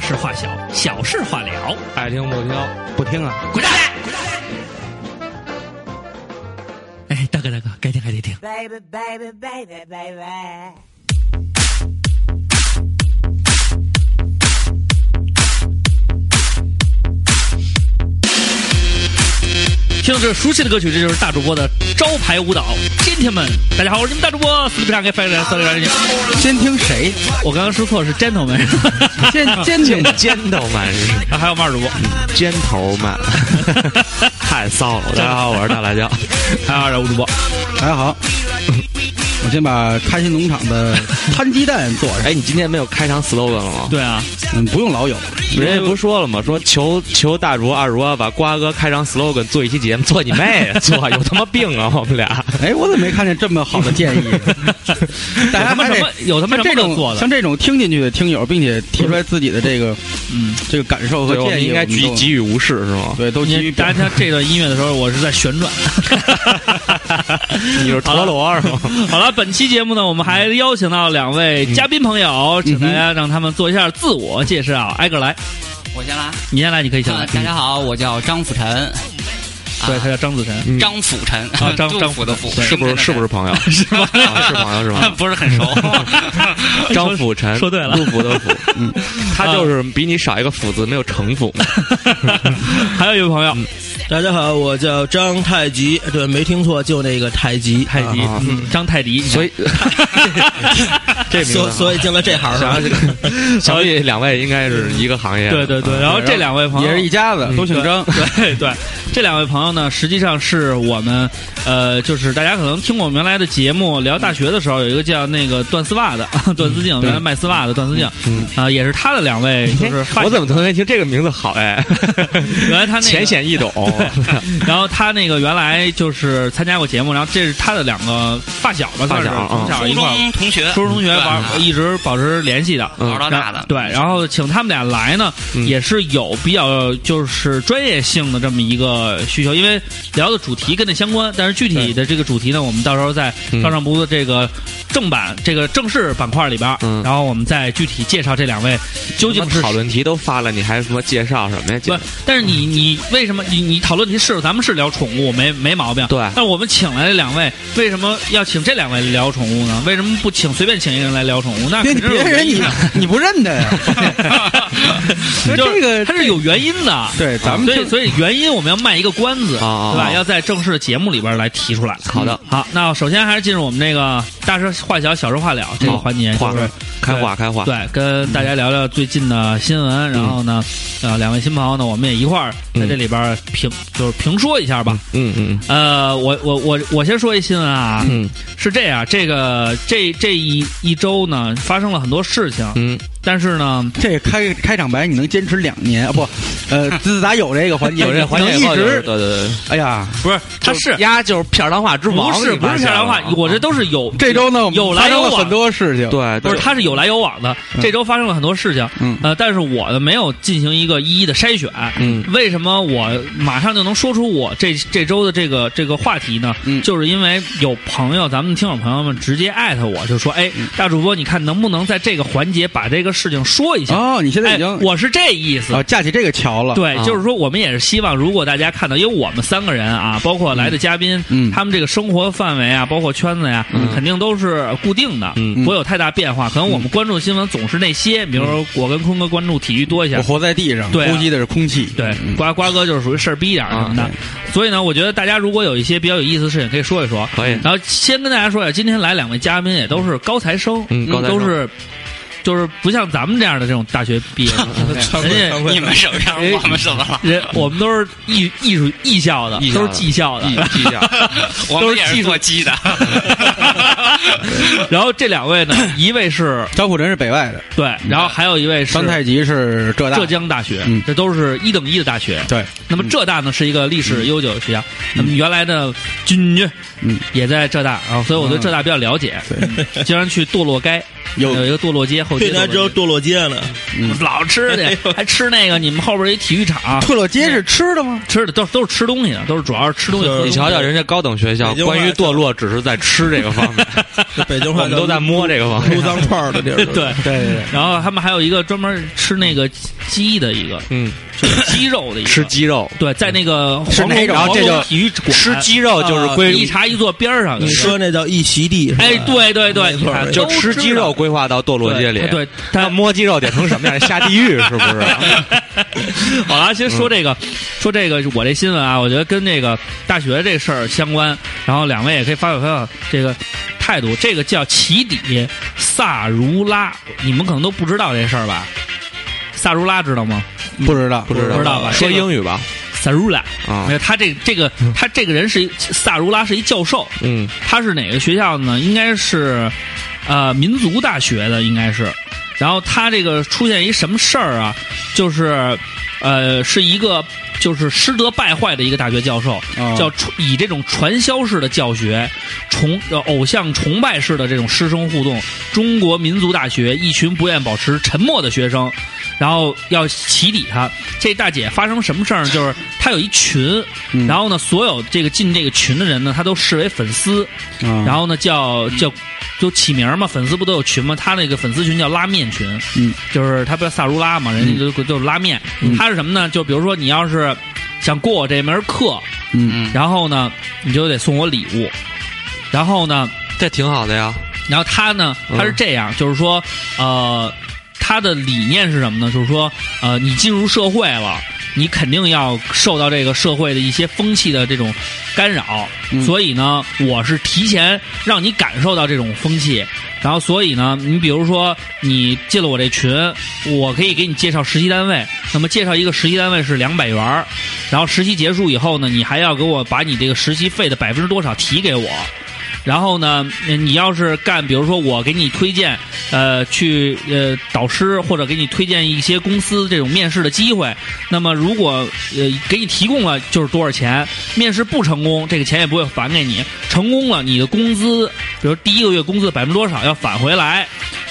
事化小，小事化了。爱听不听，不听啊！滚蛋！哎，大哥大哥，该听还得听。 baby, baby, baby, baby. 听到这熟悉的歌曲，这就是大主播的招牌舞蹈。Gentlemen，大家好，我是你们大主播斯里兰给翻译来斯里兰人。先听谁？我刚刚说错是 Gentlemen，尖啊尖挺尖头嘛，啊还有我们二主播，尖头嘛，太骚了！大家好，我是大辣椒。还有二五主播。大家哎好，我先把开心农场的摊鸡蛋做上。哎，你今天没有开场 slogan 了吗？对啊，嗯，不用老友，人家不是说了吗？说求求大主播、二主播把瓜哥开场 slogan 做一期节目，做你妹啊！做有他妈病啊！我们俩哎，我怎么没看见这么好的建议？大有家他妈还得什么有他妈像什这么能做种的？像这种听进去的听友，并且提出来自己的这个嗯，这个感受和对，我建们议，应该我们给都给予无视是吗？对都给你予大家听这段音乐的时候，我是在旋转。 你是陀螺是吗？好了，本期节目呢，我们还邀请到两位嗯嘉宾朋友，请大家让他们做一下自我介绍，挨个来。我先来。你先来，你可以先来啊。大家好，我叫张辅臣。对他啊叫张子晨，嗯张辅臣啊张杜张甫的甫，对是不是是不是朋友？是吧？啊是朋友是吧？ 不是很熟？ 张辅臣说对了杜甫的甫，嗯，他就是比你少一个辅字，没有城府。嗯 还有一位朋友，大家好，我叫张太极，对，没听错，就那个太极，泰迪啊，嗯张泰迪， 所以这名字所好所以进了这行是吧？ 想想必两位应该是一个行业。对对对，然后这两位朋友也是一家子，都姓张。嗯对对，这两位朋友呢，实际上是我们呃，就是大家可能听过我们原来的节目聊大学的时候，有一个叫那个段丝袜的段思静，原来卖丝袜的段思静，啊，也是他的两位，就是发嗯哎我怎么从来听这个名字好哎？原来他那个浅显易懂，然后他那个原来就是参加过节目，然后这是他的两个发小吧，算是发小从小嗯初一块儿，中同学，初中同学对嗯玩一直保持联系的。玩到大然的，对，然后请他们俩来呢，嗯也是有比较就是专业性的这么一个需求，因为聊的主题跟这相关，但是具体的这个主题呢，我们到时候在嗯照上不的这个正版、这个正式板块里边儿，嗯然后我们再具体介绍这两位 究竟什是么讨论题都发了，你还什么介绍什么呀？不，但是你你为什么你你讨论题是咱们是聊宠物没没毛病，对但我们请来的两位为什么要请这两位聊宠物呢？为什么不请随便请一个人来聊宠物？那别肯定是有别人 原因你的你不认得呀？ 就这是个它是有原因的。对，咱们所这以，所以原因我们要卖一个关子，啊啊对吧？啊要在正式的节目里边来提出来。好的，好，那首先还是进入我们那个大事化小，小事化了这个好环节，话就是开化开化，对，跟大家聊聊最近的新闻，然后呢，嗯呃，两位新朋友呢，我们也一块儿在这里边儿评，就是评说一下吧。嗯嗯呃，我我我我先说一新闻啊，嗯是这样，这个这这一一周呢，发生了很多事情，嗯，但是呢，这开开场白你能坚持两年啊？不，呃，自打有这个环 节，有这环节能以后一就是直对对对，哎呀，不是，它是丫就是片儿糖化之王，不是你不发是现漂亮话了吗，我这都是有这周呢，我有们来发生有了往很多事情。啊对不对是，它是有来有往的。嗯这周发生了很多事情，嗯呃，但是我呢没有进行一个一一的筛选。嗯为什么我马上就能说出我这这周的这个这个话题呢？嗯就是因为有朋友，咱们听友朋友们直接艾特我，就说：“哎，嗯大主播，你看能不能在这个环节把这个事情说一下？”哦，你现在哎已经，我是这意思。啊架起这个桥了。对，啊就是说，我们也是希望，如果大家看到，因为我们三个人啊，包括来的嘉宾，嗯他们这个生活范围啊，包括圈子呀、嗯肯定都是固定的，嗯不会有太大变化。可能我们关注的新闻总是那些，比如嗯说我跟坤哥关注体育多一些哦我，活在地上，对啊呼吸的是空气。对，嗯瓜瓜哥就是属于事儿逼点儿什么的啊。所以呢，我觉得大家如果有一些比较有意思的事情，可以说一说。可以，然后先跟大家说一下，今天来两位嘉宾也都是高材生，嗯高材生都是就是不像咱们这样的这种大学毕业 生，人家你们什么样？我们怎么了？人我们都是艺艺术艺校的艺，校都的是技校的。 记一下，我都们是也技是术做鸡的。然后这两位呢，一位是张虎臣是北外的，对，然后还有一位是张太极是浙大。浙江大学嗯，这都是一等一的大学。对，那么浙大呢是一个历史悠久的学校，那么原来的军女嗯也在浙大啊，所以我对浙大比较了解， 对，经常去堕落街有有一个堕落街后街堕去落年街，只有堕落街呢， 老吃的，还吃那个你们后边一体育场特洛街是吃的吗？吃的，都都是吃东西的，都是主要是吃东西。是喝东你西瞧瞧人家高等学校北，京关于话堕落只是在吃这个方面， 北京我话们叫都在摸这个方 撸面。脏串儿的地 儿。对，对对然后他们还有一个专门吃那个鸡的一个，嗯，就是鸡肉的一个。吃鸡肉，对，在那个是黄哪龙种黄这龙就体育馆吃鸡肉就是啊归一茶一坐边上有你一个。说那叫一席地是吧，哎，对对对，没你错看就都吃知鸡道肉规划到堕落街里对，啊对，那他摸鸡肉得成什么样？下地狱是不 是？好了，先说这个，说这个我这新闻啊，我觉得跟这个大学这事儿相关，然后两位也可以发表发表这个态度。这个叫起底萨如拉，你们可能都不知道这事儿吧？萨如拉知道吗？不知道，不知不知道吧说这个英语吧，萨如拉，啊没，有他这这个他这个人是一萨如拉是一教授，嗯，他是哪个学校呢？应该是呃民族大学的，应该是。然后他这个出现一什么事儿啊？就是呃，是一个就是师德败坏的一个大学教授，啊叫传以这种传销式的教学、崇呃偶像崇拜式的这种师生互动，中国民族大学一群不愿保持沉默的学生，然后要起底他。这大姐发生什么事儿呢？就是她有一群，嗯然后呢，所有这个进这个群的人呢，她都视为粉丝，然嗯然后呢叫嗯叫就起名儿嘛，粉丝不都有群吗？他那个粉丝群叫拉面群，嗯，就是他不叫萨如拉嘛，人家就、就是拉面。嗯他是什么呢？就比如说你要是想过我这门课，嗯，嗯，然后呢你就得送我礼物，然后呢，这挺好的呀，然后他呢嗯他是这样，就是说呃。他的理念是什么呢？就是说，呃，你进入社会了，你肯定要受到这个社会的一些风气的这种干扰，嗯所以呢，我是提前让你感受到这种风气。然后，所以呢，你比如说你进了我这群，我可以给你介绍实习单位。那么介绍一个实习单位是两百元儿，然后实习结束以后呢，你还要给我把你这个实习费的百分之多少提给我。然后呢，呃你要是干，比如说我给你推荐，呃，去呃导师或者给你推荐一些公司这种面试的机会，那么如果呃给你提供了就是多少钱，面试不成功，这个钱也不会返给你；成功了，你的工资，比如第一个月工资的百分之多少要返回来。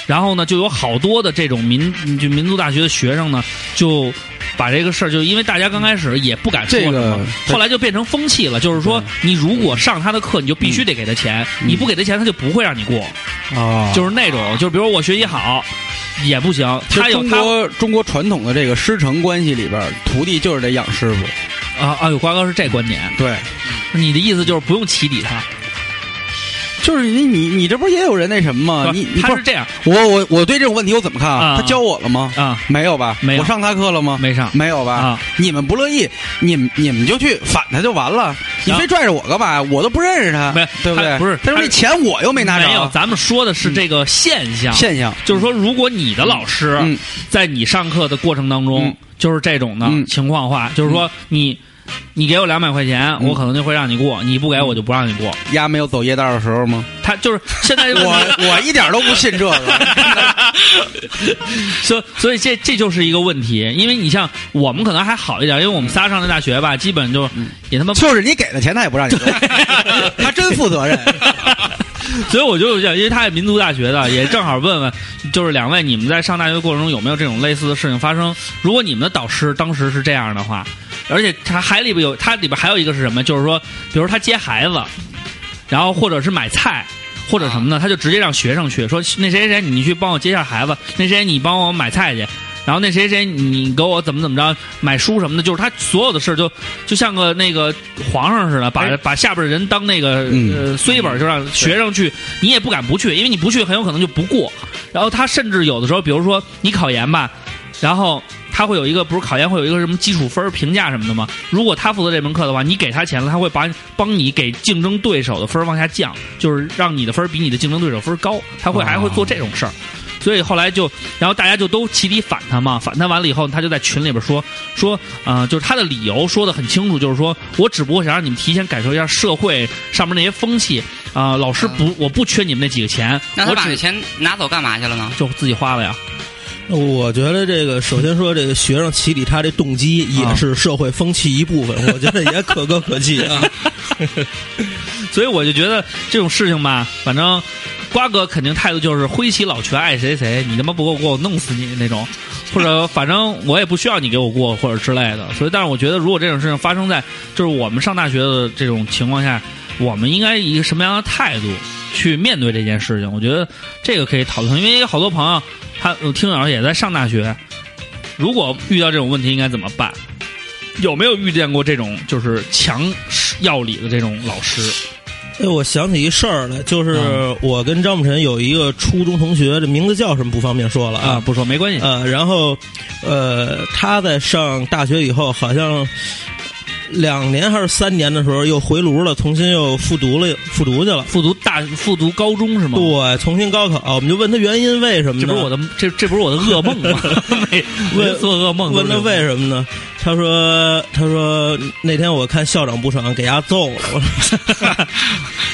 然后呢，就有好多的这种民就民族大学的学生呢，就把这个事儿，就因为大家刚开始也不敢说这什么个，后来就变成风气了，就是说，你如果上他的课，你就必须得给他钱，嗯你不给他钱，他就不会让你过，啊，就是那种，就是比如我学习好，也不行，其他实有中他国中国传统的这个师承关系里边儿，徒弟就是得养师傅。啊，哎呦，瓜哥是这观点，对，你的意思就是不用起底他，就是你你你这不是也有人那什么吗？是啊你吧你他不是是这样我我我对这种问题我怎么看啊他教我了吗？啊，没有吧？没有我上他课了吗？没上没有吧？啊，你们不乐意，你们你们就去反他就完了，你啊非拽着我干嘛？我都不认识他，没对不他对？不是他说他这钱我又没拿着，啊嗯没有，咱们说的是这个现象，现象。就是说，如果你的老师嗯在你上课的过程当中，嗯就是这种的嗯嗯情况化，就是说你。你给我两百块钱，我可能就会让你过；你不给我就不让你过。丫没有走夜道的时 候吗？他就是现 在这个问题我我一点都不信 这个。所所以这这就是一个问题，因为你像我们可能还好一点，因为我们仨上的大学吧，基本就也他妈，就是你给的钱他也不让你 挣，他真负责任。 所以我就想，因为他是民族大学的，也正好问问，就是两位你们在上大学过程中有没有这种类似的事情发生？如果你们的导师当时是这样的话，而且他还里边有他里边还有一个是什么？就是说，比如他接孩子，然后或者是买菜。或者什么呢？他就直接让学生去说，那谁谁谁，你去帮我接下孩子，那谁谁你帮我买菜去，然后那谁谁你给我怎么怎么着 买书什么的，就是他所有的事儿就就像个那个皇上似的，把、把下边人当那个、呃虽本，就让学生去，你也不敢不去，因为你不去很有可能就不过。然后他甚至有的时候，比如说你考研吧，然后他会有一个不是考研会有一个什么基础分儿评价什么的吗？如果他负责这门课的话，你给他钱了，他会把帮你给竞争对手的分儿往下降，就是让你的分儿比你的竞争对手分儿高，他会还会做这种事儿。所以后来就，然后大家就都起底反他嘛，反他完了以后，他就在群里边说说，呃，就是他的理由说的很清楚，就是说我只不过想让你们提前感受一下社会上面那些风气啊、老师不，我不缺你们那几个钱，嗯那他我把这只钱拿走干嘛去了呢？就自己花了呀。我觉得这个，首先说这个学生起底他这动机也是社会风气一部分， 我觉得也可歌可泣啊。所以我就觉得这种事情吧，反正瓜哥肯定态度就是挥起老拳爱谁谁，你他妈不给我过，我弄死你那种，或 者反正我也不需要你给我过或者之类的。所以，但是我觉得如果这种事情发生在就是我们上大学的这种情况下，我们应该以一个什么样的态度去面对这件事情？我觉得这个可以讨论，因为有好多朋友他我听友也在上大学，如果遇到这种问题应该怎么办？有没有遇见过这种就是强要理的这种老师？ 哎，我想起一事儿来，就是嗯我跟张木晨有一个初中同学，这名字叫什么不方便说了啊，。不说没关系，呃，然后，呃，他在上大学以后，好像两年还是三年的时候又回炉了，重新又复读了，复读去了。复读大复读高中是吗？对，重新高考，我们就问他原因为什么这呢？不是我的这这不是我的噩梦吗？ 每问每次做噩梦都问是他这个为什么呢？他说：“他说那天我看校长不爽，给他揍了。”我说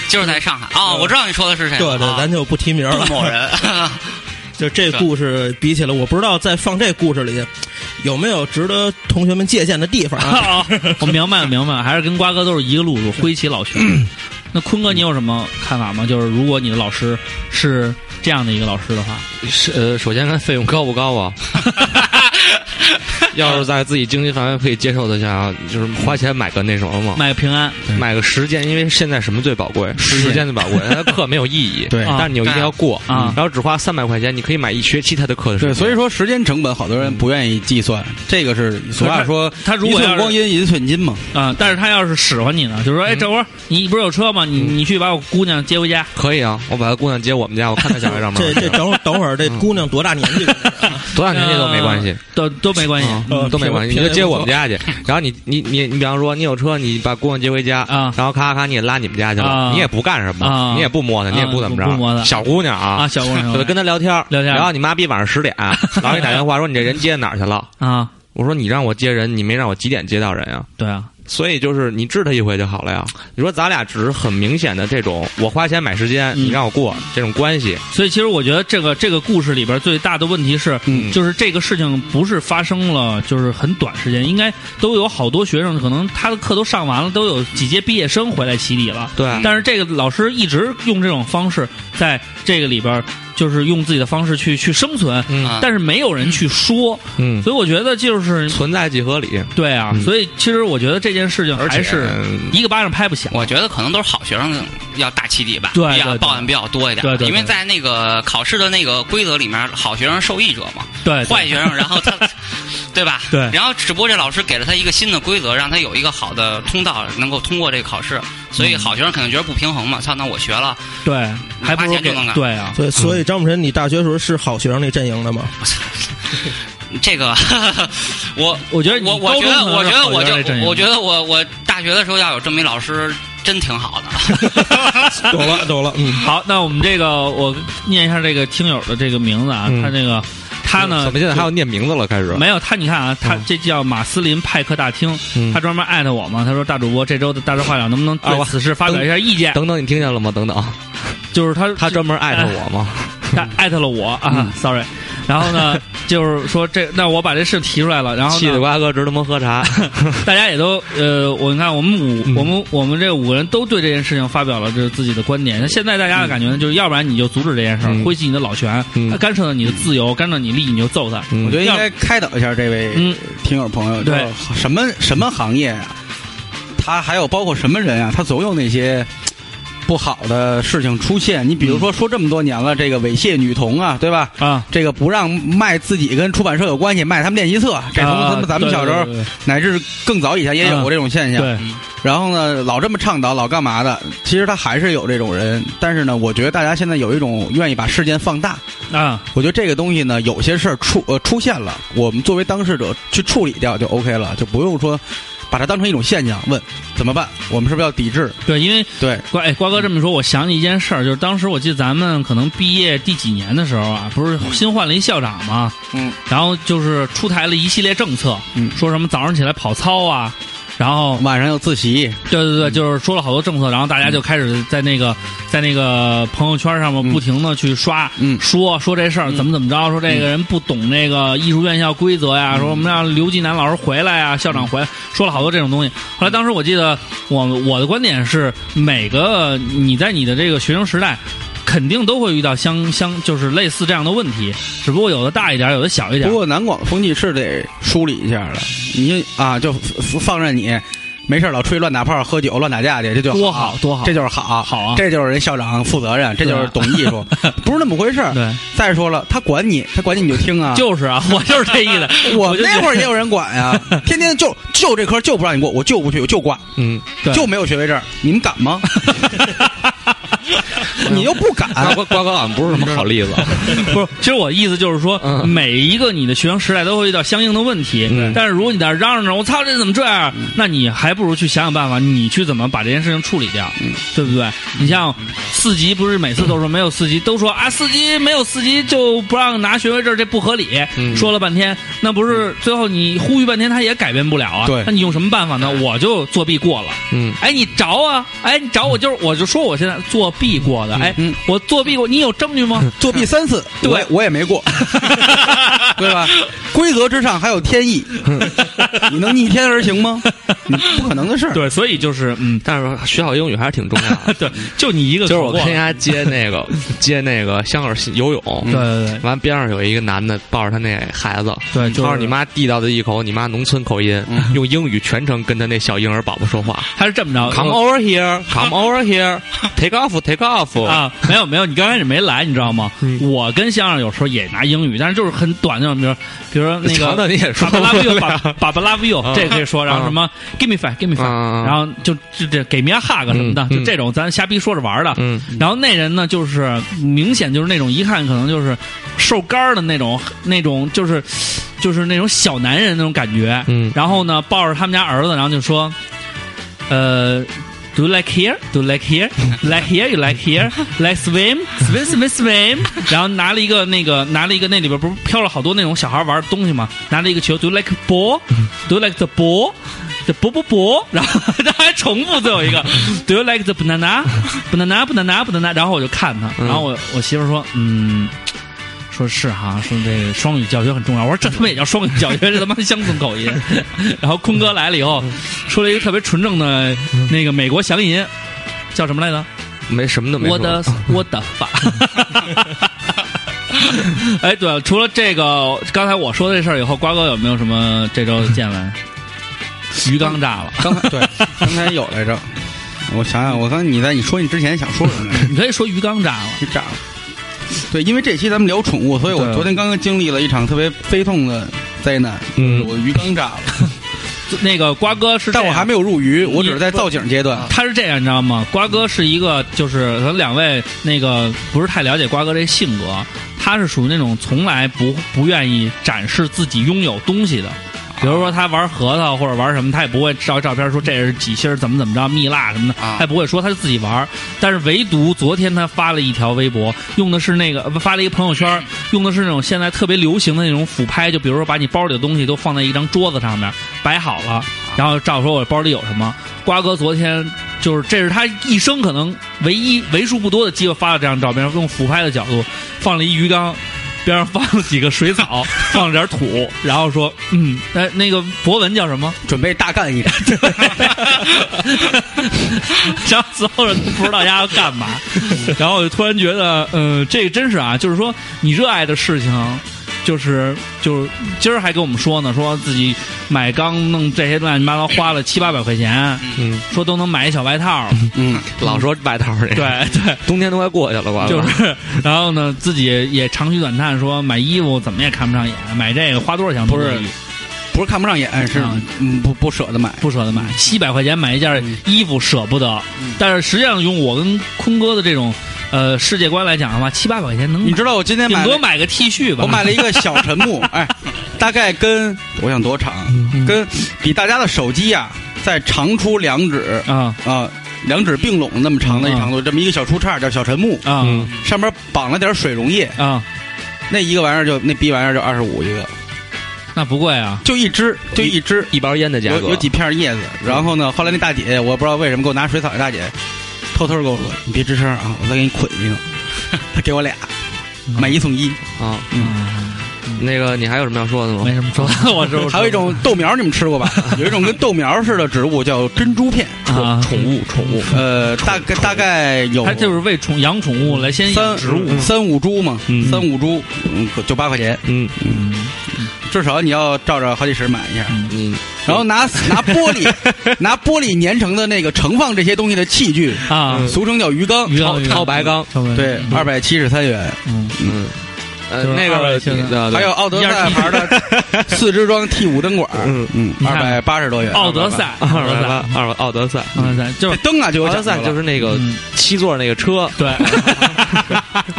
就是在上海啊，我知道你说的哎是：“谁对了，对，咱啊就不提名了 嗯杜。某人，就这故事比起来，我不知道在放这故事里有没有值得同学们借鉴的地方啊？啊，我明白了，明白了，还是跟瓜哥都是一个路数，挥起老拳。那坤哥，你有什么看法吗？就是如果你的老师是这样的一个老师的话，是呃，首先看费用高不 高啊？要是在自己经济范围可以接受的下，就是花钱买个那什么嘛，卖平安，买个时间，因为现在什么最宝贵？时间时间最宝贵，他的课没有 意义，对啊但是你又一定要过啊然后只花三百块钱，你可以买一学期他的课的时对，间。所以说时间成本，好多人不愿意计算，这个是俗话说他嗯如一果要寸是光阴一寸金嘛。啊、但是他要是使唤你呢，就说，哎，这会儿你不是有车吗？你你去把我姑娘接回家。可以啊，我把他姑娘接我们家，我看他想要干嘛，这这等会儿等会儿这嗯姑娘多大年纪了？啊多大年纪都没关系。都都没关系。嗯都没关系，你平就时接我们 家去。然后你你你你，比方说你有车，你把姑娘接回家啊然后咔咔你也拉你们家去了，啊你也不干什么，啊你也不摸她，你也不怎么着，啊不摸她小姑娘啊，啊，小姑娘我就跟她聊天儿聊天儿然后你妈逼晚上 十点，老给你打电话说你这人接哪儿去了？啊，我说你让我接人，你没让我几点接到人呀？对啊，所以就是你治他一回就好了呀。你说咱俩只是很明显的这种我花钱买时间，嗯你让我过这种关系，所以其实我觉得这个这个故事里边最大的问题是，嗯就是这个事情不是发生了，就是很短时间，应该都有好多学生，可能他的课都上完了，都有几届毕业生回来洗礼了。对，嗯嗯但是这个老师一直用这种方式，在这个里边就是用自己的方式去去生存，嗯啊但是没有人去说，嗯，所以我觉得就是嗯存在即合理，对啊，嗯所以其实我觉得这件事情而还且是一个巴掌拍不响。我觉得可能都是好学生要大起底吧，对对比较对抱怨比较多一点，对对对因为在那个考试的那个规则里面，好学生受益者嘛，对，哎对坏学生，然后 他，对吧？对然后只不过这老师给了他一个新的规则，让他有一个好的通道，能够通过这个考试。所嗯以好学生可能觉得不平衡嘛，操，那我学了，对，还不如花钱给就能干对啊，嗯对，所以张木晨，你大学时候是好学生那阵营 的吗？这个 我我觉得你我我高觉中得可能我觉得好我这阵就营我觉得我我大学的时候要有这么一老师，真挺好的。懂了，懂了，嗯，好，那我们这个我念一下这个听友的这个名字啊，嗯他这个他呢怎么现在还要念名字了？开始没有他，你看啊，他这叫马斯林派克大厅，嗯他专门艾特我嘛，他说大主播这周的大事化了能不能啊对我此事发表一下意见？等等，你听见了吗？等等，就是他他嗯专门艾特我 吗？他艾特了我啊，sorry，然后 呢，就是说这那我把这事提出来了，然后呢气得瓜哥直他妈 喝茶。大家也都呃，我你看我们五、嗯我们我们这五个人都对这件事情发表了这自己的观点。那现在大家的感觉嗯呢，就是要不然你就阻止这件事儿，嗯挥起你的老拳，嗯他干涉了你的自由，干涉你利益，你就揍他。嗯我觉得应该开导一下这位嗯听友朋友，对，什么什么行业啊？他还有包括什么人啊？他总有那些不好的事情出现。你比嗯如说，说这么多年了，这个猥亵女童啊，对吧？啊，这个不让卖自己跟出版社有关系，卖他们练习册，这从咱们咱们小时候啊对对啊乃至更早以前也有过这种现象。对嗯然后呢，老这么倡导，老干嘛的？其实他还是有这种人，但是呢，我觉得大家现在有一种愿意把事件放大。对啊，我觉得这个东西呢，有些事儿出呃出现了，我们作为当事者去处理掉就 OK 了，就不用说把它当成一种现象问怎么办，我们是不是要抵制？对，因为对，瓜哎瓜哥这么说，我想起一件事儿，就是当时我记得咱们可能毕业第几年的时候啊，不是新换了一校长嘛，嗯，然后就是出台了一系列政策，嗯说什么早上起来跑操啊，然后晚上要自习，对对嗯对，就是说了好多政策，然后大家就开始在那个在那个朋友圈上面不停的去刷，嗯说说这事儿怎么怎么着，说这个人不懂这个艺术院校规则呀，嗯说我们让刘继南老师回来呀，校长回来，说了好多这种东西。后来当时我记得我我的观点是，每个你在你的这个学生时代。肯定都会遇到相相就是类似这样的问题，只不过有的大一点，有的小一点不。过南广风气是得梳理一下了，你啊就放任你，没事儿老吹乱打炮、喝酒、乱打架去，这就多好多好这就是好，好啊这就是人校长负责任，这就是懂艺 术，不是那么回事儿。对，再说了，他管你，他管你你就听啊。就是啊，我就是这意思。 我就觉那得会儿也有人管呀、 天天就就这科就不让你过，我就不去，我就挂，嗯，对就没有学位证，你们敢 吗？你又不敢，哎啊瓜瓜瓜哥好像不是什么好 例子。不是，其实我意思就是说，嗯每一个你的学生时代都会遇到相应的问题。嗯但是如果你在那儿嚷嚷着“我操，这怎么这样”，那你还不如去想想办法，你去怎么把这件事情处理掉，对不对？你像四级，不是每次都说没有四级，都说啊四级没有四级就不让拿学位证，这不合理。嗯说了半天，那不是最后你呼吁半天，他也改变不了啊。对那你用什么办法呢？我就作弊过了。嗯，哎，你找啊！哎，你找我就是，我就说我现在作弊过的。哎，嗯我作弊过，你有证据吗？作弊三次，对我也我也没过， 对吧？规则之上还有天意，你能逆天而行 吗？你不可能的事儿。 对，所以就是嗯，。但是学好英语还是挺重要 的对，就你一个就是考我过跟了，嗯人家接 那个接那个香港游泳，对对对完边上有一个男的抱着他那孩子，对，呃就他是嗯说你，妈地道的一口你妈农村口音，用英语全程跟他那小婴儿宝宝说话他是这么着，Come over here, come over here, take off, take off 啊，没有没有，你刚开始没来，你知道吗？嗯我跟先生有时候也拿英语，但是就是很短那种，比如比如说那长个的你也说巴巴不 拉 view，了巴巴巴拉 view，啊这个可以说，然后什么嗯 give me five，give me five， 啊，然后就就这给面 hug 什么的，嗯就这种咱瞎逼说着玩儿的。嗯然后那人呢，就是明显就是那种一看可能就是瘦干儿的那种，那种就是就是那种小男人那种感觉。嗯然后呢，抱着他们家儿子，然后就说，呃。Do you like here? Do you like here? Like here? You like here? Like swim? Swim? Swim? Swim? 然后拿了一个那个，拿了一个那里边不是飘了好多那种小孩玩的东西吗？拿了一个球。Do you like ball? Do you like the ball? The ball ball ball？然后 他还重复最后一个。Do you like the banana? Banana? Banana? Banana? 然后我就看他，然后我我媳妇说，嗯。说是哈，说这个双语教学很重要。我说这他妈也叫双语教学，这他妈乡村口音。 然后坤哥来了以后，说了一个特别纯正的那个美国祥音，叫什么来着？没什么都没我说。的我的发。哎，对了，除了这个刚才我说的这事儿以后，瓜哥有没有什么这周的见 闻？鱼缸炸了，刚才对，刚才有来着，我想想，我刚才你在你说你之前想说什么来着？你可以说鱼缸炸了。就炸了。对，因为这期咱们聊宠物，所以我对昨天刚刚经历了一场特别悲痛的灾难，嗯我鱼缸炸了，那个瓜哥是这样， 但我还没有入鱼，我只是在你造景阶段。他是这样，你知道吗？瓜哥是一个，就是咱两位那个不是太了解瓜哥这性格，他是属于那种从来不不愿意展示自己拥有东西的。比如说他玩核桃或者玩什么，他也不会照照片说这是几星儿怎么怎么着蜜蜡什么的，啊他也不会说，他就自己玩儿。但是唯独昨天他发了一条微博，用的是那个发了一个朋友圈儿，用的是那种现在特别流行的那种俯拍，就比如说把你包里的东西都放在一张桌子上面摆好了，然后照说我包里有什么。瓜哥昨天就是这是他一生可能唯一为数不多的机会发了这张照片，用俯拍的角度放了一鱼缸。边上放了几个水草，放了点土，然后说：“嗯，那那个博文叫什么？准备大干一场， 然后所有人都不知道丫要干嘛，然后我就突然觉得，嗯、这个真是啊，就是说你热爱的事情，就是就是今儿还跟我们说呢，说自己买缸弄这些乱七八糟花了七八百块钱，嗯，说都能买一小外套， 嗯，老说外套那，对对，冬天都快过去了，瓜哥就是，然后呢自己也长吁短叹说买衣服怎么也看不上眼，买这个花多少钱都不是乐意不是看不上眼，是啊嗯不不舍得买。不舍得买，七百块钱买一件衣服舍不得，嗯但是实际上用我跟坤哥的这种呃世界观来讲的话，七八百块钱能你买，知道我今天顶买多了买个 T 恤吧。我嗯买了一个小沉 木，哎，大概跟我想多长，嗯跟比大家的手机呀、再长出两指啊啊、两指并拢那么长的一长度，这么一个小树杈叫小沉木，啊嗯上面绑了点水溶液，啊，那一个玩意儿就那逼玩意儿就二十五一个，那不贵啊。就一只，就一只，一包烟的价有格，有几片叶子。然后呢，后来那大姐我不知道为什么给我拿水草，那大姐偷偷给我说：“你别吱声 嗯啊，我再给你捆一个。”她给我俩，买一送一。啊？嗯，嗯那个你还有什么要说的吗没？什么说的，我是还有一种豆苗，你们吃过 吧？有一种跟豆苗似的植物叫珍珠片，啊，宠物，宠物，呃，大概大概有嗯它就是为宠养宠物来先三养植物，三五株嘛，嗯三五株，嗯，就八块钱，嗯至少你要照着好几十买一下。嗯，然后拿 拿玻璃，拿玻璃粘成的那个盛放这些东西的器具，啊，俗称叫鱼缸，鱼缸超超白缸，超白嗯对，二百七十三元。嗯，呃，就是那个200呃现在对对还有奥德赛牌的 四支装 T 五灯管，嗯嗯，你二看百八十多元。奥德赛，二奥百德赛，八，二百奥德赛，嗯奥德赛就这是灯啊就有奥讲德究了赛就是那个嗯七座那个车，对，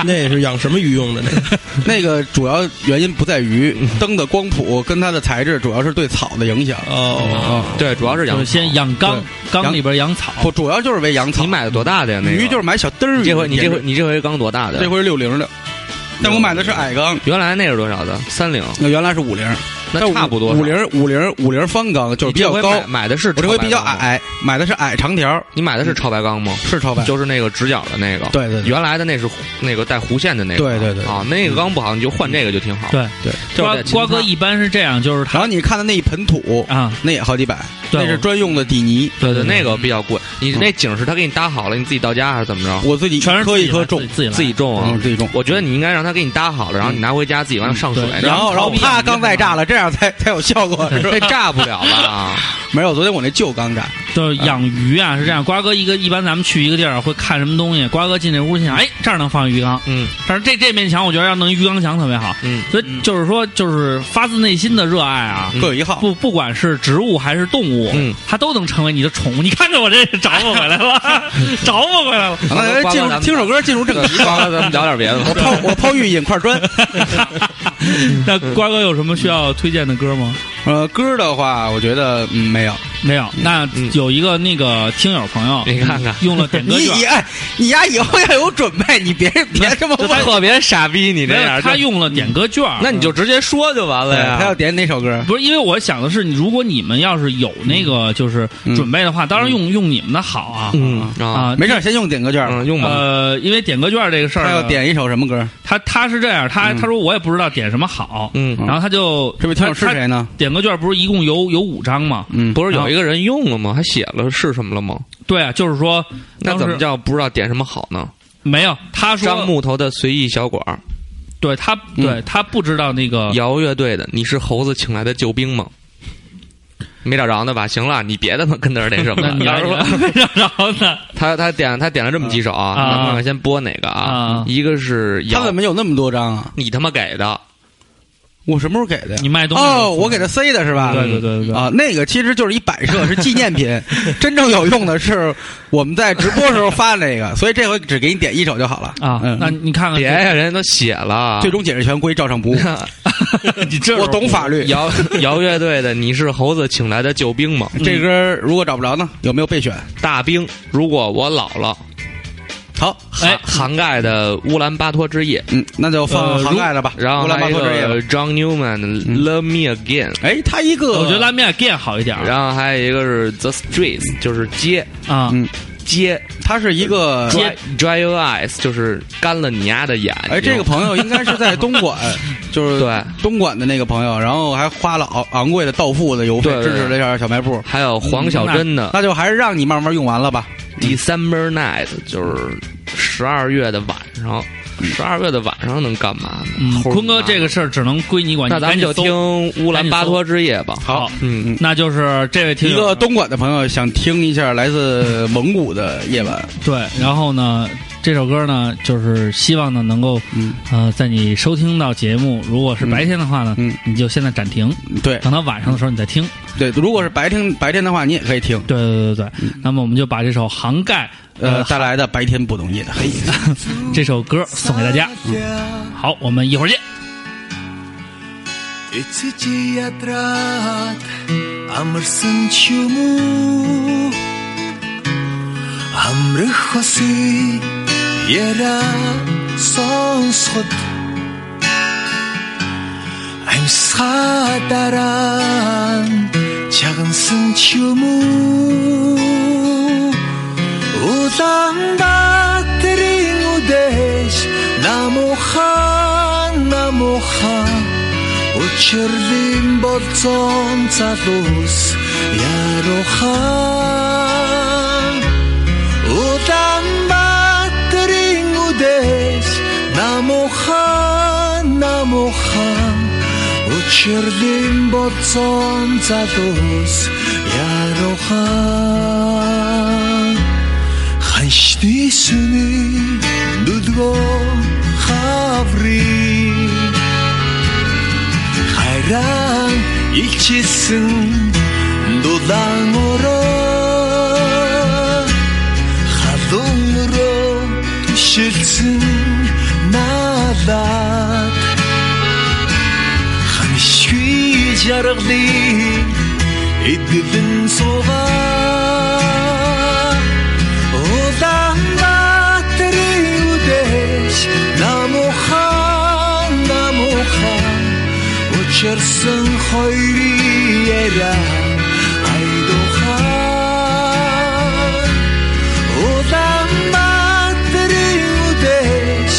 那是养什么鱼用的？那个那个主要原因不在于嗯灯的光谱跟它的材质，主要是对草的影响。哦，啊，对，主要是就养是。先养缸，缸里边养草，不，主要就是为养草哦你。买的多大的呀？那个鱼就是买小嘚儿鱼。你这回你这回你这回缸多大的？这回是六零的，但我买的是矮缸，原来那是多少的？三零，那原来是五零，但那五差不多。五，零五零五零方缸就是你比这较回高。买买的是我这回超白比较缸吗，矮，嗯买的是矮长条，你买的是超白缸吗？是超白。就是那个直角的那个。对对对，原来的那是弧那个带弧线的那个缸，对对对啊，那个缸不好，你就换这个就挺好。对对，就是瓜在瓜哥秦一般是这样，就是他然后你看的那一盆土，啊，那也好几百，对那是专用的底泥，对对，对那个比较贵。嗯你那景是他给你搭好了，你自己到家还是怎么着？我自己全是一颗自一己颗来种，自己自己己种啊嗯，。自己种。我觉得你应该让他给你搭好了，然后你拿回家自己往上上水嗯。对然后然然后后啪，炒米缸再炸了，这样才才有效果。是吧这炸不了吧？ 没有，昨天我那旧缸炸，来就是养鱼啊，是这样。瓜哥一个一般咱们去一个地儿会看什么东西，瓜哥进这屋心想，哎，这儿能放鱼缸，嗯但是这这面墙我觉得要弄一鱼缸墙特别好，嗯，所以就是说就是发自内心的热爱啊。嗯各有一号。不，不管是植物还是动物，嗯它都能成为你的宠物。你看着我这找我回来了，找我回来了。好了，来呃进入听首歌，进入正题。完了咱们聊点别的 我吧。抛我抛玉引块砖。那瓜哥有什么需要推荐的歌吗？呃，歌的话，我觉得嗯没有。没有。那嗯哎有一个那个听友朋友你看看，用了点歌你券以，哎，你呀以后要有准备，你别别这么这问。特别傻逼，你这没有样。他这用了点歌券，嗯那你就直接说就完了呀。他要点哪首歌？不是，因为我想的是，如果你们要是有那个就是嗯准备的话，当然用用你们的好啊嗯啊，啊，没事儿，先用点歌券。嗯，用吧。呃，因为点歌券这个事儿他呢，要点一首什么歌？他他是这样，他嗯他说我也不知道点什么好，嗯，然后他就这位听友是他谁啊呢？点歌券不是一共有有五张吗？嗯，不是有一个人用了吗？还写了是什么了吗？对啊，就是说那当怎么时叫不知道点什么好呢？没有，他说张木头的随意小馆儿，对他嗯对他不知道那个摇乐队的，你是猴子请来的救兵吗？没找着呢吧？行了，你别他妈跟那儿那什么 那了。你到来时你候来 没找着呢嗯他他点他点了这么几首啊，啊咱们看看先播哪个啊啊？一个是摇他怎么有那么多张啊？你他妈给的，我什么时候给的呀你？卖东西哦，我给他塞的是吧？对对对对对啊，那个其实就是一摆设，是纪念 品。真正有用的是我们在直播时候发那个，所以这回只给你点一首就好了啊，那嗯，你看看别这呀，人家都写了。最终解释权归照 上不误。 你这我懂法律。 摇摇乐队的，你是猴子请来的救兵吗？这歌如果找不着呢，有没有备选？大兵，如果我老了，好，涵哎涵盖的乌兰巴托之夜，嗯，那就放呃涵盖的吧。然后乌兰还巴有一托之夜吧。个 John Newman 嗯 Love Me Again，哎，他一个， 我 觉得拉面店好一点然后还有一个是 The Streets，就是街啊嗯，街他是一个。街 Dry Dry Your Eyes，就是干了你丫的眼睛。哎，这个朋友应该是在东 莞，就是对，东莞的那个朋友，然后还花了昂昂贵的到付的邮费对对支持了一下小卖部，还有黄小珍嗯的那就还是让你慢慢用完了吧。 December Night，就是十二月的晚上，十二月的晚上能干嘛呢？嗯，猴儿坤哥你妈这个事儿只能归你管，那咱们你赶紧就搜听乌兰巴托之夜吧。好，嗯，那就是这位听一友个东莞的朋友想听一下来自蒙古的夜晚，对，然后呢，这首歌呢，就是希望呢能够嗯，呃，在你收听到节目，如果是白天的话呢，嗯你就现在暂停，对等到晚上的时候你再听。对，如果是白天白天的话，你也可以听，对对对对，对嗯那么我们就把这首《杭盖》呃，呃带来的白天不懂夜的黑。这首歌送给大家。嗯好，我们一会儿见。 Ицитиатрат амарсан чүмүү амрах хосы яра сонсхот амсхатаран чагансан чүмүү Улаанбаатарын үдээс намуха намуха Шэрлийн болцон залуус яруухан Улаанбаатарын үдээс намухан намухан Өчрлийн болцон залуус яруухан Ханшны сүний дүлгөө хаврын хайран илчилсэн дулаан өрөө халуун өрөө түшилсэн наалаад ханшгүй жаргалы эдлэн суугаа улаан батрын үдэш намухан намухан Учирсан хоёрын яра айдухаа Улаанбаатарын үдэш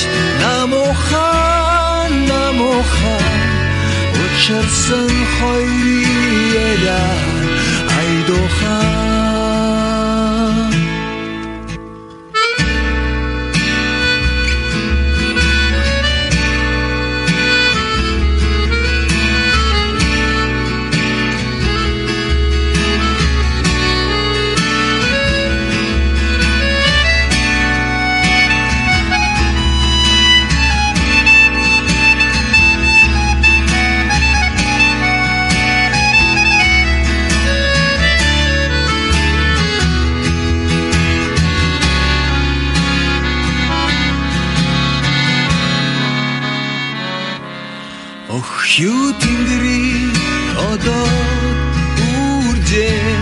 намухан намухан Учирсан хоёрын яра айдухаа Ох юу тэнгэрийн одоо үржээ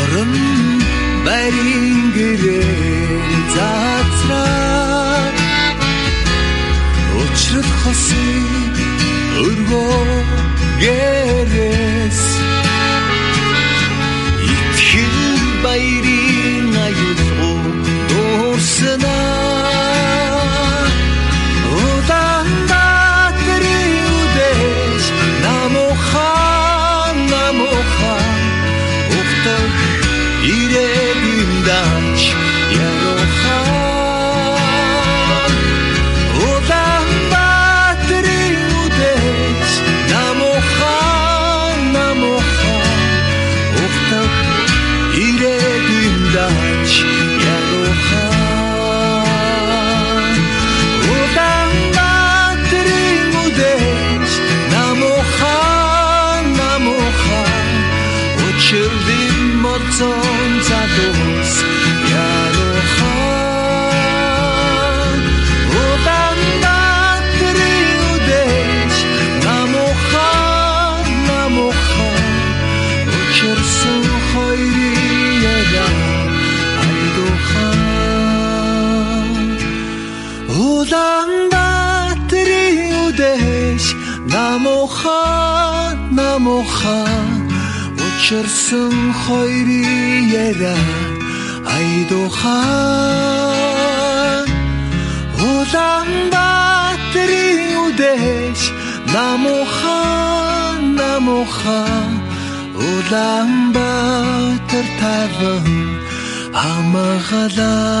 Орон барин гэрээ заацраа Учрал хосын өргөө гэрээс Итгэл баярын аюулгүй дуурсанаа Улаанбаатарын үдээс намухан намухан Уфтах ирээдүйн дамж ярухан Улаанбаатарын үдээс намухан намухан Уфтах ирээдүйн дамж ярухан Улаанбаатарын үдээс намухан намухан Өчрөлийн морцон цадуус ярухан Улаанбаатарын үдээс намухан намухан Өчрсөн хоёрын яга айдухан Улаанбаатарын үдээс намухан намухан учирсан хоёрын яра айдухан Улаанбаатарын үдээс намухан намухан Улаанбаатар таван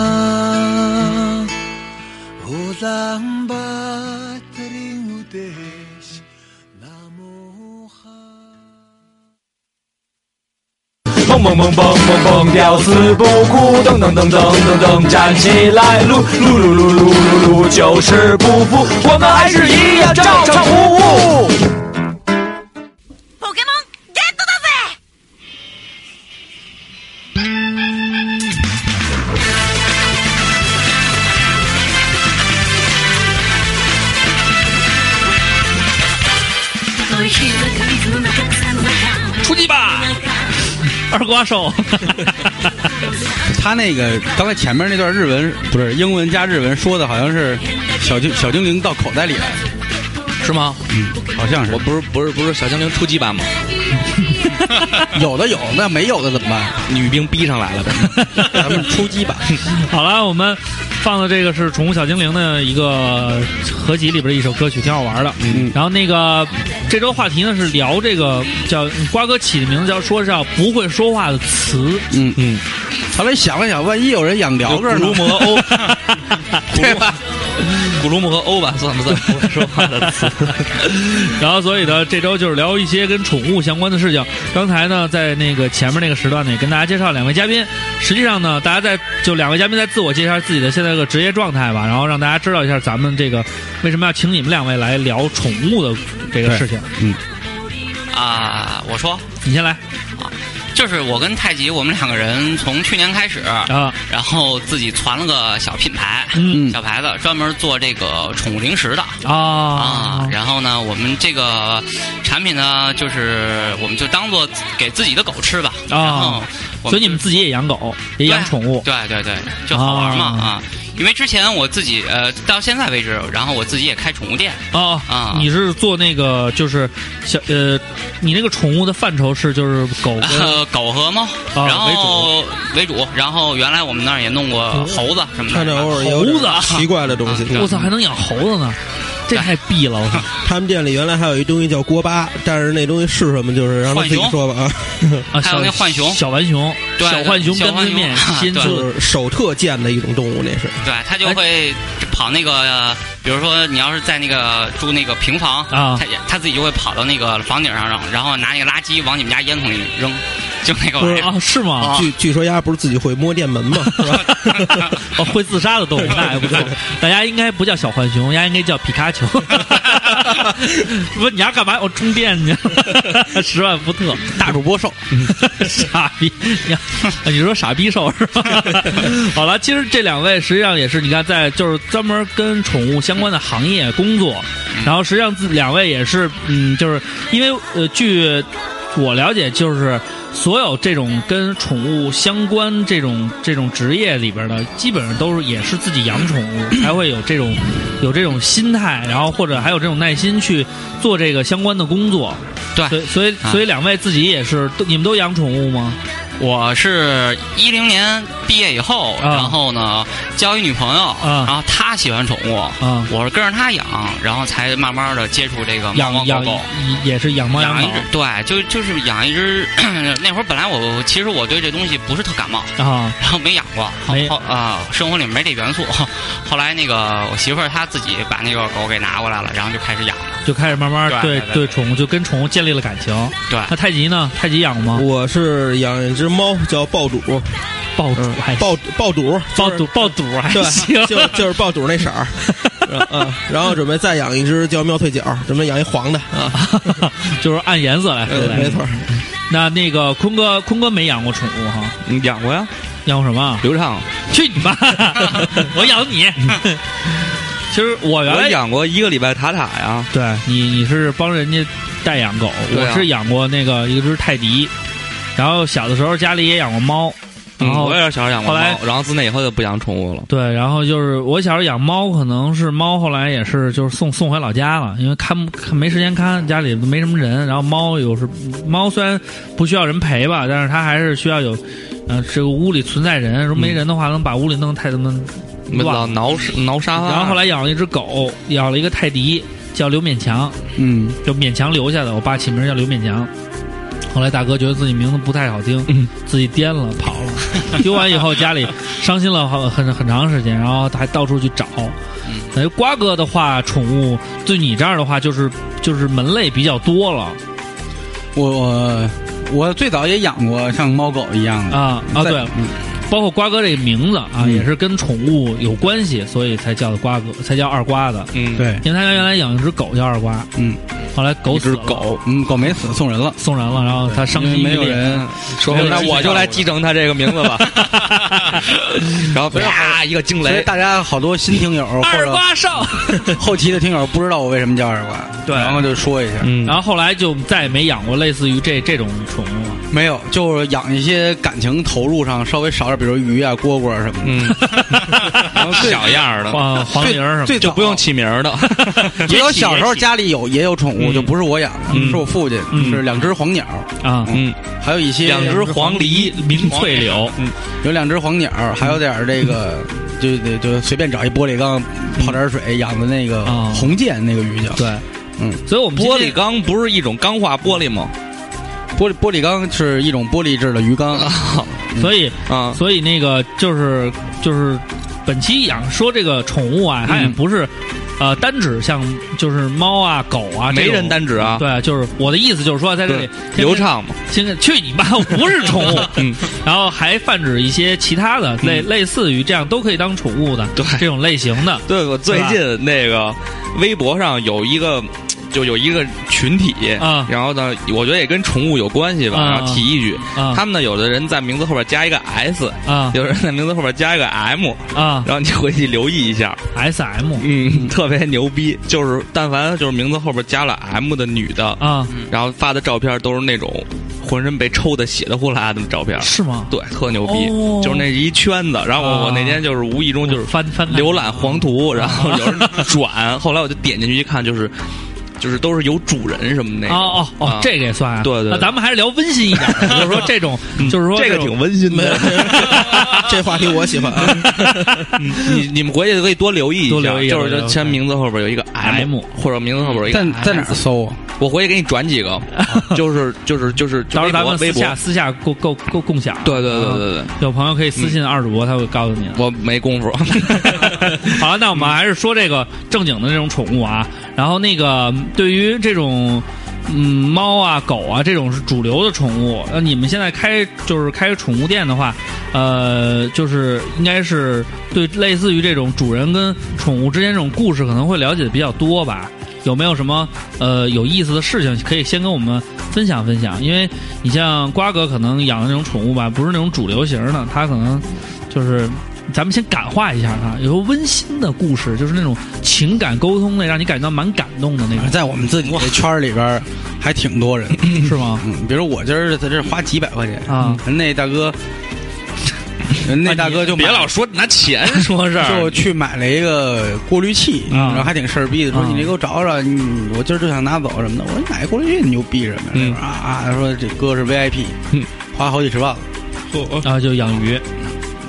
амгалаа Улаанбаатарын үдээс намухан 蹦蹦蹦蹦蹦蹦，吊死不哭，噔噔噔噔噔噔，站起来，撸撸撸撸撸撸撸，就是不服，我们还是一样照常服务。ポケモンゲットだぜ出击吧，二瓜手， 他那个刚才前面那段日文不是英文加日文说的，好像是小精小精灵到口袋里来， 是吗？好像是我不是不是不是小精灵出击版吗？ 有的有， 那没有的怎么办？ 女兵逼上来了呗。咱们出击吧。好了，我们放的这个是《宠物小精灵》的一个合集里边的一首歌曲，挺好玩的。嗯然后那个这周话题呢是聊这个叫瓜哥起的名字叫说是叫不会说话的词，嗯嗯。后来想了想，万一有人养有聊古 着呢鲁？姆和欧，对吧？古鲁姆和欧吧，算 不算不会说话的词？然后所以呢这周嗯就是聊一些跟宠物相关的事情。刚才呢在那个前面那个时段呢也跟大家介绍两位嘉宾，实际上呢大家在就两位嘉宾在自我介绍自己的现在的职业状态吧，然后让大家知道一下咱们这个为什么要请你们两位来聊宠物的这个事情。啊，我说你先来就是我跟太极，我们两个人从去年开始，啊，然后自己传了个小品牌，嗯小牌子专门做这个宠物零食的。啊啊，然后呢，我们这个产品呢，就是我们就当做给自己的狗吃吧。啊然后我所以你们自己也养狗，也养宠物，对对对，就好玩嘛啊啊！因为之前我自己呃，到现在为止，然后我自己也开宠物店哦，啊。你是做那个就是小呃，你那个宠物的范畴是就是狗 跟呃， 狗和猫，啊然后为主，然后原来我们那儿也弄过猴子什么他的那偶尔啊。也有猴子啊点奇怪的东西。我操还能养猴子呢，这太逼了我操！他们店里原来还有一东西叫锅巴，但是那东西是什么，就是让他自己浣熊说吧啊，啊，还有小那浣熊小浣熊，对小浣熊小干浣脆熊面啊新对做就是手特贱的一种动物，那是。对，它就会跑那个，呃比如说你要是在那个住那个平房啊它也它自己就会跑到那个房顶上，然后然后拿那个垃圾往你们家烟囱里扔，就那个玩意儿。啊，是吗？啊据据说丫不是自己会摸电门吗？是吧？哦，会自杀的动物那还不 错，大家应该不叫小浣熊，大家应该叫皮卡丘。不，你要干嘛？我充电去， 十万伏特。大主播兽，傻逼，你你说傻逼兽是吧？好了，其实这两位实际上也是，你看在就是专门跟宠物相关的行业工作，然后实际上自两位也是，嗯，就是因为呃，据我了解，就是所有这种跟宠物相关这种这种职业里边的，基本上都是也是自己养宠物，才会有这种有这种心态，然后或者还有这种耐心去做这个相关的工作。对 所以所以啊所以两位自己也是，都你们都养宠物吗？我是一零年毕业以后，啊然后呢交一女朋友，啊然后她喜欢宠物，啊我是跟着她养，然后才慢慢的接触这个猫养猫养狗狗。也是养猫养一狗只，对，就就是养一只。那会儿本来我其实我对这东西不是特感冒，啊然后没养过，后没后啊、生活里没这元素。 后来那个我媳妇儿她自己把那个狗给拿过来了，然后就开始养了。就开始慢慢对对对对宠物就跟宠物建立了感情。对那太极呢？太极养吗？我是养一只猫，叫爆肚，爆肚嗯还爆爆肚，爆肚爆肚还行对，， 就就是爆肚那色儿。嗯，然后准备再养一只叫妙退角，准备养一黄的啊，就是按颜色来分呃类。没错。儿。那那个坤哥，坤哥没养过宠物哈？ 你养过呀？养过什么啊？刘畅，去你妈！ 我养 你。其实我原我来养过一个礼拜塔塔呀。对你，你是帮人家代养狗，对啊我是养过那个一只泰迪，然后小的时候家里也养过猫，然嗯，后我也是小时候养过后来猫，然后自那以后就不养宠物了。对，然后就是我小时候养猫，可能是猫后来也是就是送送回老家了，因为看看没时间看，家里没什么人。然后猫有时猫虽然不需要人陪吧，但是它还是需要有，呃，这个屋里存在人。如果没人的话，能把屋里弄得太他妈嗯没乱老了。挠屎挠沙发。然后后来养了一只狗，养了一个泰迪，叫刘勉强，嗯，就勉强留下的。我爸起名叫刘勉强。后来大哥觉得自己名字不太好听，嗯自己颠了跑了，丢完以后家里伤心了好很很长时间，然后还到处去找。嗯哎，瓜哥的话，宠物对你这样的话，就是就是门类比较多了我我我最早也养过像猫狗一样的啊啊，在嗯对，包括瓜哥这个名字啊，也是跟宠物有关系，所以才叫的瓜哥，才叫二瓜的。嗯，对因为他原来养一只狗叫二瓜，嗯，后来狗一死只了，狗，嗯，狗没死，送人了，送人了，然后他伤因为心没欲有裂。嗯人说没有那人我就来继承它这个名字吧。然后啪一个惊所以雷，大家好多新听友或 二者瓜少，后期的听友不知道我为什么叫二瓜， 对然后就说一下，嗯然后后来就再也没养过类似于这这种宠物了。没有，就是养一些感情投入上稍微少点，比如鱼啊、蝈蝈什么的。嗯，小样儿的，黄黄最铃儿什么的最就早不用起名儿的。也有小时候家里有也有宠物，母就不是我养的，嗯是我父亲，嗯是两只黄鸟，啊，嗯，还有一些两只黄鹂鸣翠柳，嗯有两只黄鸟，还有点儿这个，嗯就得就随便找一玻璃缸泡点水养的那个啊红箭那个鱼叫，对，嗯，所以我们今玻璃天缸不是一种钢化玻璃吗？玻璃玻璃缸是一种玻璃制的鱼缸，所以 啊，所以那个就是就是本期养说这个宠物啊，它也不嗯是、呃单指像就是猫啊狗啊，没这种人单指啊，对，就是我的意思就是说在这里先流畅嘛，先跟去你妈，不是宠 物，嗯，然后还泛指一些其他的类、类似于这样都可以当宠物的 对这种类型的，对，我最近那个微博上有一个，就有一个群体啊然后呢，我觉得也跟宠物有关系吧，啊然后提一句，啊他们呢，有的人在名字后边加一个 S，啊有人在名字后边加一个 M，啊然后你回去留意一下， ，S M 嗯，特别牛逼，就是但凡就是名字后边加了 M 的女的，啊，然后发的照片都是那种浑身被抽的血的呼啦的照片，是吗？对，特牛逼，哦就是那一圈子。然后我啊我那天就是无意中就是翻翻看浏览黄 图，然后有人转，后来我就点进去一看，就是就是都是有主人什么那哦哦哦种啊，这个也算啊，对对对嗯那咱们还是聊温馨一点 的，就是说这种，就是说这个种挺温馨的。这话题我喜欢啊。嗯你你们回去可以多留意一下，多留意就是多留就意签名字后边有一个 M，, M 或者名字后边有一个在 M, 在哪儿搜啊？我回去给你转 几个，就是就是就是就到时候微咱博们私微博，下嗯私下共共共共享，对嗯对对对对，有朋友可以私信二主播，他会告诉 你的。我没功夫。好，那我们还是说这个正经的这种宠物啊。然后那个嗯对于这种嗯猫啊、狗啊这种是主流的宠物，那你们现在开就是开宠物店的话，呃，就是应该是对类似于这种主人跟宠物之间这种故事可能会了解的比较多吧。有没有什么呃有意思的事情可以先跟我们分享分享？因为你像瓜哥可能养的那种宠物吧，不是那种主流型的，它可能就是咱们先感化一下它，有个温馨的故事，就是那种情感沟通的，让你感到蛮感动的那种，在我们自己的圈儿里边儿还挺多人，是吗？嗯，比如我今儿在这儿花几百块钱啊，那大哥，那大哥就买别老说拿钱 说事就儿，去买了一个过滤器，啊然后还挺事儿逼的，说啊你这给我找找，你我今儿就想拿走什么的。我说你买过滤器你牛逼什么嗯呀？啊啊，他说这哥是 VIP，嗯花好几十万了，然啊后就养鱼，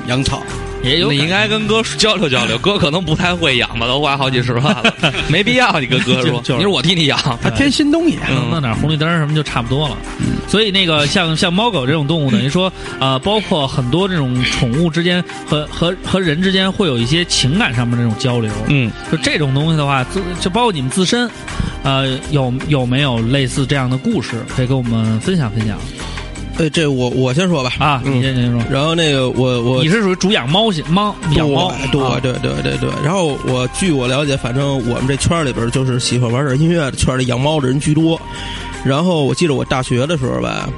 养草。也有你应该跟哥交流 交流，哥可能不太会养吧，都花好几十万了， 没必要。你跟哥就说，就是你说我替你养，他天心东西， 可能弄点红绿灯什么就差不多了。所以那个像像猫狗这种动物，等于说呃，包括很多这种宠物之间和和和人之间会有一些情感上面的这种交流。嗯，就这种东西的话，就就包括你们自身，呃，有有没有类似这样的故事可以跟我们分享分享呃，这我我先说吧。啊？你先先说。然后那个我我你是属于主养猫型猫养猫，啊对对对对对。然后我据我了解，反正我们这圈儿里边儿就是喜欢玩点音乐的圈儿里养猫的人居多。然后我记得我大学的时候吧，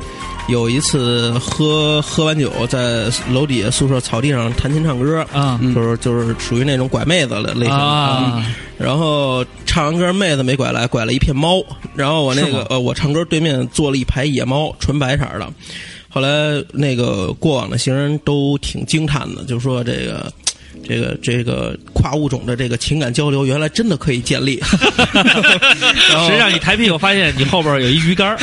有一次喝喝完酒，在楼底下宿舍草地上弹琴唱歌，啊就是就是属于那种拐妹子的类型的啊然后唱完歌，妹子没拐来，拐了一片猫。然后我那是吗个呃，我唱歌对面坐了一排野猫，纯白色儿的。后来那个过往的行人都挺惊叹的，就说这个。这个这个跨物种的这个情感交流，原来真的可以 建立。然后谁让你抬屁股发现你后边有一鱼竿儿？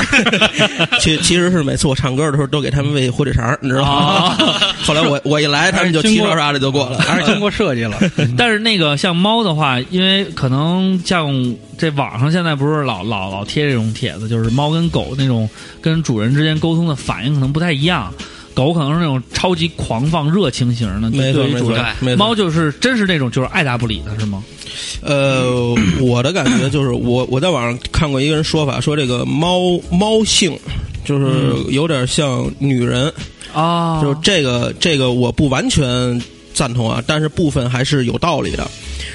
其其实是每次我唱歌的时候都给他们喂火腿肠儿，你知 道吗？啊后来我我一来，他们就齐刷刷的就过来了。还是经过设计了。但是那个像猫的话，因为可能像这网上现在不是老老老贴这种帖子，就是猫跟狗那种跟主人之间沟通的反应可能不太一样。狗可能是那种超级狂放、热情型的，没错对于没主错人。，没错猫就是真是那种就是爱答不理的，是吗？呃，我的感觉就是我我在网上看过一个人说法，说这个猫猫性就是有点像女人，啊就是这个这个我不完全赞同啊，但是部分还是有道理的，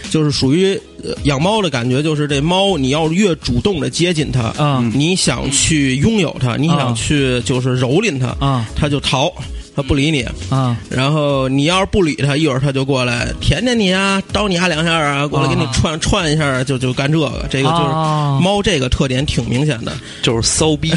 就是属于呃养猫的感觉，就是这猫你要越主动的接近它，啊你想去拥有它，你啊想去就是蹂�躏它，啊它就逃。他不理你。啊，然后你要是不理他，一会儿他就过来舔舔你啊，叨你啊两下啊，过来给你啊串、串一下，就就干这个。这个就是、啊 猫这个特点挺明显的。就是骚 逼，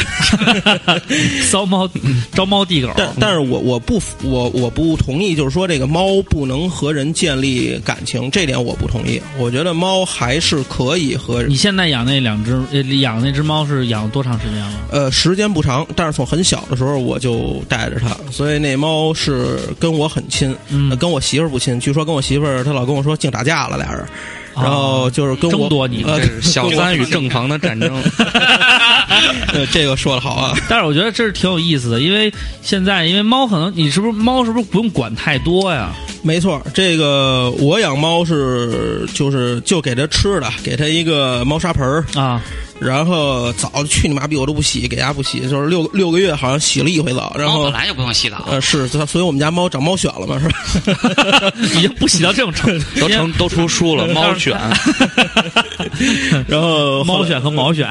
骚 猫招猫递狗，但但是我我不我我不同意，就是说这个猫不能和人建立感情，这点我不同意。我觉得猫还是可以和你现在养那两只呃养那只猫是养多长时间了？呃时间不长，但是从很小的时候我就带着它，所以那猫是跟我很亲，嗯呃跟我媳妇儿不亲。据说跟我媳妇儿她老跟我说净打架了俩人，哦然后就是跟争我夺你呃这是小三与正房的战 争。 呃这个说的好啊。但是我觉得这是挺有意思的，因为现在因为猫可能你是不是猫是不是不用管太多呀？没错，这个我养猫是就是就给它吃的，给它一个猫砂盆儿， 啊，然后澡去你妈逼我都不洗，给家不洗，就是六六个月好像洗了一回澡，然猫后本来就不用洗澡，呃是，所以我们家猫长猫癣了嘛，是吧？ 已经不洗到这种程度，都成都出书 了，猫犬，哎然后猫选和毛选，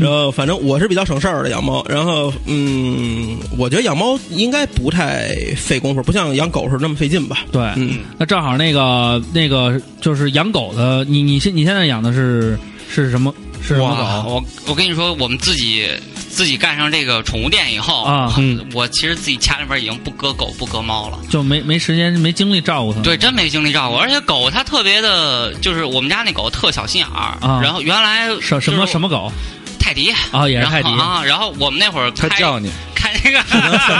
然后反正我是比较省事儿的养猫，然后嗯，我觉得养猫应该不太费功夫，不像养狗是那么费劲吧？ 对。嗯，那正好那个那个就是养狗的，你你现你现在养的是是什么是什么哇，狗？我我跟你说，我们自己自己干上这个宠物店以后啊嗯我其实自己家里边已经不搁狗不搁猫了。就没没时间没精力照顾它。对，真没精力照顾，而且狗它特别的，就是我们家那狗特小心眼儿。啊然后原来什什么什么么狗泰迪，啊？也是然后泰迪啊，然后我们那会儿他开叫你，开那个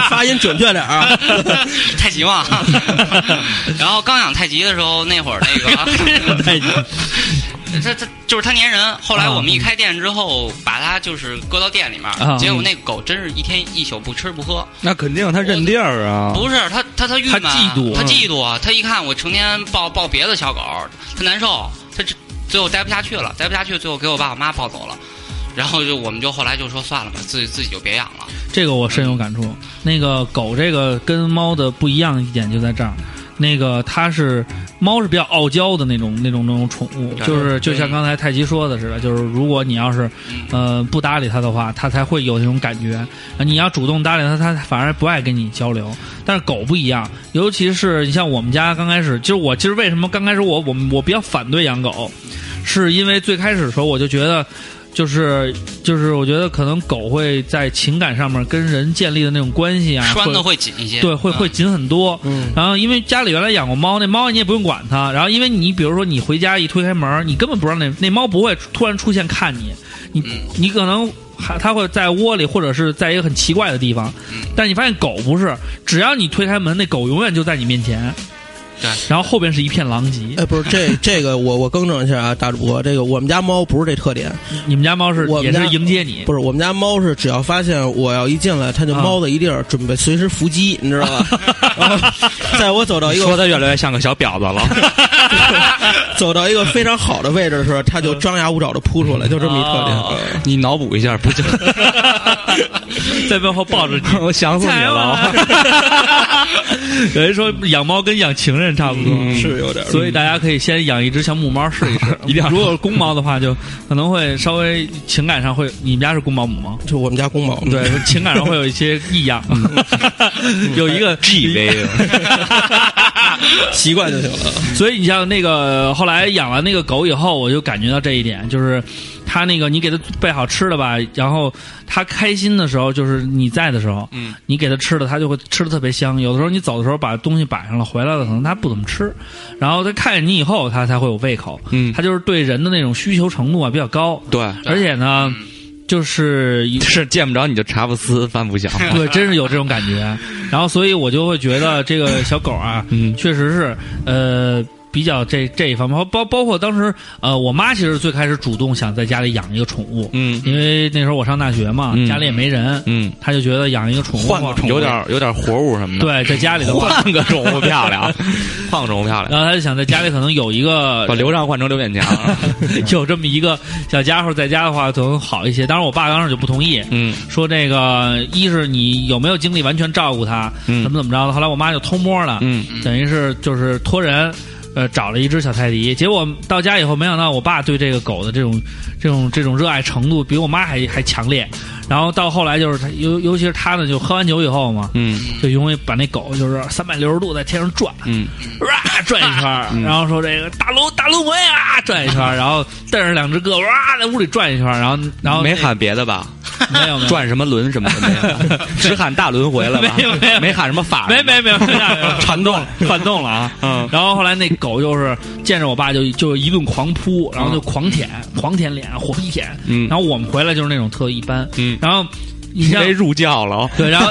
发音准确点儿啊！ 太极嘛。然后刚养太极的时候，那会儿那个泰迪他他就是他粘人。后来啊我们一开店之后，把它就是搁到店里面，啊结果那狗真是一天一宿不吃不喝。那肯定他认地儿啊。不是他他他郁闷，它嫉妒他嗯嫉妒，啊他一看我成天抱抱别的小狗，他难受，他这最后待不下去了，待不下去，最后给我爸我妈抱走了。然后就我们就后来就说算了吧，自己自己就别养了。这个我深有感触。那个狗这个跟猫的不一样一点就在这儿，那个它是猫是比较傲娇的那种那种那种宠物，对就是对就像刚才太极说的似的，就是如果你要是嗯呃不搭理它的话，它才会有那种感觉。啊你要主动搭理它，它反而不爱跟你交流。但是狗不一样，尤其是你像我们家刚开始，就是我其实为什么刚开始我我我比较反对养狗，是因为最开始的时候我就觉得。就是就是，我觉得可能狗会在情感上面跟人建立的那种关系啊，拴会的会紧一些，对，会嗯会紧很多。嗯然后因为家里原来养过猫，那猫你也不用管它。然后因为你比如说你回家一推开门，你根本不知道那那猫不会突然出现看你，你、嗯你可能还它会在窝里或者是在一个很奇怪的地方，嗯但你发现狗不是，只要你推开门，那狗永远就在你面前。对然后后边是一片狼藉。哎，不是这这个我我更正一下啊，大主播，这个我们家猫不是这特点，你们家猫是我也们家是迎接你不是我们家猫是只要发现我要一进来，它就啊猫的一地儿，准备随时伏击，你知道吧？然后 在我走到一个说的越来越像个小婊子 了。走到一个非常好的位置的时候，它就张牙舞爪的扑出来，就这么一特点。哦呃你脑补一下，不就？ 在背后 抱着你。 我想死你了。 有人说养猫跟养情人差不多，是有点儿，所以大家可以先养一只小母猫试一 试，一定要。如果是公猫的话，就可能会稍微情感上会，你们家是公猫母 猫，就我们家公猫，对，情感上会有一些异 样。有一个 G V， 习惯就行了。所以你像那个后来养完那个狗以后，我就感觉到这一点，就是它那个你给它备好吃的吧，然后它开心的时候，就是你在的时候，嗯，你给它吃的，它就会吃的特别香。有的时候你走的时候把东西摆上了，回来了可能它不怎么吃，嗯然后它看见你以后，它才会有胃口。嗯它就是对人的那种需求程度啊比较高， 对，而且呢，嗯就是有是见不着你就茶不思饭不想。 对，真是有这种感觉。然后，所以我就会觉得这个小狗啊，嗯确实是呃比较这这一方面，包包括当时呃，我妈其实最开始主动想在家里养一个宠物， 嗯因为那时候我上大学嘛，嗯家里也没人，嗯，她就觉得养一个宠物换个宠物有点有点活物什么的。对，在家里的话，换个宠物漂 亮，换个宠物漂亮，然后她就想在家里可能有一个把刘畅换成刘勉强。有这么一个小家伙在家的话，可能好一些。当然，我爸当时就不同意， 嗯说这个一是你有没有精力完全照顾它，嗯怎么怎么着的。后来我妈就偷摸了，嗯等于是就是托人呃，找了一只小泰迪，结果到家以后，没想到我爸对这个狗的这种、这种、这种热爱程度，比我妈还还强烈。然后到后来就是他，尤尤其是他呢，就喝完酒以后嘛，嗯就容易把那狗就是三百六十度在天上转，嗯，哇转一圈儿，然后说这个大龙大龙门啊转一圈儿，然后带着两只胳膊哇在屋里转一圈儿，然后然后没那喊别的吧？没有没有转什么轮什么的没有， 只喊大轮回了吧？没有没有没喊什么法，没没没有，缠斗 了撼动了啊！嗯然后后来那狗就是见着我爸就就一顿狂扑，然后就狂舔，狂舔脸，火力舔。嗯然后我们回来就是那种特一般。嗯然后你因像为入教了哦。对，然后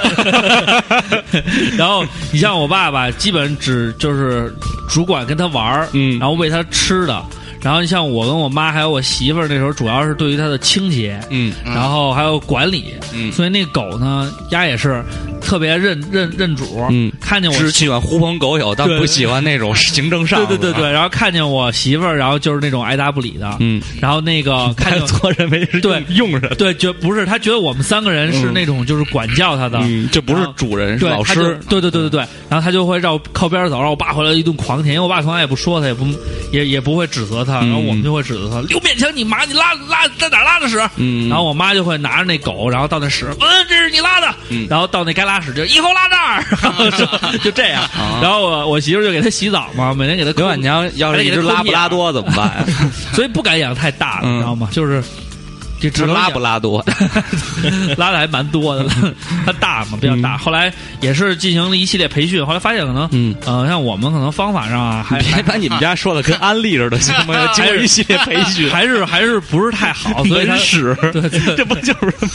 然后你像我爸爸，基本只就是主管跟他玩儿，嗯然后喂他吃的。然后你像我跟我妈还有我媳妇儿那时候，主要是对于它的清洁，嗯嗯然后还有管理，嗯所以那狗呢，丫也是特别认认认主，嗯，看见我只喜欢狐朋狗友，但对不喜欢那种行政上对司。对对对，然后看见我媳妇儿，然后就是那种爱答不理的，嗯，然后那 个看见错人为是对用人，对，觉不是他觉得我们三个人是那种就是管教他的，嗯，这不是然后主人，是对，老他就师。嗯对对对对对，然后他就会绕靠边儿走，让我爸回来一顿狂舔，因为我爸从来也不说他，也不也也不会指责他，然后嗯我们就会指责他，刘勉强你妈你拉拉在哪儿拉的屎，嗯然后我妈就会拿着那狗，然后到那屎，嗯，这是你拉的，嗯啊然后到那该拉屎就以后拉这儿，然后 说就这样，然后我我媳妇儿就给他洗澡嘛，每天给他啊刘婉娘要是一只拉布拉多怎么 办？所以不敢养太大了，嗯你知道吗？就是这只只拉布拉多， 拉的还蛮多 的，它大嘛，比较大。后来也是进行了一系列培训，后来发现可能，嗯呃，像我们可能方法上啊，还别把你们家说的跟安利似 的，行吗？经过一系列培训，还是还是不是太 好，哦所以它文史，对对这不就是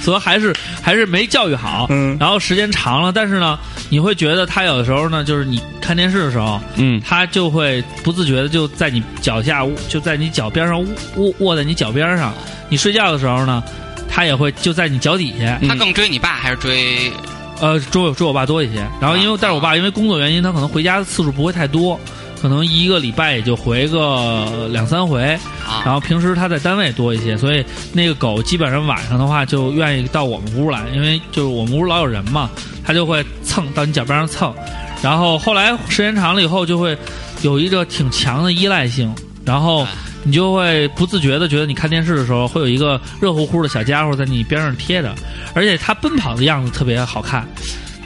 所以还是还是没教育好。嗯然后时间长了，但是呢，你会觉得它有的时候呢，就是你看电视的时候，嗯它就会不自觉的就在你脚下，就在你脚边上握握在你脚边上。你睡觉的时候呢，它也会就在你脚底下。他更追你爸还是追呃，追我追我爸多一些。然后因为、但是我爸因为工作原因，他可能回家的次数不会太多，可能一个礼拜也就回个两三回。然啊？后平时他在单位多一些，所以那个狗基本上晚上的话就愿意到我们屋来，因为就是我们屋老有人嘛，它就会蹭到你脚边上蹭。然后后来时间长了以后，就会有一个挺强的依赖性，然后哎你就会不自觉的觉得你看电视的时候会有一个热乎乎的小家伙在你边上贴着，而且它奔跑的样子特别好看。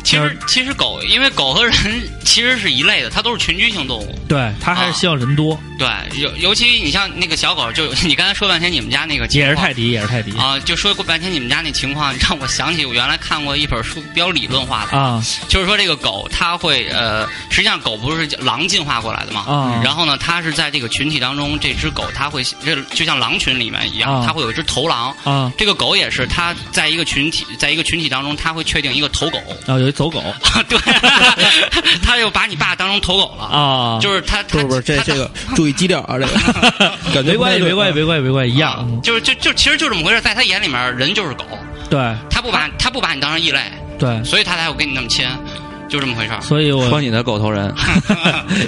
其实其实狗，因为狗和人 其实是一类的，它都是群居性动物。对，它还是希望人多，对，尤尤其你像那个小狗，就 你刚才说半天你们家那个情也是况泰迪，也是泰迪啊、就说过半天你们家那情况，让我想起我原来看过一本书，比较理论化的，啊就是说这个狗它会呃，实际上狗不是狼进化过来的嘛，啊然后呢，它是在这个群体当中，这只狗它会这就像狼群里面一样，啊它会有一只头狼。啊这个狗也是，它在一个群体，在一个群体当中，它会确定一个头狗。 啊！有一走狗 对，它就把你爸当成头狗了。啊，就是它，不它是不是，这它这个注意基调啊，这个感觉没关系，没关系，系。没关系，没关系，一样。嗯啊就是就就其实就这么回事，在它眼里面，人就是狗，对它不把它不把你当成异类，对，所以它才会跟你那么亲，就这么回事儿。所以说 我你的狗头人，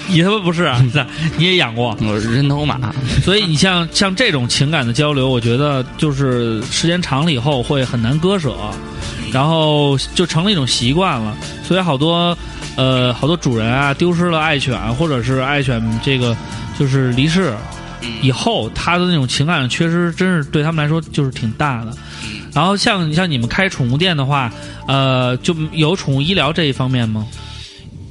你他妈不是啊，是你也养过，我人头马，所以你像像这种情感的交流，我觉得就是时间长了以后会很难割舍，然后就成了一种习惯了。所以好多呃好多主人啊，丢失了爱犬，或者是爱犬这个就是离世以后，他的那种情感的缺失，真是对他们来说就是挺大的。然后像像你们开宠物店的话，呃，就有宠物医疗这一方面吗？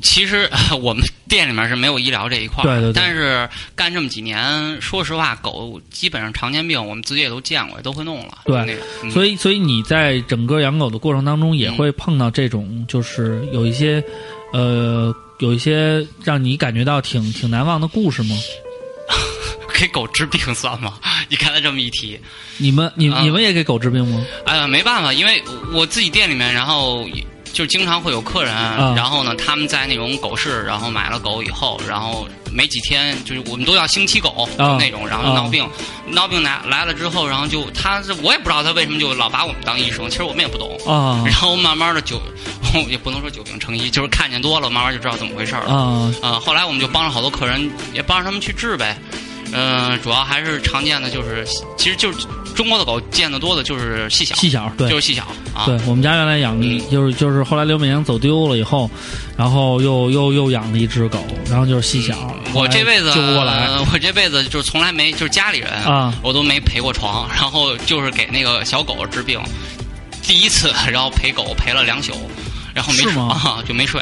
其实 呃我们店里面是没有医疗这一块儿，对对对但是干这么几年，说实话，狗基本上常见病，我们自己也都见过，也都会弄了。对那个嗯所以，所以你在整个养狗的过程当中，也会碰到这种，就是有一些，呃，有一些让你感觉到挺挺难忘的故事吗？嗯给狗治病算吗？ 你刚才这么一提，你们，你、啊你们也给狗治病 吗？哎呀，没办法，因为我自己店里面，然后也就经常会有客人，啊然后呢，他们在那种狗市，然后买了狗以后，然后没几天，就是我们都要星期狗、啊那种，然后闹病，闹病来来了之后，然后就他是我也不知道他为什么就老把我们当医生，其实我们也不懂。啊然后慢慢的久， 也不能说久病成医，就是看见多了，慢慢就知道怎么回事儿了。呃啊啊、后来我们就帮了好多客人，也帮着他们去治呗。嗯，主要还是常见的就是，其实就是中国的狗见得多的就是细小，细小对就是细小啊。对，我们家原来养嗯，就是就是后来刘美娘走丢了以后，然后又又又养了一只狗，然后就是细小，后嗯我来这辈子救不过来我这辈子就是从来没就是家里人啊我都没陪过床，然后就是给那个小狗治病，第一次，然后陪狗陪了两宿，然后没是睡吗 啊，就没睡。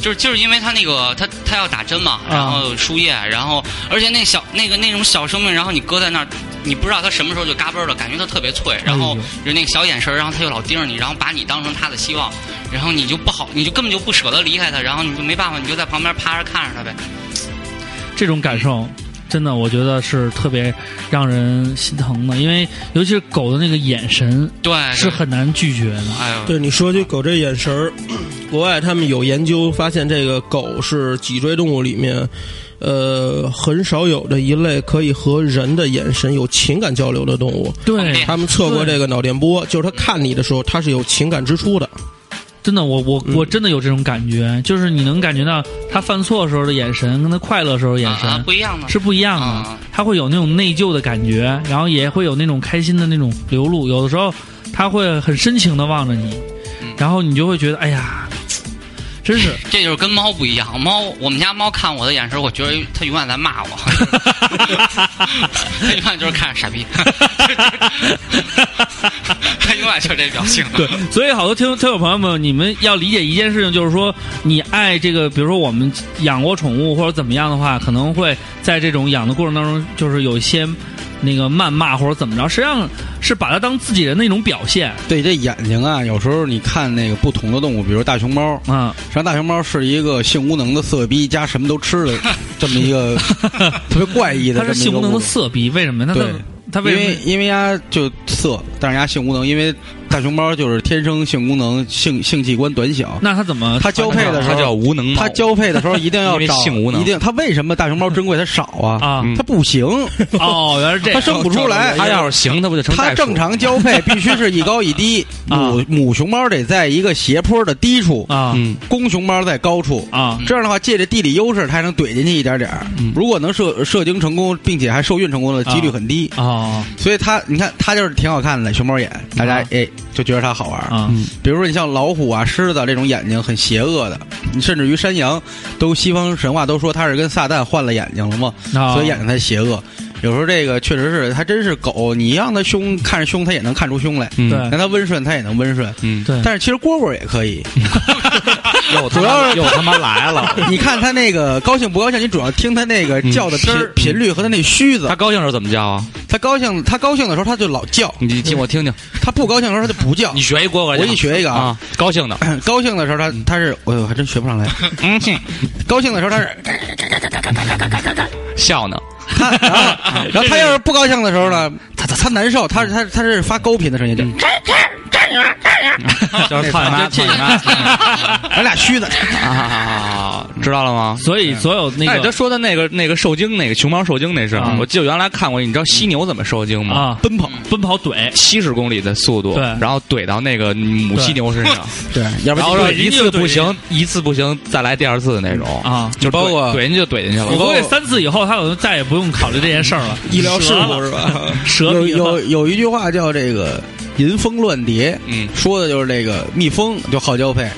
就是就是因为它那个它它要打针嘛，啊然后输液，然后而且那小那个那种小生命，然后你搁在那儿，你不知道它什么时候就嘎嘣儿了，感觉它特别脆，哎然后就那个小眼神儿，然后它就老盯着你，然后把你当成它的希望，然后你就不好，你就根本就不舍得离开它，然后你就没办法，你就在旁边趴着看着它呗。这种感受。真的，我觉得是特别让人心疼的，因为尤其是狗的那个眼神对，对是很难拒绝的。哎呦，对你说起狗这眼神儿，国外他们有研究发现，这个狗是脊椎动物里面，呃，很少有的一类可以和人的眼神有情感交流的动物。对，对他们测过这个脑电波，就是它看你的时候，它是有情感支出的。真的，我我嗯我真的有这种感觉，就是你能感觉到他犯错时候的眼神，跟他快乐时候的眼啊啊神不一样的，是不一样的啊。他会有那种内疚的感觉，然后也会有那种开心的那种流露。有的时候他会很深情的望着你嗯，然后你就会觉得，哎呀，真是这就是跟猫不一样。猫，我们家猫看我的眼神，我觉得它永远在骂我，它永远就是看着傻逼，它永远就是这表情。 对，所以好多听听友朋友们，你们要理解一件事情，就是说你爱这个，比如说我们养过宠物或者怎么样的话，可能会在这种养的过程当中，就是有一些那个谩骂或者怎么着，实际上是把它当自己人的一种表现 对这眼睛啊，有时候你看那个不同的动物，比如大熊猫，啊。实际上大熊猫是一个性无能的色逼加什么都吃的这么一个特别怪异的它这么是一性个无能物的种色逼，为什么呀？它对的它因为为什么？因为它就色，但是人家性无能，因为大熊猫就是天生性功能性性器官短小，那它怎么？它交配的时它叫候，无能猫它交配的时候一定要 因为找性无能一定它为什么大熊猫珍贵？它少啊，啊嗯它不行，哦，原来是这它样。生不出来，它要是行，它不就成它袋鼠正常交 配必须是一高一低，啊母母熊猫得在一个斜坡的低处，啊嗯，公熊猫在高处。啊这样的话，借着地理优势，它还能怼进去一点点儿。嗯如果能射射精成功，并且还受孕成功的几率很低，啊所以它你看它就是挺好看的熊猫眼，大家啊哎就觉得它好玩。啊！比如说你像老虎啊、狮子这种眼睛很邪恶的，你甚至于山羊，都西方神话都说它是跟撒旦换了眼睛了嘛，啊嗯所以眼睛才邪恶。有时候这个确实是，它真是狗，你让它凶，看着凶它也能看出凶来，嗯对让它温顺它也能温顺。 嗯，对，但是其实蝈蝈也可以， 又主要是 又他妈来 了。你看它那个高兴不高兴，你主要听它那个嗯叫的频声儿频率和它那须子他。高兴的时候怎么叫啊？它高兴，它高兴的时候它就老叫，你听我听听，它不高兴的时候它就不叫你。学一蝈蝈，我给你学一个啊，啊，高兴的， 高兴的时候他他是，哎呦，还真学不 上来。嗯，哼高兴的时候他是，笑呢，他然后 然后他要是不高兴的时候呢，嗯他他他难受，他他他是发高频的声音，就就是操你妈，操你妈咱俩虚的。啊！知道了吗？所嗯以所有哎那，他个说的那个那个受精那个熊猫受精那事啊儿，我记得原来看过，你知道犀牛怎么受精吗？啊，奔跑奔跑怼，七十公里的速度，对然后怼到那个母犀牛身上， 对，要不然然后对说人家一次就怼不行，一次不行，再来第二次的那种啊就包括怼怼进去就怼进去我了。估计三次以后，他可能再也不用考虑这件事儿 了。医疗事折故了是吧？ 蛇有鼻有有一句话叫这个“淫蜂乱蝶嗯”，，说的就是这个蜜蜂就好交配，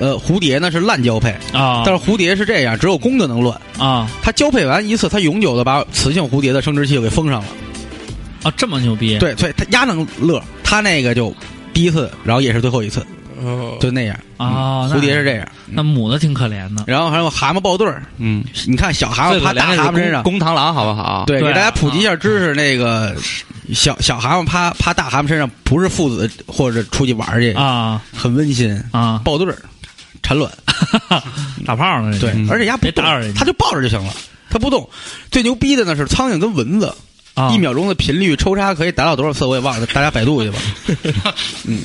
呃，蝴蝶呢是烂交配，啊但是蝴蝶是这样，只有公的能乱。啊它交配完一次，它永久的把雌性蝴蝶的生殖器给封上了。啊，这么牛逼！对，所以它鸭能乐，它那个就第一次，然后也是最后一次，哦，就那样。嗯啊，那蝴蝶是这样，那母的挺可怜的。然后还有蛤蟆抱对儿，嗯，你看小啊蛤最蟆可趴大怜蛤蟆的身是上公，公螳螂，好不好？对，对啊给大家普及一下知识，那个小小蛤蟆趴趴大蛤蟆身上，不是父子或者出去玩儿去，啊很温馨，啊，抱对儿，产卵，打炮呢？这对是，而且鸭不别打扰人动，家它就抱着就行了，它不动。最牛逼的呢是苍蝇跟蚊子，啊，一。秒钟的频率抽插可以达到多少次我也忘了，大家百度去吧。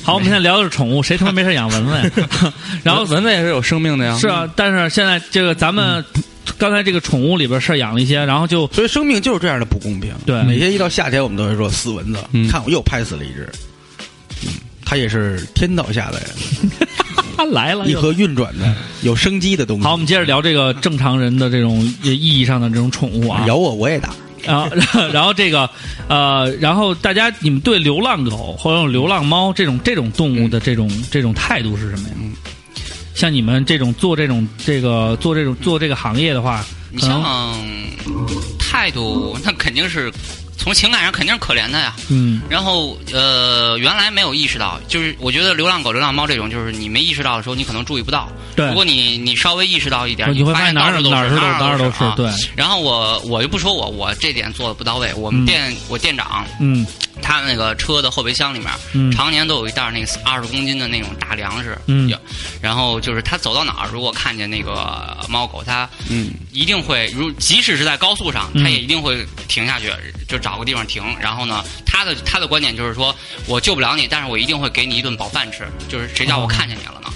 好，我们现在聊的是宠物，谁他妈没事养蚊子 呀？ 然然后后蚊子也是有生命的呀。是啊，但是现在这个咱们嗯刚才这个宠物里边事儿养了一些，然后就所以生命就是这样的不公平。对每天一到夏天，我们都会说死蚊子，嗯看我又拍死了一只。它也是天道下的它来了一又。颗运转的、有生机的东西。好，我们接着聊这个正常人的这种意义上的这种宠物啊。咬我我也打。然后，然后，然后这个，呃，然后大家你们对流浪狗或者流浪猫这种这种动物的这种这种态度是什么呀？像你们这种做这种这个做这种做这个行业的话，你可像能态度，那肯定是从情感上肯定是可怜的呀。嗯然后呃，原来没有意识到，就是我觉得流浪狗、流浪猫这种，就是你没意识到的时候，你可能注意不到。对哦如果你你稍微意识到一点，嗯你会发发现现哪儿到哪儿处是都是，啊哪儿都都是对，然后我我就不说我我这点做的不到位，我们嗯店、我店长嗯他那个车的后备箱里面，嗯常年都有一袋那个二十公斤的那种大粮食，嗯有，然后就是他走到哪儿，如果看见那个猫狗，他嗯，一定会，如即使是在高速上，嗯他也一定会停下去，就找个地方停。然后呢，他的他的观点就是说，我救不了你，但是我一定会给你一顿饱饭吃，就是谁叫我哦看见你了呢？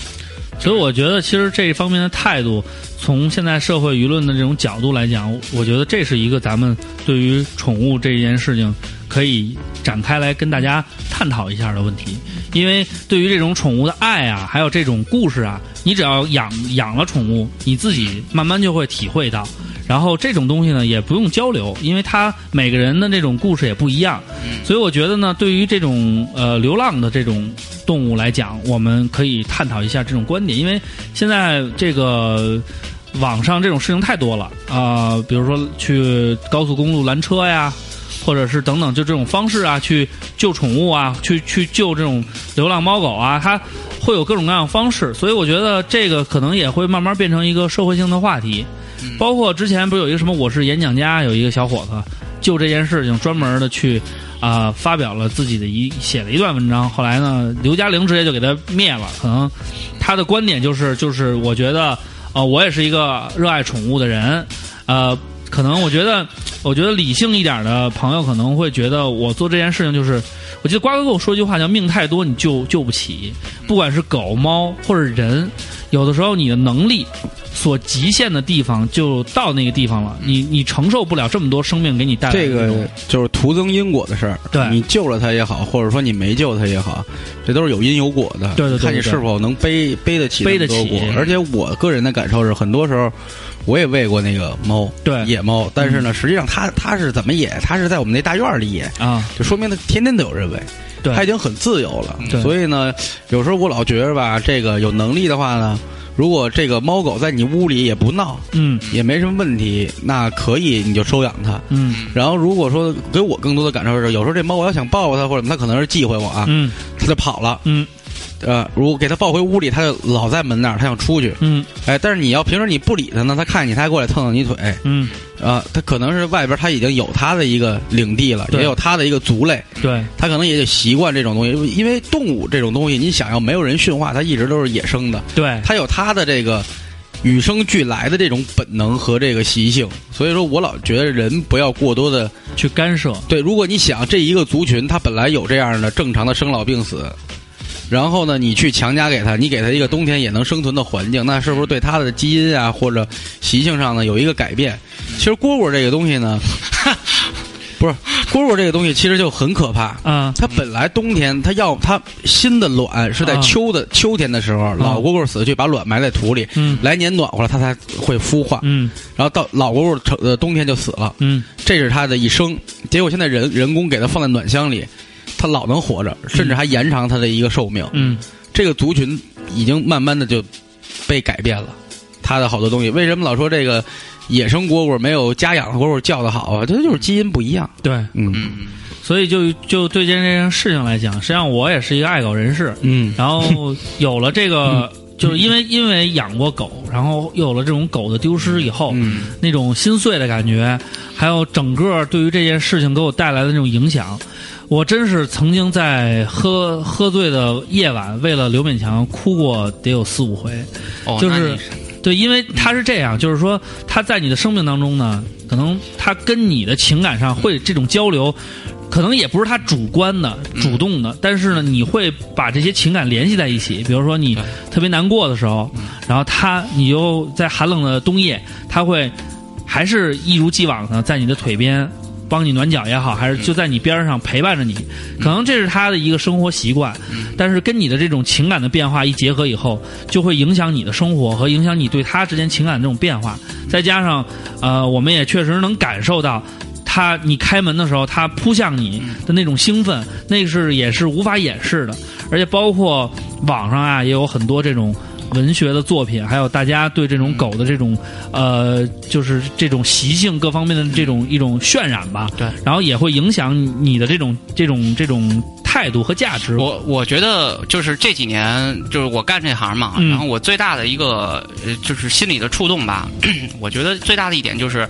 所以我觉得，其实这一方面的态度，从现在社会舆论的这种角度来讲，我觉得这是一个咱们对于宠物这件事情可以展开来跟大家探讨一下的问题。因为对于这种宠物的爱啊，还有这种故事啊，你只要养养了宠物，你自己慢慢就会体会到。然后这种东西呢，也不用交流，因为它每个人的那种故事也不一样。嗯所以我觉得呢，对于这种呃流浪的这种动物来讲，我们可以探讨一下这种观点，因为现在这个网上这种事情太多了啊、比如说去高速公路拦车呀， 或者是等等，就这种方式啊，去救宠物啊，去去救这种流浪猫狗啊，它会有各种各样的方式，所以我觉得这个可能也会慢慢变成一个社会性的话题。包括之前不是有一个什么我是演讲家，有一个小伙子就这件事情专门的去啊、发表了自己的一写了一段文章，后来呢刘嘉玲直接就给他灭了。可能他的观点就是就是我觉得呃我也是一个热爱宠物的人，呃可能我觉得我觉得理性一点的朋友可能会觉得我做这件事情就是，我记得瓜哥跟我说一句话叫命太多你救救不起，不管是狗猫或者人，有的时候你的能力所极限的地方就到那个地方了，你你承受不了这么多生命给你带来的这种个就是徒增因果的事儿。哎嗯对你救了他也好，或者说你没救他也好，这都是有因有果的。对对对对看你是否能背背得起背得这么多起果而且我个人的感受是，很多时候我也喂过那个猫，对嗯野猫，但是呢，实际上它它是怎么野？它是在我们那大院儿里野，啊，就说明它天天都有人喂。对嗯它已经很自由了对，所以呢，有时候我老觉着吧，这个有能力的话呢，如果这个猫狗在你屋里也不闹，嗯也没什么问题，那可以你就收养它。嗯然后如果说给我更多的感受是，有时候这猫我要想抱抱它或者什么它可能是忌讳我啊，嗯它就跑了。嗯呃，如果给它抱回屋里，它就老在门那儿，它想出去。嗯哎，但是你要平时你不理它呢，它看见你，它还过来蹭蹭你腿。嗯，啊、它可能是外边它已经有它的一个领地了，对也有它的一个族类，对它可能也就习惯这种东西。因为动物这种东西，你想要没有人驯化，它一直都是野生的。对，它有它的这个与生俱来的这种本能和这个习性，所以说我老觉得人不要过多的去干涉，对。如果你想这一个族群，它本来有这样的正常的生老病死，然后呢，你去强加给它，你给它一个冬天也能生存的环境，那是不是对它的基因啊或者习性上呢有一个改变？其实蝈蝈这个东西呢，不是蝈蝈这个东西其实就很可怕。啊它本来冬天，它要它新的卵是在啊秋的、秋天的时候，老蝈蝈死去把卵埋在土里，嗯来年暖和了它才会孵化，嗯然后到老蝈蝈成呃冬天就死了，嗯这是它的一生。结果现在人人工给它放在暖箱里，它老能活着，甚至还延长它的一个寿命。嗯这个族群已经慢慢的就被改变了，它的好多东西。为什么老说这个野生蝈蝈没有家养的蝈蝈叫的好啊？这就是基因不一样。对，嗯嗯，所以就就对这件事情来讲，实际上我也是一个爱狗人士，嗯然后有了这个，就是因为因为养过狗，然后有了这种狗的丢失以哦后，嗯那种心碎的感觉，还有整个对于这件事情给我带来的那种影响，我真是曾经在喝喝醉的夜晚，为了刘勉强哭过得有四五回。哦，就那是你对，因为他是这样，就是说他在你的生命当中呢，可能他跟你的情感上会这种交流，可能也不是他主观的、主动的，但是呢，你会把这些情感联系在一起。比如说你特别难过的时候，然后他，你又在寒冷的冬夜，他会还是一如既往的在你的腿边。帮你暖脚也好，还是就在你边上陪伴着你，可能这是他的一个生活习惯，但是跟你的这种情感的变化一结合以后，就会影响你的生活和影响你对他之间情感的这种变化。再加上，呃，我们也确实能感受到他他你开门的时候，他扑向你的那种兴奋，那是也是无法掩饰的。而且包括网上啊，也有很多这种文学的作品，还有大家对这种狗的这种呃，就是这种习性各方面的这种一种渲染吧。对，然后也会影响你的这种这种这种态度和价值。我我觉得就是这几年，就是我干这行嘛，嗯然后我最大的一个呃就是心理的触动吧。 我觉得最大的一点就是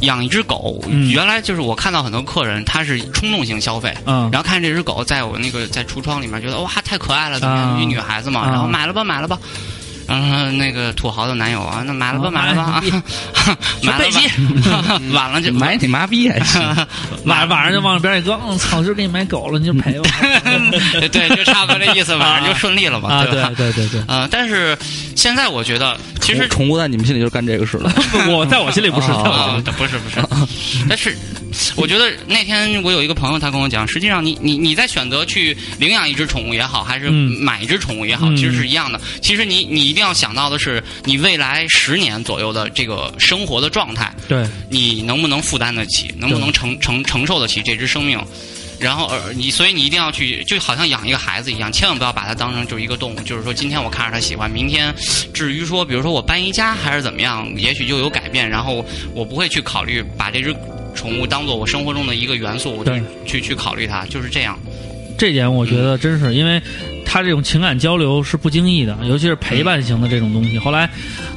养一只狗，嗯原来就是我看到很多客人他是冲动性消费。嗯，然后看这只狗在我那个在橱窗里面，觉得哇太可爱了，怎么啊样？一女孩子嘛，啊然后买了吧，买了吧。然后那个土豪的男友啊，那买了吧，啊买了吧啊买， 买了吧， 晚了就买你妈逼啊还行，晚晚上就往边一搁，嗯，操，今儿给你买狗了，你就陪我对，就差不多这意思，晚上就顺利了嘛， 啊！对对吧？对对对，呃，但是现在我觉得，其实宠物在你们心里就是干这个事了。我在我心 里不是，在我心啊里，不 是不是，但是我觉得那天我有一个朋友，他跟我讲，实际上你你你在选择去领养一只宠物也好，还是嗯买一只宠物也好，嗯其实是一样的。其实你你一定要想到的是，你未来十年左右的这个生活的状态，对，你能不能负担得起，能不能承承承受得起这只生命。然后，而你，所以你一定要去，就好像养一个孩子一样，千万不要把它当成就是一个动物。就是说，今天我看着它喜欢，明天，至于说，比如说我搬一家还是怎么样，也许就有改变。然后我不会去考虑把这只宠物当做我生活中的一个元素，我去对去去考虑它，就是这样。这点我觉得真是，因为他这种情感交流是不经意的，尤其是陪伴型的这种东西。后来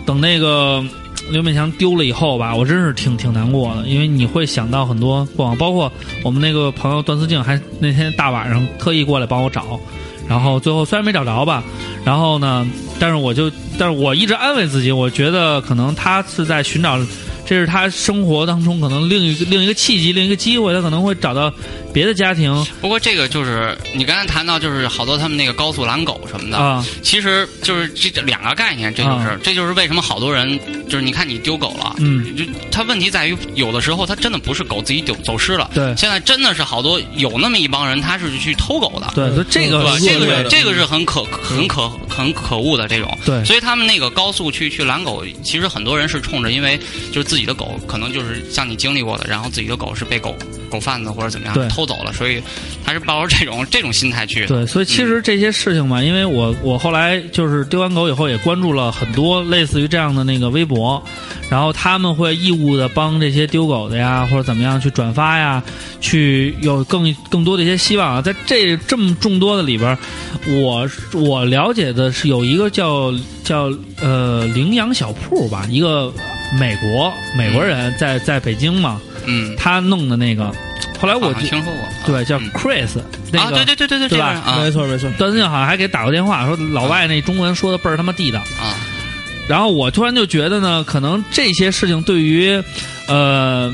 等那个呃刘勉强丢了以后吧，我真是挺挺难过的，因为你会想到很多过往，包括我们那个朋友段思静，还那天大晚上特意过来帮我找。然后最后虽然没找着吧，然后呢，但是我就，但是我一直安慰自己，我觉得可能他是在寻找，这是他生活当中可能另一个另一个契机，另一个机会，他可能会找到别的家庭不过这个就是你刚才谈到，就是好多他们那个高速拦狗什么的，啊，其实就是这这两个概念，这就是、啊这就是为什么好多人就是你看你丢狗了，嗯。就它问题在于，有的时候它真的不是狗自己丢走失了，对现在真的是好多有那么一帮人，他是去偷狗的，对，所以这对个吧？是这个对是的这个是很可很可很可恶的这种，嗯对所以他们那个高速去去拦狗，其实很多人是冲着，因为就是自己的狗可能就是像你经历过的，然后自己的狗是被狗狗贩子或者怎么对样偷走了，所以他是抱着这种这种心态去的，对，所以其实这些事情嘛，因为我我后来就是丢完狗以后，也关注了很多类似于这样的那个微博，然后他们会义务的帮这些丢狗的呀，或者怎么样去转发呀，去有更更多的一些希望啊。在这这么众多的里边儿，我我了解的是有一个叫叫呃羚羊小铺吧，一个美国美国人在在北京嘛，嗯，他弄的那个，后来哎我好像就听说过，对叫嗯 Chris、那啊，个对对对对对，对这个吧人啊没错没错，段思静好像还给打过电话，说老外那中文说的倍儿他妈地道。啊，然后我突然就觉得呢，可能这些事情对于，呃，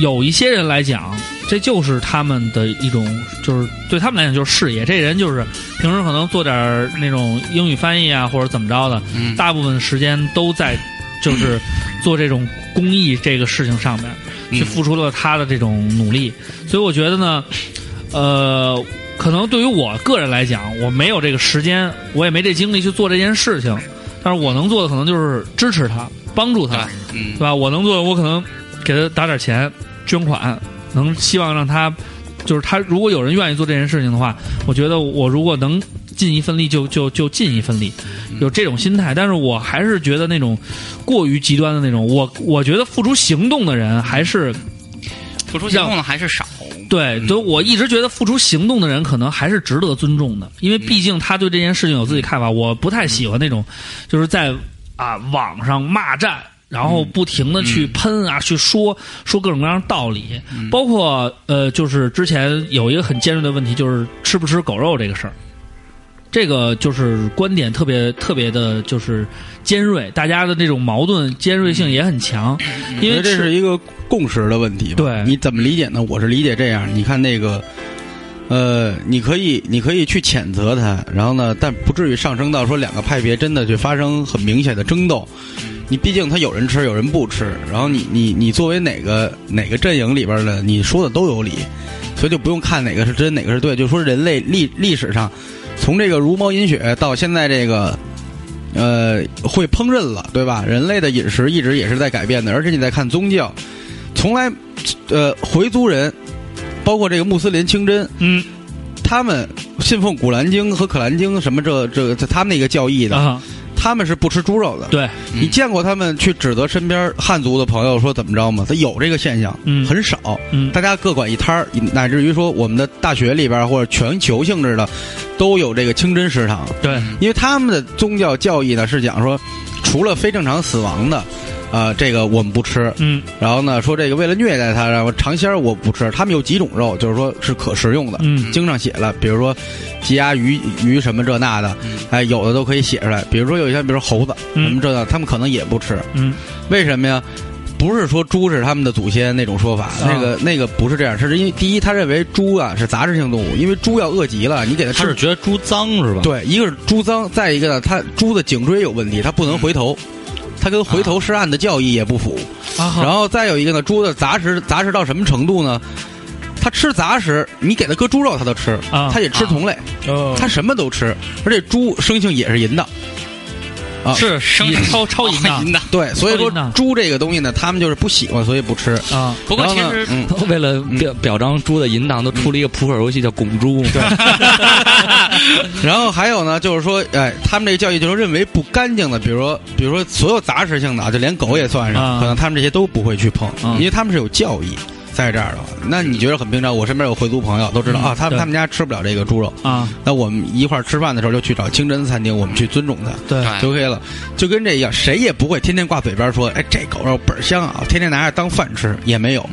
有一些人来讲，这就是他们的一种，就是对他们来讲就是事业。这人就是平时可能做点儿那种英语翻译啊，或者怎么着的，嗯，大部分时间都在就是做这种公益这个事情上面，嗯去付出了他的这种努力。所以我觉得呢，呃，可能对于我个人来讲，我没有这个时间，我也没这精力去做这件事情，但是我能做的可能就是支持他，帮助对他，，嗯对，吧？我能做的，我可能给他打点钱，捐款，能希望让他。就是他，如果有人愿意做这件事情的话，我觉得我如果能尽一份力就，就就尽一份力，嗯有这种心态。但是我还是觉得那种过于极端的那种，我我觉得付出行动的人还是付出行动的还是少，对，所以我一直觉得付出行动的人可能还是值得尊重的，因为毕竟他对这件事情有自己看法。我不太喜欢那种，就是在啊网上骂战，然后不停的去喷啊，去说说各种各样的道理，嗯包括呃，就是之前有一个很尖锐的问题，就是吃不吃狗肉这个事儿。这个就是观点特别特别的，就是尖锐，大家的这种矛盾尖锐性也很强，因我觉为得这吃是一个共识的问题吧。对你怎么理解呢？我是理解这样，你看那个，呃，你可以你可以去谴责他，然后呢，但不至于上升到说两个派别真的去发生很明显的争斗。嗯你毕竟他有人吃，有人不吃，然后你你你作为哪个哪个阵营里边的，你说的都有理，所以就不用看哪个是真，哪个是对，就说人类历历史上，从这个茹毛饮血到现在这个呃，会烹饪了，对吧？人类的饮食一直也是在改变的，而且你在看宗教，从来，呃，回族人，包括这个穆斯林清真，嗯他们信奉《古兰经》和《可兰经》什么这这这他们那个教义的，啊，嗯他们是不吃猪肉的。对，嗯你见过他们去指责身边汉族的朋友说怎么着吗？他有这个现象，嗯很少，嗯大家各管一摊儿，乃至于说我们的大学里边儿或者全球性质的都有这个清真食堂，对，因为他们的宗教教义呢是讲说，除了非正常死亡的，呃，这个我们不吃，嗯然后呢说这个为了虐待他，然后尝鲜儿我不吃，他们有几种肉就是说是可食用的，嗯经上写了，比如说鸡鸭鱼鱼什么这那的，哎，有的都可以写出来。比如说有一些，比如说猴子嗯什么这那，他们可能也不吃，嗯为什么呀？不是说猪是他们的祖先那种说法，啊那个那个不是这样，是因为第一，他认为猪啊是杂食性动物，因为猪要饿极了，你给 它他吃是觉得猪脏是 嗯吧？对，一个是猪脏，再一个呢，它猪的颈椎有问题，它不能回头，嗯它跟回啊头是岸的教义也不符。啊，然后再有一个呢，猪的杂食杂食到什么程度呢？它吃杂食，你给它搁猪肉它都吃，啊它也吃同类，哦它什么都吃，而且猪生性也是淫荡。啊是生超超淫荡的。对，所以超说淫荡猪这个东西呢，他们就是不喜欢，所以不吃。啊，不过然后其呢实，嗯，为了表表彰猪的淫荡，都出了一个扑克游戏叫“拱猪”。 对，嗯然后还有呢，就是说，哎，他们这个教育就是认为不干净的，比如说，比如说所有杂食性的啊，就连狗也算上，啊可能他们这些都不会去碰，嗯因为他们是有教义在这儿的。那你觉得很平常？我身边有回族朋友都知道、嗯啊，他对们他们家吃不了这个猪肉，啊，那我们一块儿吃饭的时候就去找清真餐厅，我们去尊重它对对就 OK 了。就跟这一样，谁也不会天天挂嘴边说，哎，这狗肉倍儿香啊，天天拿着当饭吃也没有。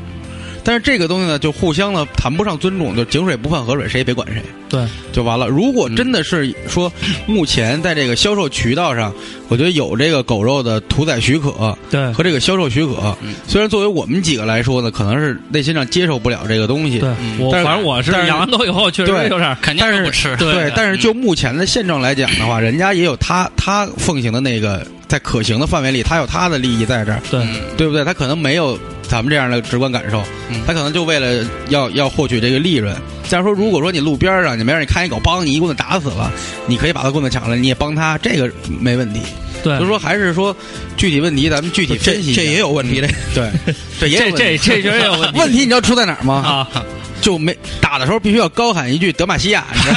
但是这个东西呢，就互相呢谈不上尊重，就井水不犯河水，谁也别管谁。对，就完了。如果真的是说，目前在这个销售渠道上，我觉得有这个狗肉的屠宰许可对和这个销售许可嗯，虽然作为我们几个来说呢，可能是内心上接受不了这个东西对，，我嗯但反是正我是但是养完狗以后确实对有点儿嗯肯定是不吃。对对，但是就目前的现状来讲的话，人家也有他他奉行的那个在可行的范围里，他有他的利益在这儿，对嗯对不对？他可能没有咱们这样的直观感受嗯，他可能就为了要要获取这个利润。再说，如果说你路边儿上你没让你看一狗，帮你一棍子打死了，你可以把他棍子抢了，你也帮他，这个没问题。对就是，说，还是说具体问题咱们具体这分析一下。这也有问题，这对，这也有这问题这这确实有问题 问题，你知道出在哪儿吗？啊，就没打的时候必须要高喊一句德玛西亚，你知道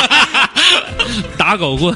吗打狗棍。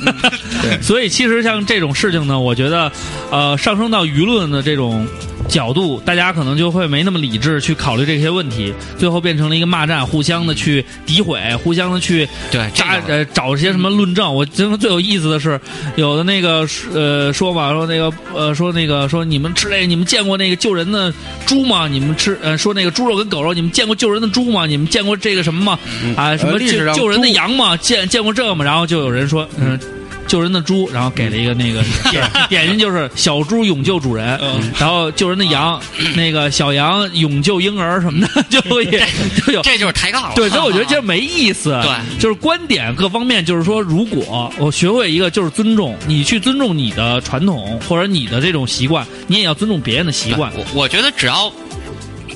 对 所以其实像这种事情呢，我觉得，呃，上升到舆论的这种角度，大家可能就会没那么理智去考虑这些问题，最后变成了一个骂战，互相的去诋毁，互相的去对，这扎个呃找些什么论证。我真的最有意思的是，有的那个呃说嘛，说那个呃说那个说你们吃那个你们见过那个救人的猪吗？你们吃呃说那个猪肉跟狗肉，你们见过救人的猪吗？你们见过这个什么吗？啊什么呃历史救上救人的猪羊吗？见见过这个吗？然后就有人说嗯。救人的猪，然后给了一个那 个点点心，就是小猪永救主人，嗯然后救人的羊，那个小羊永救婴儿什么的， 就也就有这就是抬杠了。对，所以我觉得 这没意思。对，就是观点各方面，就是说，如果我学会一个，就是尊重，你去尊重你的传统或者你的这种习惯，你也要尊重别人的习惯。我我觉得只要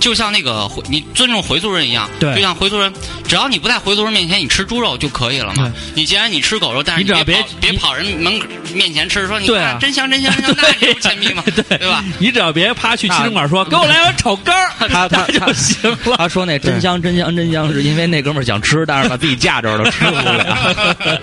就像那个回你尊重回族人一样，对就像回族人，只要你不在回族人面前你吃猪肉就可以了嘛。你既然你吃狗肉，但是你只要别别跑别你跑人门口面前吃，说你对啊看真香真香真香，那你不是欠逼吗？ 对对吧？你只要别啪去七中馆说，给我来 碗炒肝儿，他他他就行了。他说那真香真香真香，是因为那哥们儿想吃，但是把自己架着了，吃不 了。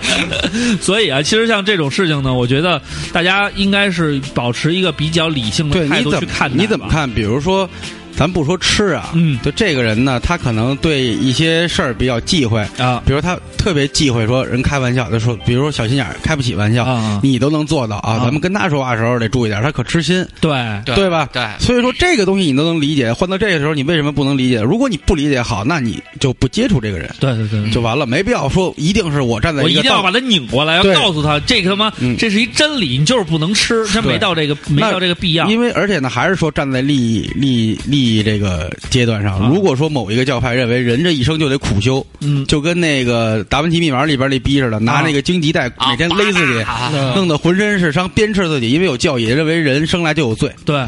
所以啊，其实像这种事情呢，我觉得大家应该是保持一个比较理性的 对，态你度怎去么看待你怎么吧？看？比如说，咱不说吃啊，嗯就这个人呢，他可能对一些事儿比较忌讳，啊比如他特别忌讳说人开玩笑，他说，比如说小心眼儿，开不起玩笑，啊，你都能做到啊。啊咱们跟他说话的时候得注意点儿，他可痴心，对对对吧？对，所以说这个东西你都能理解，换到这个时候你为什么不能理解？如果你不理解好，那你就不接触这个人对对对。就完了，没必要说一定是我站在嗯我一一个定要道把它拧过来，要对告诉他这他妈嗯这是一真理，你就是不能吃，真没对到这个没那到这个必要。因为而且呢，还是说站在利益利益利益这个阶段啊上，如果说某一个教派认为人这一生就得苦修，嗯，就跟那个《达芬奇密码》里边那逼似的，拿那个荆棘带啊 每天勒自己，啊嗯弄得浑身是伤，鞭笞自己，因为有教义认为人生来就有罪，对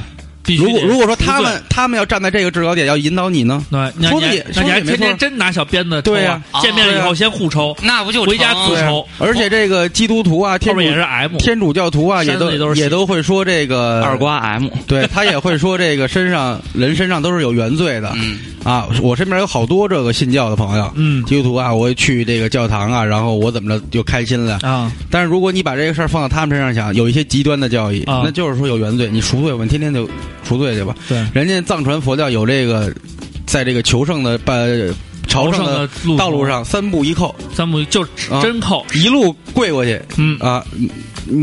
必须如果得如果说他无罪们他们要站在这个制高点，要引导你呢？对，你还说的你也还那说的你还也没天错天。真拿小鞭子抽对啊呀！见面了以后先互抽，那不就回家成自对啊抽，而且这个基督徒啊，后天面也是主 M，天主教徒啊，也山子里都都是也血都会说这个二，瓜 M，对他也会说这个身 上人身上都是有原罪的嗯，啊。我身边有好多这个信教的朋友，嗯基督徒啊，我去这个教堂啊，然后我怎么着就开心了。啊，但是如果你把这个事儿放到他们身上想，有一些极端的教义，啊那就是说有原罪，你赎罪吧，你天天就赎罪去吧。对，人家藏传佛教有这个，在这个求圣的把朝朝圣的的路道路，上三步一叩，三步就啊真扣，一路跪过去嗯，啊，你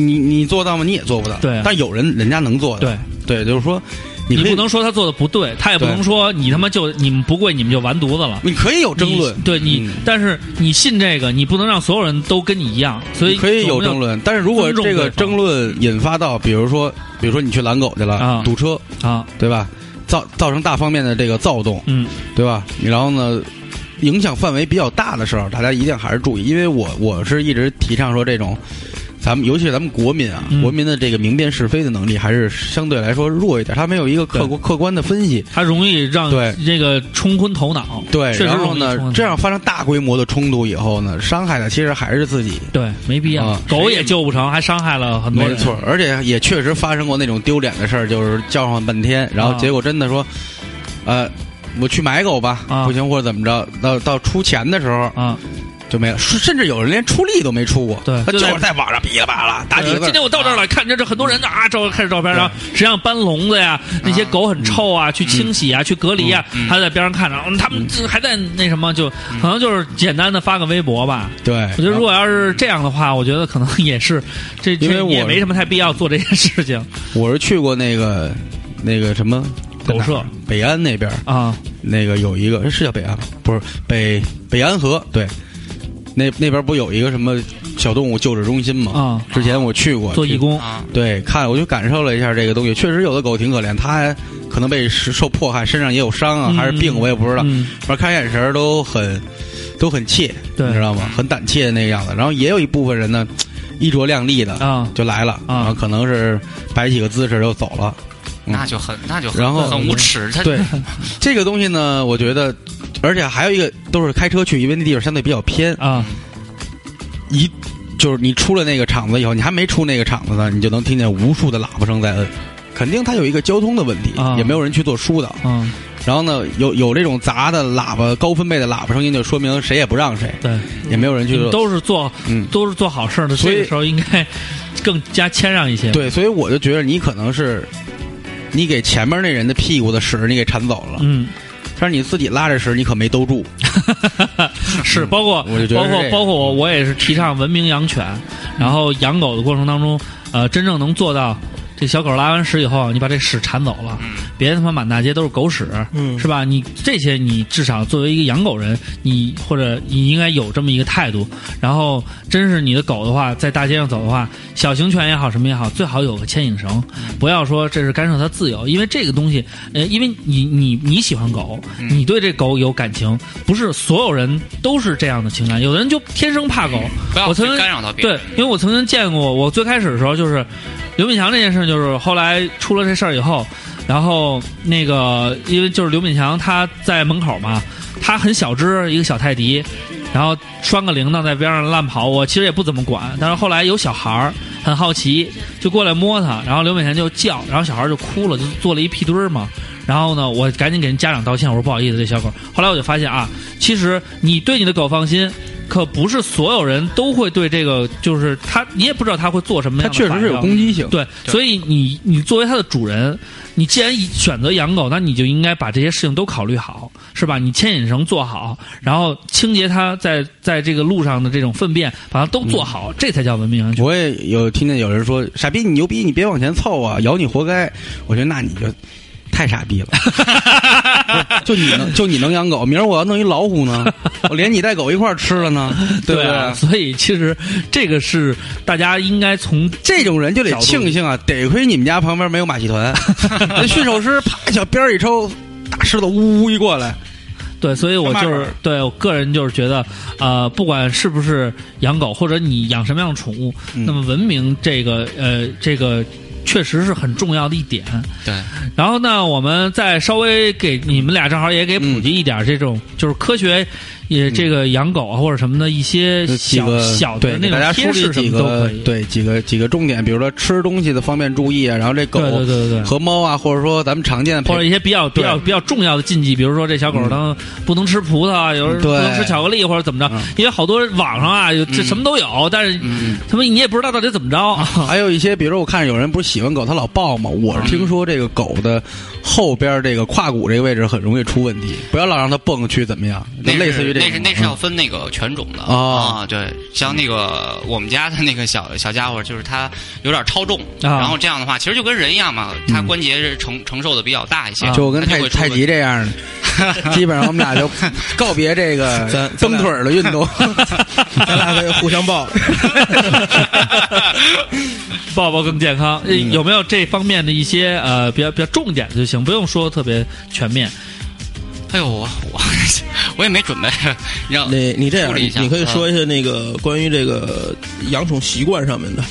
你你做到吗？你也做不到。对啊但有人人家能做的。对。对对，就是说，你你可以不能说他做的不对，他也不对能说你他妈就你们不跪你们就完犊子了。你可以有争论你，对你嗯，但是你信这个，你不能让所有人都跟你一样，所以你可以有我们要争论，但是如果尊重这个对方争论引发到，比如说，比如说你去拦狗去了，啊堵车，啊，对吧？造造成大方面的这个躁动，嗯，对吧？然后呢，影响范围比较大的时候，大家一定还是注意，因为我我是一直提倡说这种，咱们尤其是咱们国民啊，嗯国民的这个明辨是非的能力还是相对来说弱一点，他没有一个客观客观的分析，他容易让对这个冲昏头脑，对，确实然后容易冲昏头呢脑，这样发生大规模的冲突以后呢，伤害的其实还是自己，对没必要啊，狗也救不成，还伤害了很多没人，错，而且也确实发生过那种丢脸的事儿，就是叫唤半天，啊然后结果真的说，呃，我去买狗吧，啊不行或者怎么着，到到出钱的时候啊，就没了，甚甚至有人连出力都没出过，对他就就在是在网上噼里啪啦打几个字今天我到这儿了，看着这很多人啊，照看着照片，然后实际上搬笼子啊呀，那些狗很臭嗯啊，去清洗啊，去隔离啊，他在边上看着，嗯他们这还在那什么，就嗯可能就是简单的发个微博吧。对，我觉得如果要是这样的话，我觉得可能也是这，这因为我也没什么太必要做这件事 情。我是去过那个那个什么狗舍北安那边，啊那个有一个是叫北安吗，不是北北安河，对。那那边不有一个什么小动物救治中心吗？啊之前我去过，做义去工啊，对，看我就感受了一下这个东西，确实有的狗挺可怜，它可能被是受迫害，身上也有伤啊，嗯还是病，我也不知道。嗯反正看眼神儿都很都很怯，对嗯你知道吗？很胆怯的那个样子。然后也有一部分人呢，衣着靓丽的、 啊就来了，啊然后可能是摆几个姿势就走了。那就很那就很然后很无耻，他对，这个东西呢，我觉得，而且还有一个都是开车去，因为那地方相对比较偏，啊一。就是你出了那个场子以后，你还没出那个场子呢，你就能听见无数的喇叭声在摁，肯定它有一个交通的问题，啊也没有人去做疏导。嗯，然后呢，有有这种杂的喇叭、高分贝的喇叭声音，就说明谁也不让谁，对，也没有人去嗯你们做。都是做嗯，都是做好事儿的，所以这个时候应该更加谦让一些。对，所以我就觉得你可能是，你给前面那人的屁股的屎你给铲走了，嗯，但是你自己拉着屎你可没兜住。 是，包括我就觉得包是括这个包括我，我也是提倡文明养犬，然后养狗的过程当中，呃，真正能做到。这小狗拉完屎以后，你把这屎铲走了，别他妈满大街都是狗屎，嗯是吧？你这些，你至少作为一个养狗人，你或者你应该有这么一个态度。然后，真是你的狗的话，在大街上走的话，小型犬也好，什么也好，最好有个牵引绳，不要说这是干涉它自由，因为这个东西，呃，因为你你你喜欢狗，你对这狗有感情，不是所有人都是这样的情感，有的人就天生怕狗。不要我去曾经干扰到别对人。，因为我曾经见过，我最开始的时候就是刘敏强这件事，就是后来出了这事儿以后，然后那个因为就是刘敏强他在门口嘛，他很小只一个小泰迪，然后拴个铃铛在边上乱跑，我其实也不怎么管，但是后来有小孩儿很好奇，就过来摸它，然后刘敏强就叫，然后小孩儿就哭了，就坐了一屁墩儿嘛。然后呢，我赶紧给人家长道歉，我说不好意思，这小狗。后来我就发现啊，其实你对你的狗放心，可不是所有人都会对这个，就是它，你也不知道它会做什么它样的确实是有反应啊攻击性。对，所以你你作为它的主人，你既然选择养狗，那你就应该把这些事情都考虑好，是吧？你牵引绳做好，然后清洁它在在这个路上的这种粪便，把它都做好，这才叫文明养犬。我也有听见有人说：“傻逼，你牛逼，你别往前凑啊，咬你活该。”我觉得那你就太傻逼了， 就你能就你能养狗，明儿我要弄一老虎呢，我连你带狗一块儿吃了呢，对不对？啊，所以其实这个是大家应该从这种人就得庆幸啊，得亏你们家旁边没有马戏 团，那驯兽师啪小鞭儿一抽，大狮子呜呜一过来，对，所以我就是对我个人就是觉得，呃，不管是不是养狗，或者你养什么样的宠物，嗯那么文明这个呃这个。确实是很重要的一点。对，然后呢，我们再稍微给你们俩正好也给嗯普及一点这种，就是科学也这个养狗啊或者什么的一些这嗯几小个小对的给那大家种贴梳理士什几么都个可以。对几个几个重点，比如说吃东西的方面注意啊，然后这狗对对对对。和猫啊，或者说咱们常见的或者陪一些比较比较对比较重要的禁忌，比如说这小狗它不能吃葡萄啊，有时候不能对吃巧克力或者怎么着嗯，因为好多网上啊有这什么都有，但是他们你也不知道到底怎么着。 还有一些，比如说我看有人不是喜欢狗，他老抱嘛。我是听嗯说这个狗的后边这个胯骨这个位置很容易出问题，不要老让它蹦去怎么样，就那类似于那这种。嗯是那是要分那个犬种的哦啊，对，像那个我们家的那个小小家伙，就是它有点超重，啊然后这样的话，其实就跟人一样嘛，它关节是承承受的比较大一些，嗯啊就我跟它太会出太问极题，这样的，基本上我们俩 就告别这个咱咱蹬俩腿儿的运 动。咱俩可以互相抱。抱抱更健康，呃有没有这方面的一些呃比较比较重点的就行，不用说特别全面。哎呦，我我我也没准备，让你你这样，处理一你下你可以说嗯一下那个关于这个养宠习惯上面的。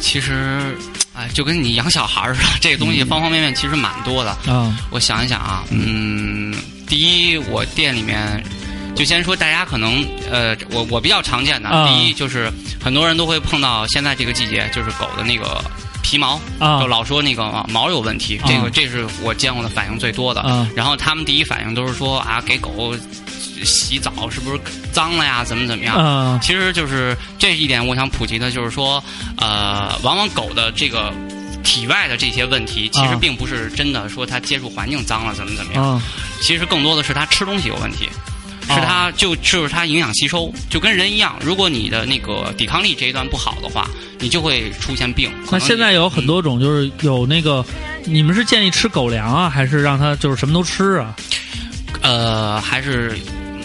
其实，哎，就跟你养小孩儿似的，这个嗯东西方方面面其实蛮多的。啊，我想一想啊，嗯，第一，我店里面就先说大家可能呃，我我比较常见的，啊第一就是很多人都会碰到现在这个季节，就是狗的那个皮毛，啊就老说那个啊毛有问题，啊这个这是我见过的反应最多的。啊然后他们第一反应都是说啊，给狗洗澡是不是脏了呀？怎么怎么样？啊其实就是这一点，我想普及的就是说，呃，往往狗的这个体外的这些问题，其实啊并不是真的说它接触环境脏了怎么怎么样，啊其实更多的是它吃东西有问题。哦是它就就是它营养吸收，就跟人一样。如果你的那个抵抗力这一段不好的话，你就会出现病。可那能现在你有很多种，就是有那个，你们是建议吃狗粮啊，还是让它就是什么都吃啊？呃，还是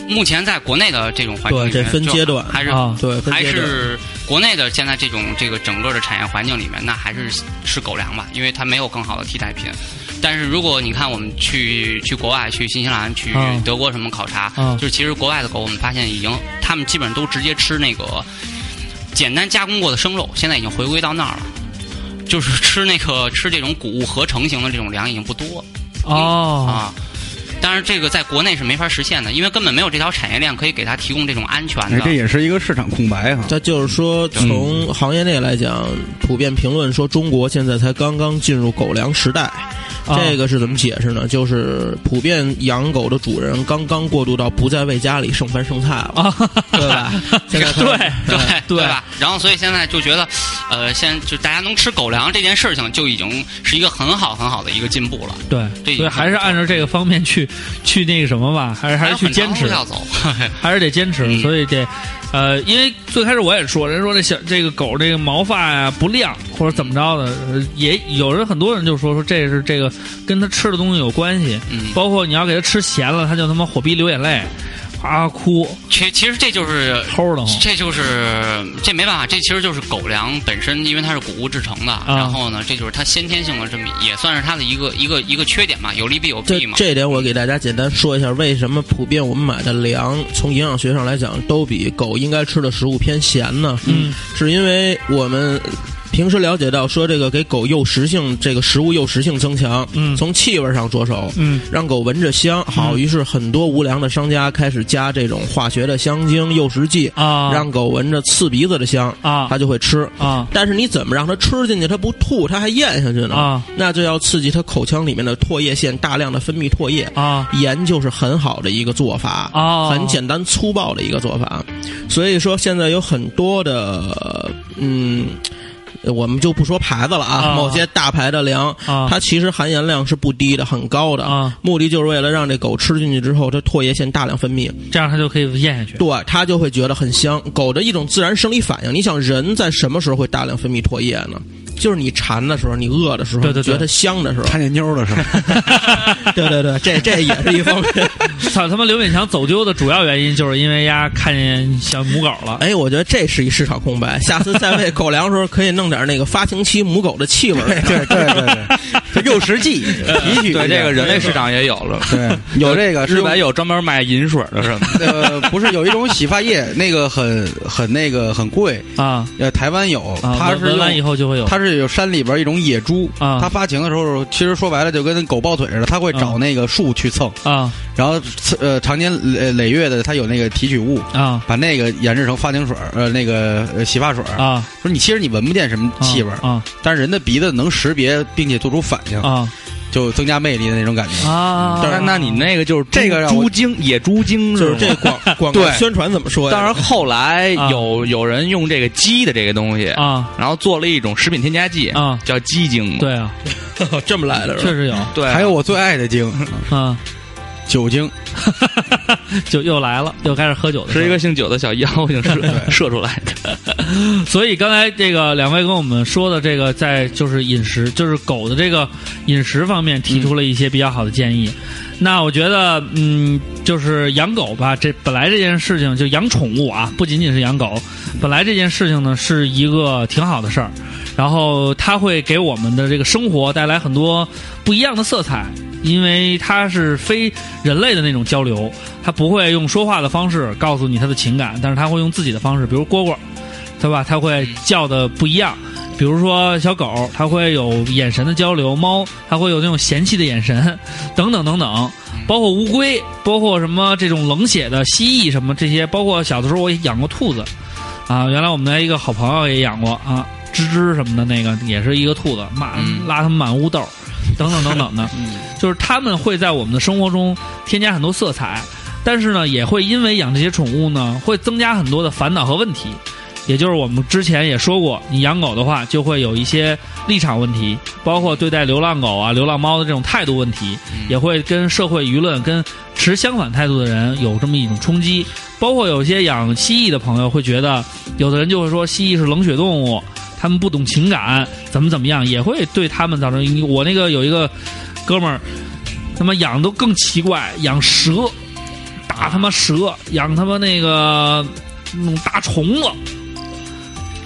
目前在国内的这种环境对里面，这分就阶段还是啊对，分还阶段是国内的现在这种这个整个的产业环境里面，那还是吃狗粮吧，因为它没有更好的替代品。但是如果你看我们去去国外、去新西兰、去嗯德国什么考察，嗯就是其实国外的狗，我们发现已经他们基本上都直接吃那个简单加工过的生肉，现在已经回归到那儿了。就是吃那个吃这种谷物合成型的这种粮已经不多哦，啊。当然，这个在国内是没法实现的，因为根本没有这条产业链可以给它提供这种安全哎的。这也是一个市场空白啊 哈。它就是说，从行业内来讲，普遍评论说中国现在才刚刚进入狗粮时代。啊这个是怎么解释呢？就是普遍养狗的主人刚刚过渡到不再为家里剩饭剩菜了，啊，对吧？现在可能 对 对对吧？然后所以现在就觉得，呃，现在就大家能吃狗粮这件事情就已经是一个很好很好的一个进步了。对，这所以还是按照这个方面去去那个什么吧，还是还是有去很长坚的持路，要走，还是得坚持。嗯所以得，呃，因为最开始我也说，人说这小这个狗这个毛发呀、不亮或者怎么着的，呃也有人很多人就说说这是这个跟它吃的东西有关系，嗯，包括你要给它吃咸了，它就他妈火逼流眼泪，啊哭，其其实这就是。齁的慌。这就是这没办法，这其实就是狗粮本身，因为它是谷物制成啊的。然后呢，这就是它先天性的这么也算是它的一个一个一个缺点嘛，有利必有这弊嘛。这点我给大家简单说一下，为什么普遍我们买的粮从营养学上来讲都比狗应该吃的食物偏咸呢？嗯，是因为我们平时了解到说这个给狗诱食性，这个食物诱食性增强，嗯从气味上着手，嗯，让狗闻着香。好，嗯于是很多无良的商家开始加这种化学的香精、诱食剂，啊，让狗闻着刺鼻子的香，啊它就会吃。啊但是你怎么让它吃进去，它不吐，它还咽下去呢？啊那就要刺激它口腔里面的唾液腺大量的分泌唾液。啊盐就是很好的一个做法，哦很简单粗暴的一个做法。所以说，现在有很多的，嗯，我们就不说牌子了啊，啊某些大牌的粮，啊它其实含盐量是不低的，很高的。啊，目的就是为了让这狗吃进去之后，它唾液腺大量分泌，这样它就可以咽下去。对它就会觉得很香。狗的一种自然生理反应，你想人在什么时候会大量分泌唾液呢？就是你馋的时候，你饿的时候，对对对觉得香的时候。 看见妞了是吧？对对对，这这也是一方面。操他妈！刘勉强走丢的主要原因就是因为丫看见小母狗了。哎，我觉得这是一市场空白。下次再喂狗粮的时候，可以弄点那个发情期母狗的气 味儿。对对 对对，诱食剂提取一下对这个人类市场也有了，对 有这 个日是吧本？有专门卖银水的，是吗？ 呃，不是有一种洗发液，那个很很那个很贵，啊呃，台湾有，啊！它闻是闻完以用后就会有它是是有山里边一种野猪，啊它发情的时候，其实说白了就跟狗抱腿似的，它会找啊那个树去蹭，啊然后呃常年累累月的，它有那个提取物，啊把那个研制成发情水儿，呃，那个呃洗发水儿。啊说你其实你闻不见什么气味儿，啊但是人的鼻子能识别并且做出反应，啊就增加魅力的那种感觉。啊！但是那你那个就是猪这个让我猪精野猪精就是吗这广广告对宣传怎么说呀？当然，后来啊有有人用这个鸡的这个东西，啊然后做了一种食品添加剂啊叫鸡精。对啊，这么来的是确吧？实有啊对，还有我最爱的精，啊，酒精。就又来了，又开始喝酒的时候是一个姓九的小妖精射 射出来的。所以刚才这个两位跟我们说的这个，在就是饮食，就是狗的这个饮食方面提出了一些比较好的建议。那我觉得，嗯，就是养狗吧，这本来这件事情就养宠物啊，不仅仅是养狗，本来这件事情呢是一个挺好的事儿，然后它会给我们的这个生活带来很多不一样的色彩，因为它是非人类的那种交流，它不会用说话的方式告诉你它的情感，但是它会用自己的方式，比如蝈蝈。对吧？它会叫的不一样。比如说小狗，它会有眼神的交流；猫，它会有那种嫌弃的眼神，等等等等。包括乌龟，包括什么这种冷血的蜥蜴什么这些，包括小的时候我也养过兔子，啊，原来我们的一个好朋友也养过啊，吱吱什么的那个也是一个兔子，骂嗯拉他们满屋兜儿，等等等等的，就是他们会在我们的生活中添加很多色彩，但是呢，也会因为养这些宠物呢，会增加很多的烦恼和问题。也就是我们之前也说过，你养狗的话，就会有一些立场问题，包括对待流浪狗啊、流浪猫的这种态度问题，嗯也会跟社会舆论、跟持相反态度的人有这么一种冲击。包括有些养蜥蜴的朋友会觉得，有的人就会说蜥蜴是冷血动物，他们不懂情感，怎么怎么样，也会对他们造成影。我那个有一个哥们儿，他妈养都更奇怪，养蛇，打他妈蛇，养他妈那个那种大虫子。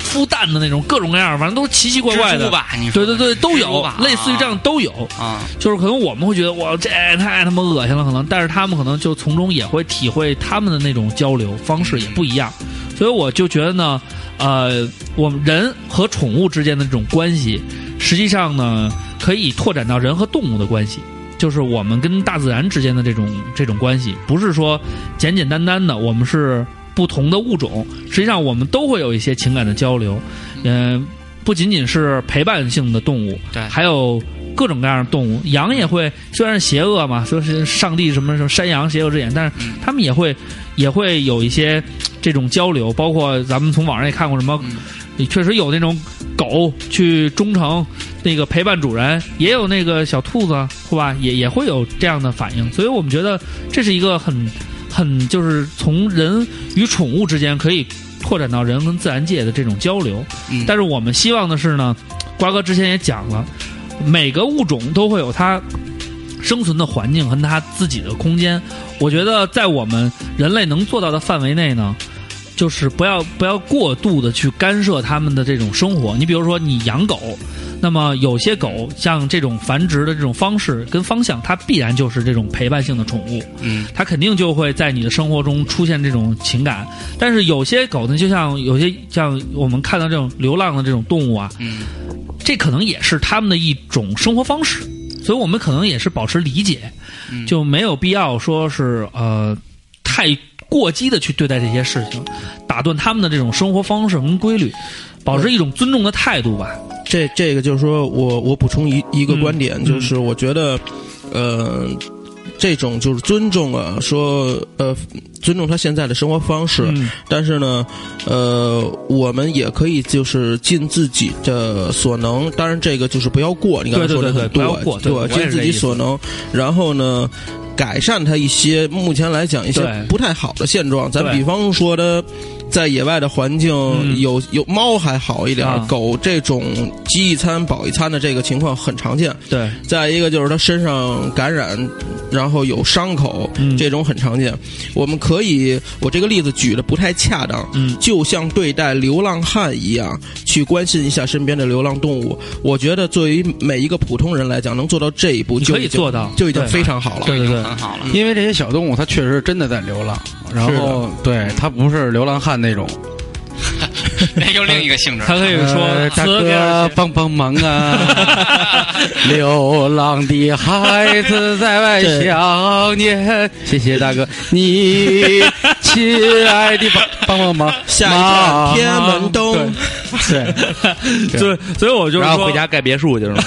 孵蛋的那种各种各样，反正都奇奇怪怪蜘的蛛，吧，你说对对对，都蜘蛛有吧，类似于这样都有。啊，就是可能我们会觉得哇，这太他妈恶心了，可能，但是他们可能就从中也会体会他们的那种交流方式也不一样，所以我就觉得呢，呃，我们人和宠物之间的这种关系，实际上呢，可以拓展到人和动物的关系。就是我们跟大自然之间的这种这种关系，不是说简简单单的我们是不同的物种，实际上我们都会有一些情感的交流，嗯、不仅仅是陪伴性的动物，对还有各种各样的动物，羊也会虽然是邪恶嘛，说是上帝什么什么山羊邪恶之眼，但是他们也会也会有一些这种交流，包括咱们从网上也看过什么，嗯也确实有那种狗去忠诚那个陪伴主人，也有那个小兔子是吧，也也会有这样的反应，所以我们觉得这是一个很很就是从人与宠物之间可以拓展到人跟自然界的这种交流。嗯但是我们希望的是呢，瓜哥之前也讲了，每个物种都会有它生存的环境和它自己的空间。我觉得在我们人类能做到的范围内呢。就是不要不要过度的去干涉它们的这种生活。你比如说，你养狗，那么有些狗像这种繁殖的这种方式跟方向，它必然就是这种陪伴性的宠物。嗯，它肯定就会在你的生活中出现这种情感。但是有些狗呢，就像有些像我们看到这种流浪的这种动物啊，嗯，这可能也是他们的一种生活方式，所以我们可能也是保持理解，嗯就没有必要说是呃太过激的去对待这些事情，打断他们的这种生活方式跟规律，保持一种尊重的态度吧。这这个就是说我我补充一一个嗯观点，就是我觉得，呃，这种就是尊重啊，说呃，尊重他现在的生活方式，嗯但是呢，呃，我们也可以就是尽自己的所能，当然这个就是不要过，你刚才对说对的对很对不要过对对，我也是尽自这己意思所能，然后呢。改善它一些目前来讲一些对不太好的现状，咱对比方说的，在野外的环境嗯有、有猫还好一点，啊狗这种饥一餐饱一餐的这个情况很常见。对，再一个就是它身上感染，然后有伤口，嗯这种很常见。我们可以，我这个例子举的不太恰当，嗯就像对待流浪汉一样，去关心一下身边的流浪动物。我觉得作为每一个普通人来讲，能做到这一步你就可以已经做到就已经对非常好了。对对对，很好了， 因为这些小动物它确实真的在流浪，然后对它不是流浪汉那种，那又另一个性质。他可以说呃大词给我哥写帮帮忙啊！流浪的孩子在外想念，谢谢大哥，你亲爱的帮帮帮忙，下一站天安门东，对，就是，所以我就是然后说回，家盖别墅去了。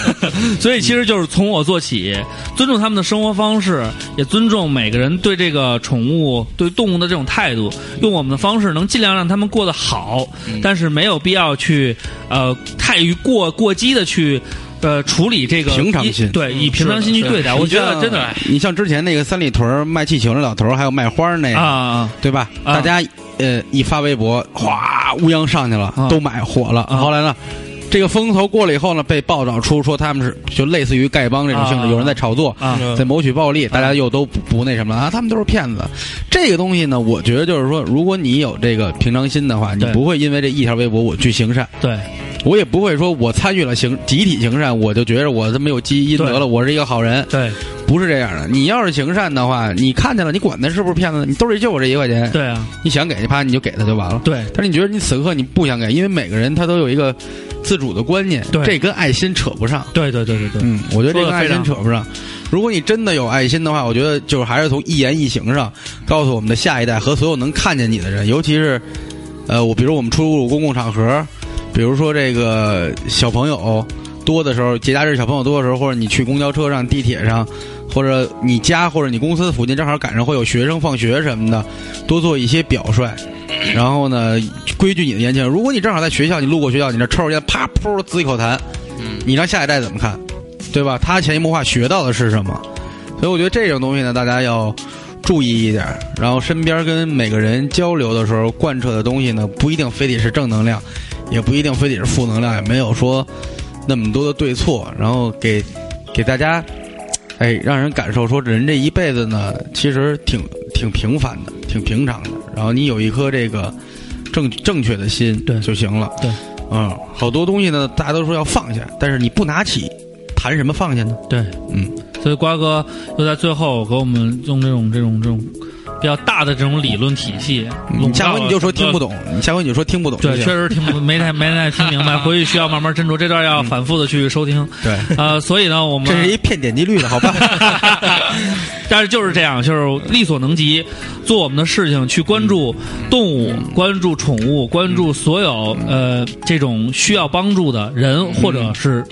所以其实就是从我做起，尊重他们的生活方式，也尊重每个人对这个宠物、对动物的这种态度，用我们的方式能尽量让他们过得好，嗯但是没有必要去呃太于过过激的去呃处理这个平常心嗯以对，以平常心去对待，我你觉得像真的啊你像之前那个三里屯儿卖气球那老头儿，还有卖花儿那啊个，啊对吧？啊大家呃一发微博，哗，乌泱上去了，啊都买火了。啊后来呢，这个风头过了以后呢，被报道出说他们是就类似于丐帮这种性质，啊有人在炒作。啊在谋取暴利，大家又都不不那什么了啊，他们都是骗子。这个东西呢，我觉得就是说，如果你有这个平常心的话，你对不会因为这一条微博我去行善，对我也不会说我参与了行集体行善，我就觉着我这么有积阴德对了，我是一个好人。对不是这样的，你要是行善的话，你看见了，你管他是不是骗子，你兜里就我这一块钱，对啊你想给你啪你就给他就完了。对但是你觉得你此刻你不想给，因为每个人他都有一个自主的观念，对这跟爱心扯不上。对对对对对嗯，我觉得说这跟得爱非常心扯不上。如果你真的有爱心的话，我觉得就是还是从一言一 E 行上告诉我们的下一代和所有能看见你的人，尤其是呃，我比如我们出入公共场合，比如说这个小朋友多的时候，节假日小朋友多的时候，或者你去公交车上、地铁上，或者你家或者你公司附近正好赶上会有学生放学什么的，多做一些表率。然后呢，规矩你的言行。如果你正好在学校，你路过学校，你这抽着烟，啪噗滋一口痰，嗯你让下一代怎么看，对吧？他潜移默化学到的是什么？所以我觉得这种东西呢，大家要注意一点儿。然后身边跟每个人交流的时候，贯彻的东西呢，不一定非得是正能量，也不一定非得是负能量，也没有说那么多的对错。然后给给大家，哎，让人感受说，人这一辈子呢，其实挺挺平凡的，挺平常的。然后你有一颗这个正正确的心，对就行了。对，嗯，好多东西呢，大家都说要放下，但是你不拿起，谈什么放下呢？对，嗯，所以瓜哥又在最后给我们用这种这种这种比较大的这种理论体系，你嗯啊下回你就说听不懂。懂，你下回你就说听不懂就对，行。确实听不没太没太听明 白，回去需要慢慢斟酌，这段要反复的去收听。对，呃，所以呢，我们这是一骗点击率的 好吧？但是就是这样，就是力所能及，做我们的事情，去关注嗯动物，关注宠物，关注所有嗯呃这种需要帮助的人或者是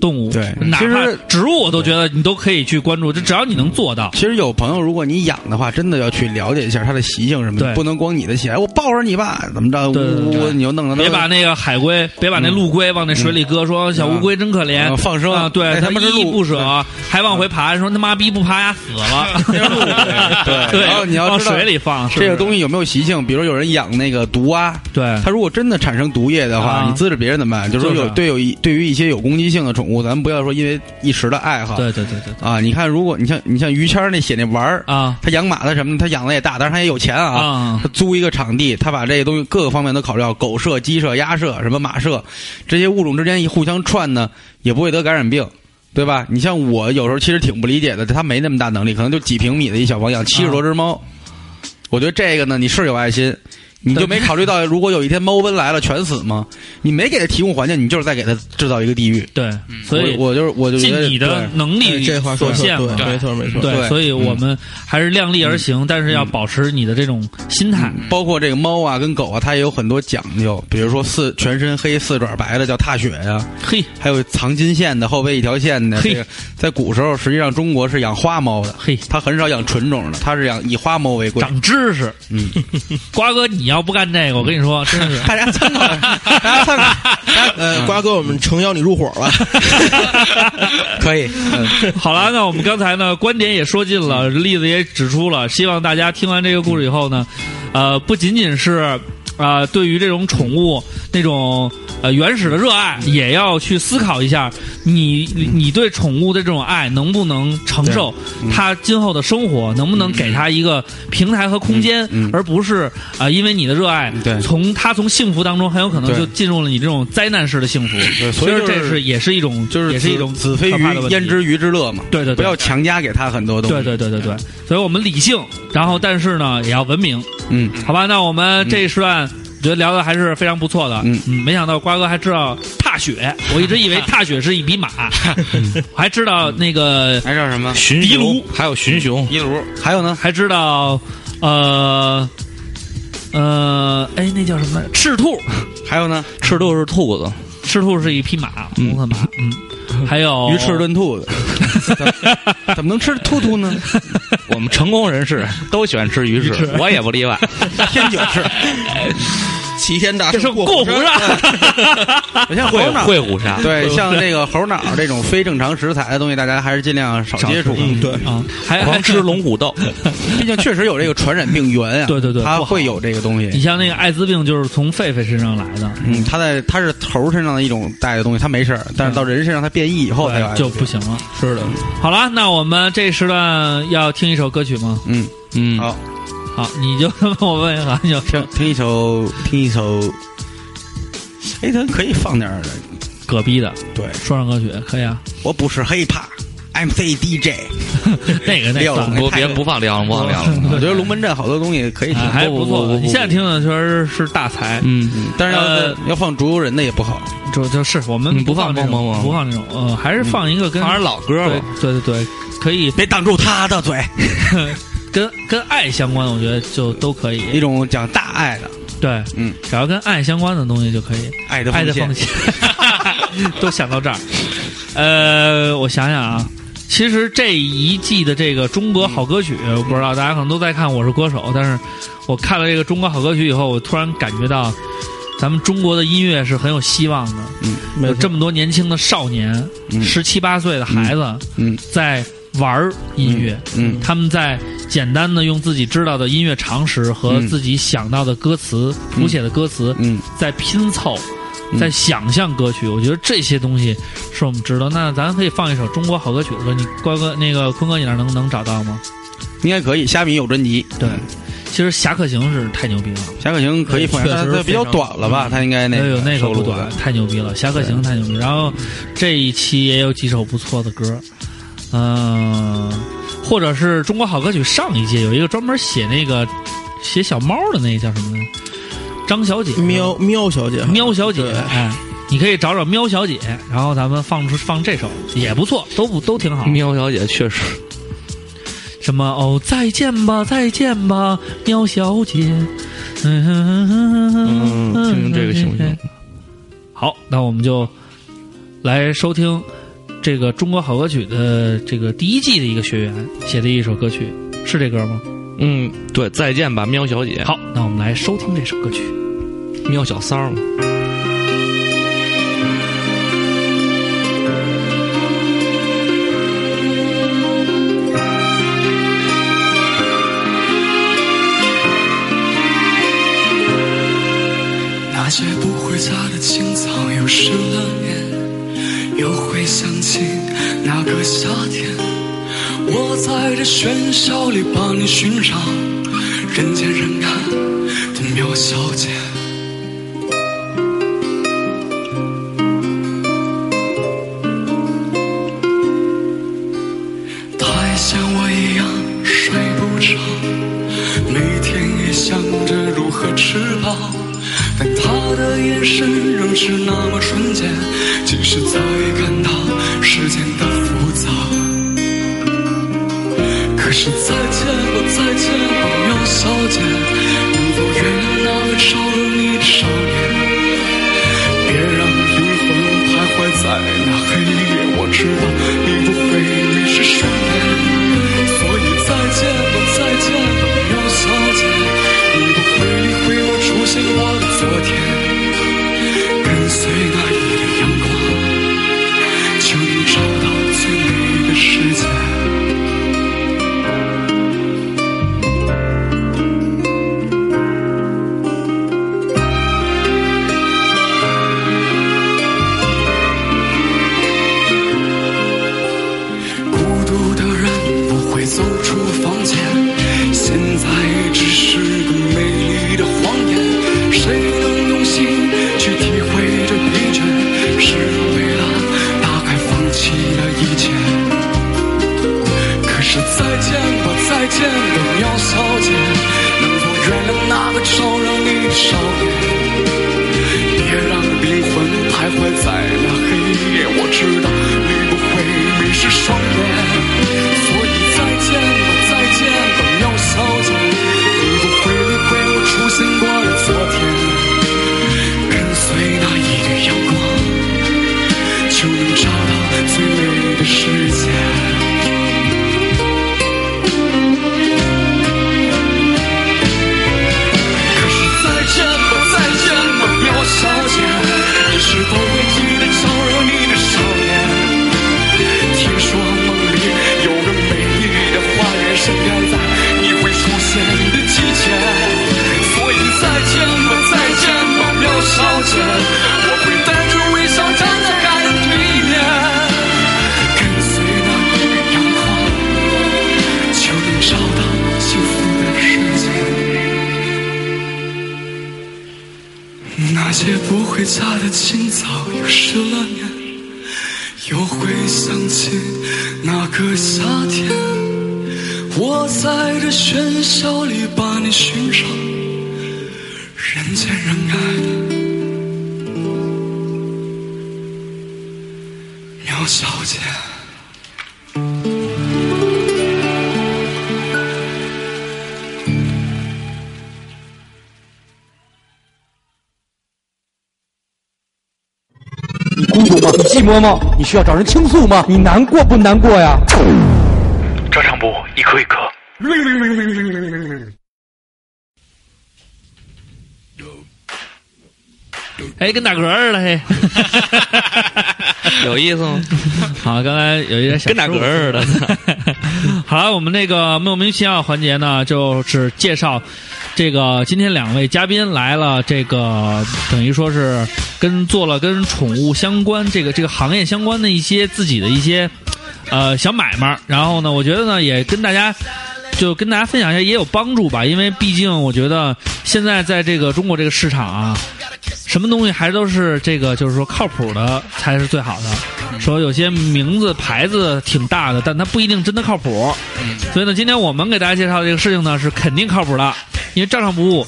动物。对哪其怕实植物，我都觉得你都可以去关注，这只要你能做到。其实有朋友，如果你养的话，真的要去了解一下它的习性什么对的，不能光你的喜爱，哎我抱着你吧，怎么着，对对呜对呜，你又弄了别把那个海龟，别把那陆龟往那水里搁，说小乌龟真可怜，嗯放生啊，对哎他他妈是依依陆不舍，还往回爬，说他妈逼不爬呀死 了，对 对，然后你要往知道水里放，是不这是个东西有没有习性？比如有人养那个毒蛙，对它如果真的产生毒液的哎啊话，你滋着别人怎么办？就是说就是有对有一对于一些有攻击性的宠物，咱们不要说因为一时的爱好，对对对对对啊，你看如果你像你像于谦儿那写那玩儿，啊他养马的什么的，他养的也大，但是他也有钱啊。啊他租一个场地，他把这些东西各个方面都考虑到，狗舍、鸡舍、鸭舍、什么马舍，这些物种之间一互相串呢，也不会得感染病，对吧？你像我有时候其实挺不理解的，他没那么大能力，可能就几平米的一小房养七十多只猫，我觉得这个呢，你是有爱心。你就没考虑到，如果有一天猫瘟来了全死吗？你没给它提供环境，你就是在给它制造一个地狱。对，所以嗯我我就是我就觉尽得你的对能哎力这话所说得限嘛对，。没错没错。对，对嗯所以我们还是量力而行，但是要保持你的这种心态。包括这个猫啊跟狗啊，它也有很多讲究，比如说四全身黑四爪白的叫踏雪呀、嘿，还有藏金线的后背一条线的。嘿这个在古时候，实际上中国是养花猫的，嘿它很少养纯种的，它是养以花猫为贵。长知识，嗯， 瓜哥，你要不干这个，我跟你说，真 是大家参考，大家参考，嗯呃，瓜哥，我们诚邀你入伙 了。可以。嗯好了，那我们刚才呢，观点也说尽了，例子也指出了，希望大家听完这个故事以后呢，呃，不仅仅是。啊、对于这种宠物那种呃原始的热爱，也要去思考一下，你你对宠物的这种爱能不能承受它今后的生活，能不能给它一个平台和空间，嗯嗯而不是啊、因为你的热爱，对从它从幸福当中很有可能对就进入了你这种灾难式的幸福，所以其实就是这是也是一种，就是也是一种子非可鱼怕的问题焉知鱼之乐嘛。对对对不要强加给它很多东西。对对对对对，所以我们理性，然后但是呢也要文明，嗯，好吧？那我们这一时段觉得聊的还是非常不错的。嗯没想到瓜哥还知道踏雪，我一直 以为踏雪是一匹马，还知道那个还叫什么？寻迪熊卢，还有寻熊，一炉，还有呢？还知道呃呃，哎，那叫什么？赤兔，还有呢？赤兔是兔子，赤兔是一匹马，红色马。嗯，还有鱼翅炖 兔子，怎么能吃兔兔 呢？我们成功人士都喜欢吃鱼翅，我也不例外。天九 翅，齐天啊大这是圣过啊过湖山上， 像会会虎鲨，对，像这个猴脑这种非正常食材的东西，大家还是尽量少接触。嗯，对， 啊，还还狂吃龙虎斗，毕竟确实有这个传染病源啊。对对对它不好会有这个东你西。像那个艾滋病就是从狒狒身上来的，嗯，它在它是猴身上的一种带的东西，它没事儿，但是到人身上它变异以后，它有嗯对艾滋就病不。行了。是的，好了，那我们这时段要听一首歌曲吗？嗯，嗯，好，好，你就 我问一下，你就听听一首，听一首。哎，咱可以放点儿的。葛逼的对，说唱歌曲可以啊？我不是 hiphop，MC DJ。那个那廖个龙算了。不，别人不放梁龙，不放梁龙。 我觉得龙门阵好多东西可以听啊，还是不错不不不的。不你现在听的确实是大才，嗯，嗯但是要呃要放竹游人的也不好。就就是我们嗯不放放这种蹦蹦蹦不放这种，嗯，还是放一个跟放点老歌对吧。对对对，可以别挡住他的嘴，跟跟爱相关的，我觉得就都可一嗯以。种讲大爱的，对，嗯，只要跟爱相关的东西就可以。爱的爱的奉奉献。献， 都想到这儿。呃，我想想啊，其实这一季的这个中国好歌曲，我不知道大家可能都在看《我是歌手》，但是我看了这个中国好歌曲以后，我突然感觉到。咱们中国的音乐是很有希望的，没有错这么多年轻的少年，嗯十七八岁的孩子，嗯在玩儿音乐，嗯他们在简单的用自己知道的音乐常识和嗯自己想到的歌词、谱写的歌词，嗯，在拼凑，嗯在想象歌曲，我觉得这些东西是我们值得。那咱可以放一首中国好歌曲的歌，你瓜哥那个坤哥，你那儿能能找到吗？嗯应该可以。虾米有专辑，对，其实《侠客行》是太牛逼了，侠客行可以放，确实但是它比较短了吧？它应该那哎呦那个收啊不录的短，太牛逼了，《侠客行》太牛逼。然后这一期也有几首不错的歌，嗯、或者是中国好歌曲上一届有一个专门写那个写小猫的那个叫什么呢？张小姐，喵喵小姐，喵小姐对，哎，你可以找找喵小姐，然后咱们放出放这首也不错，都不都挺好。喵小姐确实，什么哦，再见吧，再见吧，喵小姐。嗯嗯，听听这个行不行？好，那我们就来收听这个中国好歌曲的这个第一季的一个学员写的一首歌曲，是这歌吗？嗯，对，再见吧，喵小姐，好，那我们来收听这首歌曲。喵小三儿嘛。那些不会擦的青草又湿了脸，又会想起那个夏天，我在这喧嚣里帮你寻找人见人爱的喵小姐。她也像我一样睡不着。每天也想着如何吃饱，但他的眼神仍是那么纯洁，其实早已看到世间的浮躁。可是再见吧，再见吧，喵小姐，能否原谅那个招惹你的少年？别让灵魂徘徊在那黑夜，我知道你不会迷失双眼，所以再见吧，再见吧，喵小姐，你不会理会我出现过的昨天，跟随那夜的阳光，就能找到最美的世界。孤独的人不会走出房间，现在只是个美丽的谎言。谁能用心去体会这疲倦，是为了大概放弃了一切。可是再见吧，再见吧，喵小姐，能否原谅那个招惹你少年，别让灵魂徘徊在那黑夜。我知道你不会迷失双眼，所以再见吧，再见吧，喵小姐，你不会理会我出现过的昨天，跟随那一缕阳光，就能找到最美的世界。可是再见吧，再见吧，喵小姐，你是否会记得招惹你的少年？听说梦里有个美丽的花园，盛开在你会出现的季节。所以再见吧，再见吧，喵小姐，我会带着微笑站在海的对面，跟随那一缕阳光，就能找到幸福的世界。那些不回家的清早，又失了眠，又会想起那个夏天，我在这喧嚣里把你寻找，人见人爱的喵小姐。你孤独吗？你寂寞吗？你需要找人倾诉吗？你难过不难过呀？照常补，哦一颗一颗。 哎，跟打嗝似的，嘿，有意思吗？好，刚才有一点小跟打嗝似的。的。 好了，我们那个莫名其妙环节呢，就是介绍这个今天两位嘉宾来了，这个等于说是跟做了跟宠物相关这个这个行业相关的一些自己的一些呃小买卖儿。然后呢，我觉得呢也跟大家。就跟大家分享一下，也有帮助吧，因为毕竟我觉得现在在这个中国这个市场啊，什么东西还都是这个，就是说靠谱的才是最好的。说有些名字牌子挺大的，但它不一定真的靠谱。所以呢，今天我们给大家介绍这个事情呢，是肯定靠谱的，因为照常不误。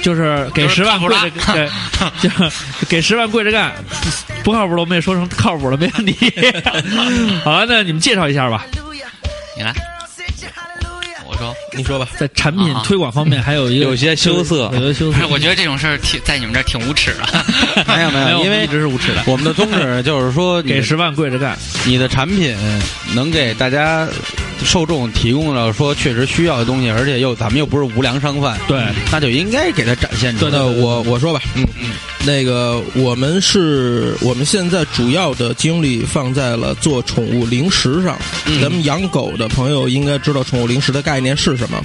就是给就是十万靠跪谱着，对， 就是给十万跪着干，不靠谱的我们也说成靠谱的，没问题。好了，那你们介绍一下吧，你来，我说，你说吧，在产品推广方面还有一个有些羞涩有些羞不涩是，。哎我觉得这种事儿挺在你们这儿挺无耻嗯的。没有 没没有有，因我们为一直是无耻的。我们的宗 旨就是说，你给十万跪着干，你的产品能给大家受众提供了说确实需要的东西，而且又咱们又不是无良商贩，对，那就应该给它展现出来。那我我说吧，嗯嗯，那个我们是我们现在主要的精力放在了做宠物零食上。咱们养狗的朋友应该知道宠物零食的概念是什么，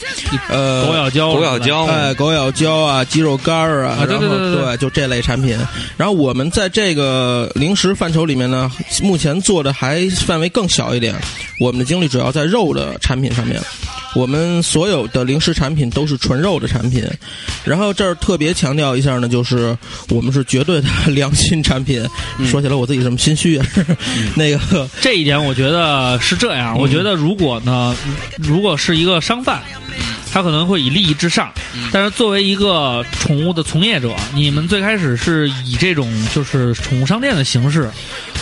呃，狗咬胶，狗咬，胶嘛，哎，狗咬胶啊，鸡肉干儿啊，哦啊对然后对对对对就这类产品。然后我们在这个零食范畴里面呢，目前做的还范围更小一点，我们的精力主要在肉的产品上面。我们所有的零食产品都是纯肉的产品，然后这儿特别强调一下呢，就是我们是绝对的良心产品。说起来我自己这么心虚，也 是那个这一点我觉得是这样。我觉得如果呢，如果是一个商贩，他可能会以利益至上，但是作为一个宠物的从业者，你们最开始是以这种就是宠物商店的形式，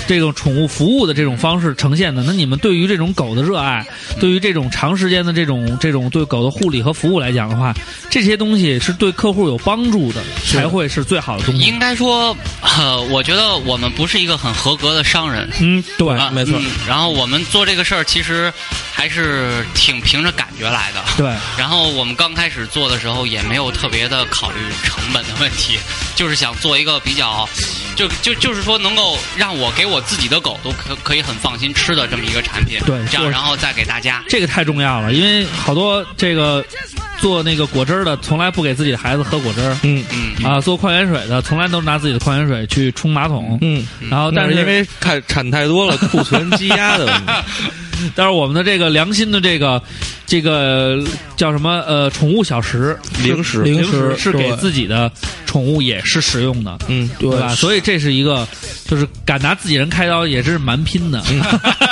这种宠物服务的这种方式呈现的。那你们对于这种狗的热爱，对于这种长时间的这种这种对狗的护理和服务来讲的话，这些东西是对客户有帮助的，才会是最好的东西。应该说，呃，我觉得我们不是一个很合格的商人。嗯，对，啊，没错嗯然后我们做这个事儿，其实还是挺凭着感觉来的。对。然后我们刚开始做的时候，也没有特别的考虑成本的问题，就是想做一个比较，就就就是说能够让我给我自己的狗都可可以很放心吃的这么一个产品。对这样我然后再给大家。这个太重要了，因为好多这个做那个果汁儿的，从来不给自己的孩子喝果汁儿嗯，啊；做矿泉水的，从来都拿自己的矿泉水去冲马桶。嗯，然后，但 但是是因为 看产太多了，库存积压的问题。但是我们的这个良心的这个这个叫什么呃宠物小食零食零零食是给对自己的宠物也是实用的，嗯，对吧？所以这是一个就是敢拿自己人开刀也真是蛮拼的。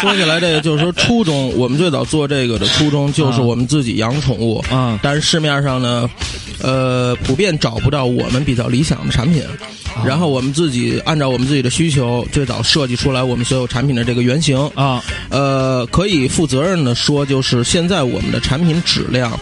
说起来，这个就是说初衷，我们最早做这个的初衷就是啊我们自己养宠物，啊但是市面上呢，呃，普遍找不到我们比较理想的产品。然后我们自己按照我们自己的需求，最早设计出来我们所有产品的这个原型。啊，呃，可以负责任的说，就是现在我们的产品质量，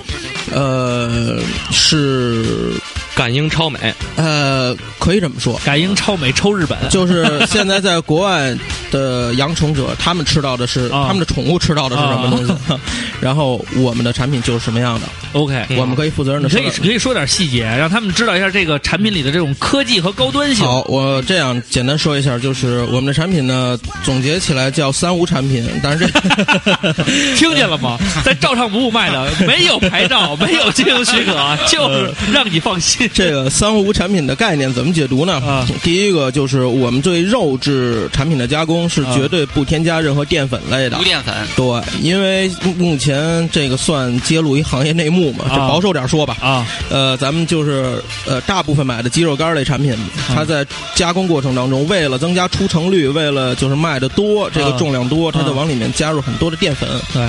呃，是感应超美，呃，可以这么说，感应超美抽日本，就是现在在国外的养宠者，他们吃到的是、啊他们的宠物吃到的是什么东西， 然后我们的产品就是什么样的， OK，我们可以负责任嗯你的可说以。可以说点细节，让他们知道一下这个产品里的这种科技和高端性。好，我这样简单说一下，就是我们的产品呢，总结起来叫“三无产品”，但是 这 听见了吗？在照常不误卖的，没有牌照，没有经营许可，就是让你放心。这个“三无产品”的概念怎么解读呢？啊第一个就是我们对肉质产品的加工是绝对不添加任何淀粉类的啊无，淀粉，对，因为目前这个算揭露一行业内幕嘛，啊这保守点说吧。啊，呃，咱们就是呃，大部分买的鸡肉干儿类产品，啊它在加工过程当中，为了增加出成率，为了就是卖的多，这个啊重量多，它啊就往里面加入很多的淀粉。对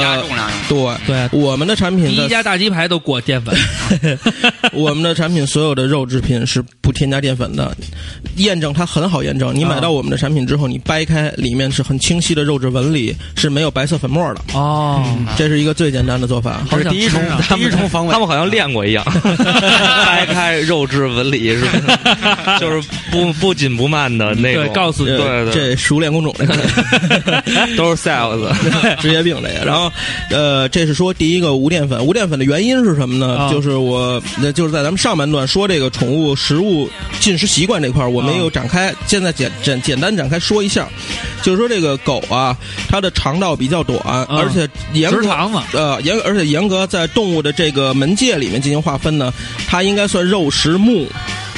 压呃，重量用。对，啊对，我们的产品第一的家大鸡排都裹淀粉， 我们的产品所有的肉制品是不添加淀粉的，验证它很好验证。你啊买到我们的产品之后，你掰开里面是很清晰的肉质纹理，是没有白色粉末的。哦，啊这是一个最简单的做法。好这是想第一重吃啊，他们重防他们好像练过一 样，掰开肉质纹理是吧， 就是不不紧不慢的那对种，，告诉你，对对，呃这熟练工种这个 都是 sales， 职业病这啊个。然后，呃，这是说第一个无淀粉。无淀粉的原因是什么呢？啊就是我，那就是在咱们上半段说这个宠物食物进食习惯这块儿，我啊没有展开，现在简简简单展开说一下，就是说这个狗啊，它的肠道比较短，而且严啊直格。肠子，呃，严而且严格在动物的这个门界里面进行划分呢，它应该算肉食目。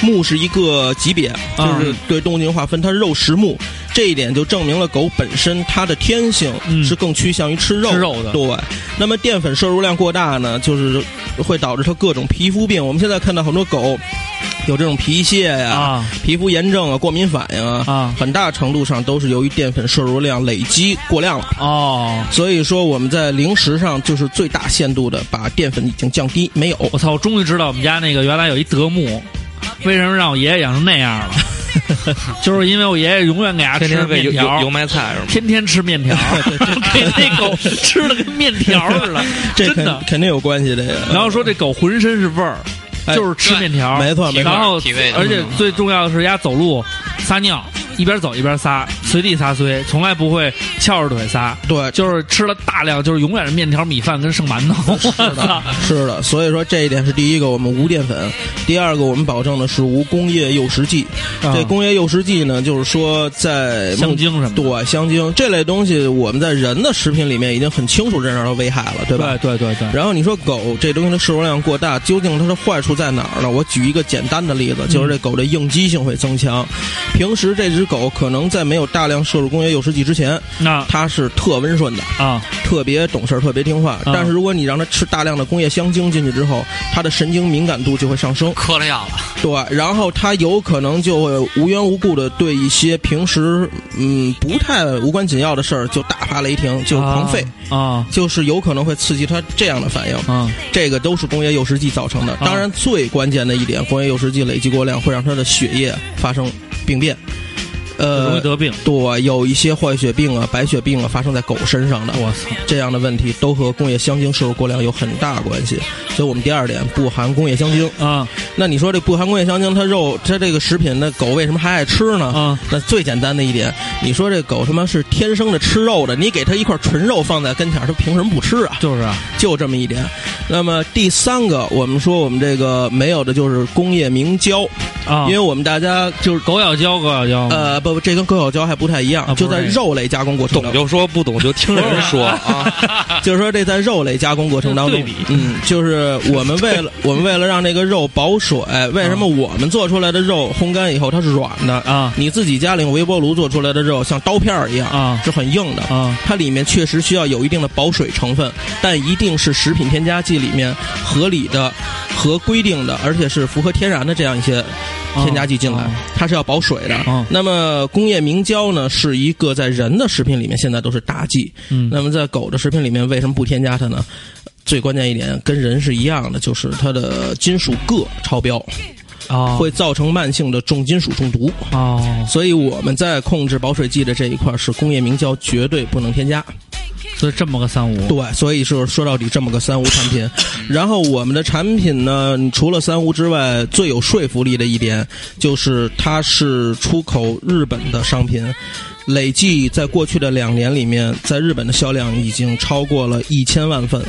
目是一个级别，啊就是对动物进行划分，它是肉食目，这一点就证明了狗本身它的天性嗯是更趋向于吃肉吃肉的啊对，那么淀粉摄入量过大呢，就是会导致它各种皮肤病。我们现在看到很多狗有这种皮屑呀、啊皮肤炎症啊、过敏反应啊，啊很大程度上都是由于淀粉摄入量累积过量了。哦，所以说我们在零食上就是最大限度的把淀粉已经降低，没有。我操，我终于知道我们家那个原来有一德牧，为什么让我爷爷养成那样了， 就是因为我爷爷永远给他天吃天喂面油油油条。麦菜是吗？天天吃 面条， 给那狗吃的跟面条似的，这真肯的。肯定有关系，这个。然后说这狗浑身是味儿，哎就是吃面条，没错没错然后体味的而且最重要的是，丫走路撒尿，一边走一边撒，随地撒随，从来不会翘着腿撒，对，就是吃了大量，就是永远是面条、米饭跟剩馒 头。我操！是的，所以说这一点是第一个，我们无淀粉；第二个，我们保证的是无工业诱食剂。这嗯工业诱食剂呢，就是说在目啊香精什么的对香精这类东西，我们在人的食品里面已经很清楚这样的危害了，对吧？对对对对，然后你说狗这东西的摄入量过大，究竟它的坏处在哪儿呢？我举一个简单的例子，就是这狗的应激性会增强。平时这只狗可能在没有大量摄入工业诱食剂之前，那它是特温顺的，啊特别懂事儿，特别听话。但是如果你让它吃大量的工业香精进去之后，它的神经敏感度就会上升，嗑了药了，对，然后它有可能就会无缘无故的对一些平时嗯不太无关紧要的事儿就大发雷霆，就狂吠。啊就是有可能会刺激它这样的反应，啊这个都是工业诱食剂造成的。当然，最关键的一点，工业诱食剂累积过量会让它的血液发生病变，容易呃，得病。对，有一些坏血病啊、白血病啊发生在狗身上的，我操！这样的问题都和工业香精摄入过量有很大关系。所以我们第二点不含工业香精。啊那你说这不含工业香精，它肉它这个食品，那狗为什么还爱吃呢？啊那最简单的一点，你说这狗他妈是天生的吃肉的，你给它一块纯肉放在跟前儿，它凭什么不吃啊？就是啊就这么一点。那么第三个，我们说我们这个没有的就是工业明胶，啊因为我们大家就是狗咬胶，狗咬胶，呃不不，这跟狗咬胶还不太一样，哦啊不是就在肉类加工过程懂当中，就说，不懂就听 人 说啊。就是说这在肉类加工过程当中对比，嗯，就是我们为了我们为了让这个肉保水，为什么我们做出来的肉烘干以后它是软的？啊你自己家里用微波炉做出来的肉像刀片儿一样，啊是很硬的。啊它里面确实需要有一定的保水成分，但一定是食品添加剂里面合理的、合规定的，而且是符合天然的这样一些添加剂进来，啊它是要保水的。啊那么工业明胶呢，是一个在人的食品里面现在都是大剂，嗯那么在狗的食品里面为什么不添加它呢？最关键一点跟人是一样的，就是它的金属铬超标，啊会造成慢性的重金属中毒。哦，所以我们在控制保水剂的这一块儿是工业明胶绝对不能添加。所以这么个三无，对，所以是说到底这么个三无产 品。然后我们的产品呢，除了三无之外，最有说服力的一点就是它是出口日本的商品，累计在过去的两年里面，在日本的销量已经超过了一千万份。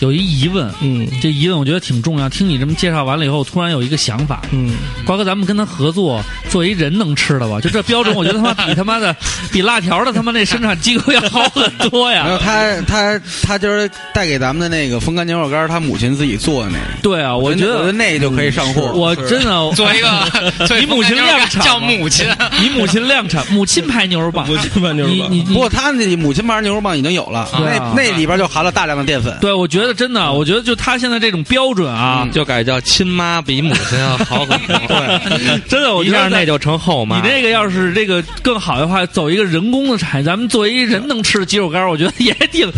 有一疑问，嗯这疑问我觉得挺重要。听你这么介绍完了以后，突然有一个想法，嗯，瓜哥，咱们跟他合作，做一人能吃的吧？就这标准，我觉得他妈比他妈的比辣条的他妈那生产机构要好很多然 后呀。他他他今儿带给咱们的那个风干牛肉干儿，他母亲自己做的那个，对啊，我觉觉我觉得得嗯那就可以上货。我真的 做一个，做一你母亲个量产吗叫母亲，你母亲量产，母亲牌牛肉棒，我这半就是你吧你不你过他那母亲牌牛肉棒已经有了，对啊那那里边就含了大量的淀粉。对，我觉得真的，我觉得就他现在这种标准啊，就改叫亲妈比母亲要好很 多，真的，我一觉下得那就成后妈。你这个要是这个更好的话，走一个人工的产业，咱们作为一人能吃的鸡肉干儿，我觉得也 挺。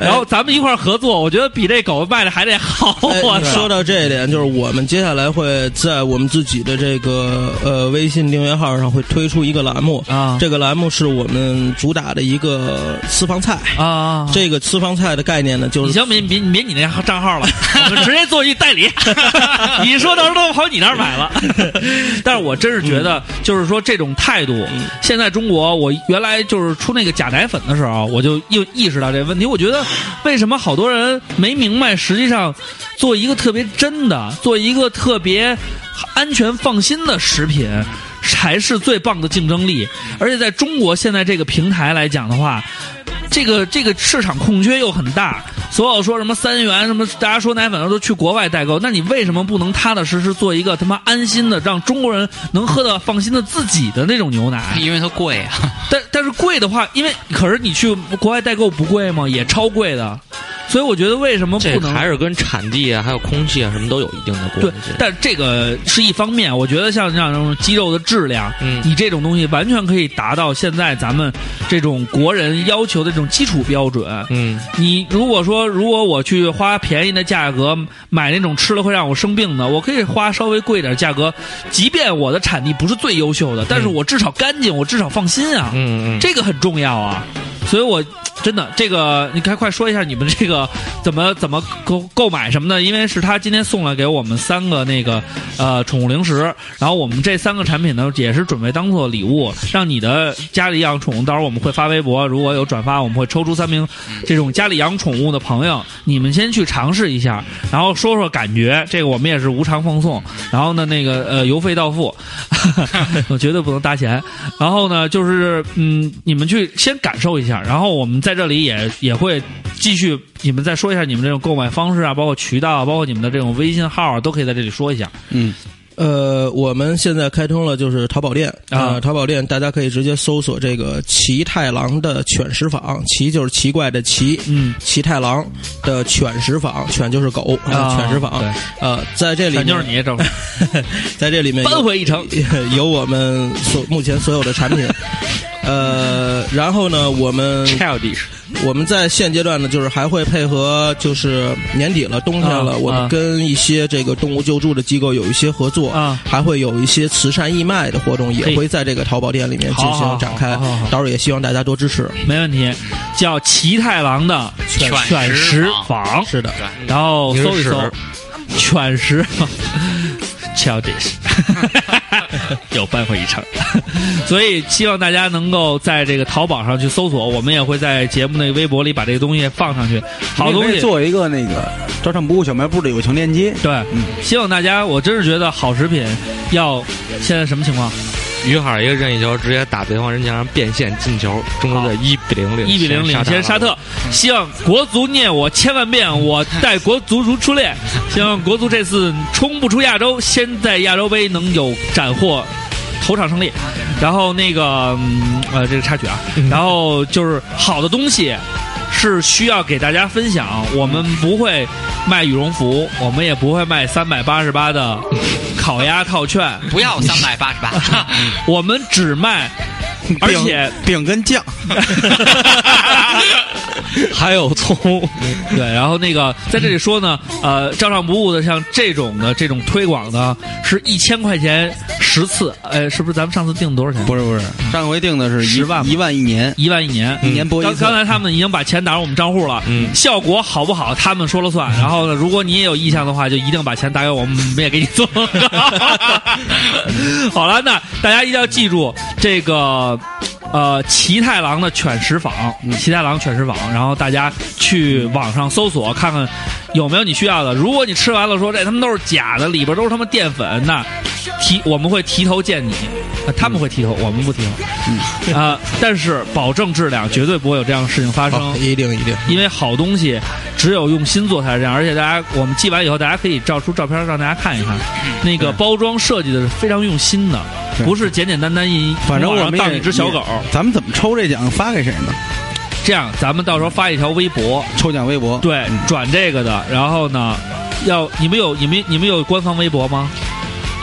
然后咱们一块儿合作，我觉得比这狗卖的还得好。哎我说操！到这一点，就是我们接下来会在我们自己的这个呃微信订阅号上会推出一个栏目啊这个栏目是我们主打的一个私房菜。啊，这个私房菜的概念呢，就你是行别别别你那账号 了，我们直接做一代理。你说到时候都跑你那儿买 了。但是我真是觉嗯得，就是说这种态度，现在中国，我原来就是出那个假奶粉的时候，我就又意识到这个问题。我觉得为什么好多人没明白，实际上做一个特别真的，做一个特别安全放心的食品。才是最棒的竞争力，而且在中国现在这个平台来讲的话，这个这个市场空缺又很大，所有说什么三元什么，大家说奶粉都去国外代购，那你为什么不能踏踏实实做一个他妈安心的，让中国人能喝的放心的自己的那种牛嗯奶？因为它贵 啊。但但是贵的话，因为可是你去国外代购不贵吗？也超贵的，所以我觉得为什么这不能还是跟产地啊，还有空气啊，什么都有一定的关对系。，但这个是一方面，我觉得像像这种鸡肉的质量，嗯你这种东西完全可以达到现在咱们这种国人要求的这种基础标准。嗯，你如果说，如果我去花便宜的价格买那种吃了会让我生病的，我可以花稍微贵点价格，即便我的产地不是最优秀的，但是我至少干净，我至少放心啊，嗯嗯这个很重要啊。所以我真的这个，你快快说一下你们这个 怎么怎么购购买什么的，因为是他今天送了给我们三个那个呃宠物零食，然后我们这三个产品呢也是准备当做礼物，让你的家里养宠物，到时候我们会发微博，如果有转发，我们会抽出三名这种家里养宠物的朋友，你们先去尝试一下，然后说说感觉，这个我们也是无偿奉送，然后呢那个呃邮费到付， 我绝对不能搭钱，然后呢，就是嗯，你们去先感受一下，然后我们在这里也也会继续，你们再说一下你们这种购买方式啊，包括渠道啊，包括你们的这种微信号啊，都可以在这里说一下。嗯，呃，我们现在开通了就是淘宝店啊呃淘宝店大家可以直接搜索这个齐太郎的犬食坊，齐就是奇怪的奇，嗯，齐太郎的犬食坊，犬就是狗啊犬食坊对，呃，在这里反面就是你这 会儿在这里面有扳回一城。 有我们所目前所有的产品。呃，然后呢，我们 childish 我们在现阶段呢，就是还会配合，就是年底了，冬天了，啊我啊们跟一些这个动物救助的机构有一些合作，啊还会有一些慈善义卖的活动，嘿也会在这个淘宝店里面进好好行展开好好好好。到时候也希望大家多支持。没问题，叫齐太郎的犬犬食食坊坊，是的，对，然后你是搜一搜屎犬 食坊 childish，又扳回一城。 所以希望大家能够在这个淘宝上去搜索，我们也会在节目那个微博里把这个东西放上去。好东你可西以，做一个那个招商部小卖部的友情链接，对，嗯希望大家，我真是觉得好食品要现在什么情况？嗯于海一个任意球直接打对方人墙上变线进球，中国队一比零领一比零领先沙特。希望国足念我千万遍，我待国足如初恋。希望国足这次冲不出亚洲，先在亚洲杯能有斩获头场胜利。然后那个，嗯、呃，这个插曲啊，然后就是好的东西。是需要给大家分享，我们不会卖羽绒服，我们也不会卖三百八十八的烤鸭套券，不要三百八十八， 我们只卖，而且饼跟酱， 还有葱，对，然后那个 在这里说呢，呃，照常不误的，像这种的这种推广呢，是一千块钱十次，呃，是不是咱们上次定的多少钱？不是不是，上回定的是一10万吧嗯一万一年，一万一年，一年播嗯一刚次刚才他们已经把钱打入我们账户了，嗯效果好不好他们说了算。然后呢，如果你也有意向的话，就一定把钱打给我们，我们也给你做 广告。好了，那大家一定要记住这个。呃，齐太郎的犬食坊，嗯齐太郎犬食坊，然后大家去网上搜索看看有没有你需要的。如果你吃完了说这他们都是假的，里边都是他妈淀粉，那提我们会提头见你，呃他们会提头，我们不提头。啊、但是保证质量，绝对不会有这样的事情发生。一定一定，因为好东西只有用心做才是这样，而且大家我们寄完以后，大家可以照出照片让大家看一看，那个包装设计的是非常用心的，对不是简简单单一反正我们当也一只小狗。咱们怎么抽这奖发给谁呢？这样，咱们到时候发一条微博，抽奖微博，嗯对，转这个的，然后呢，要你们有你们你们有官方微博吗？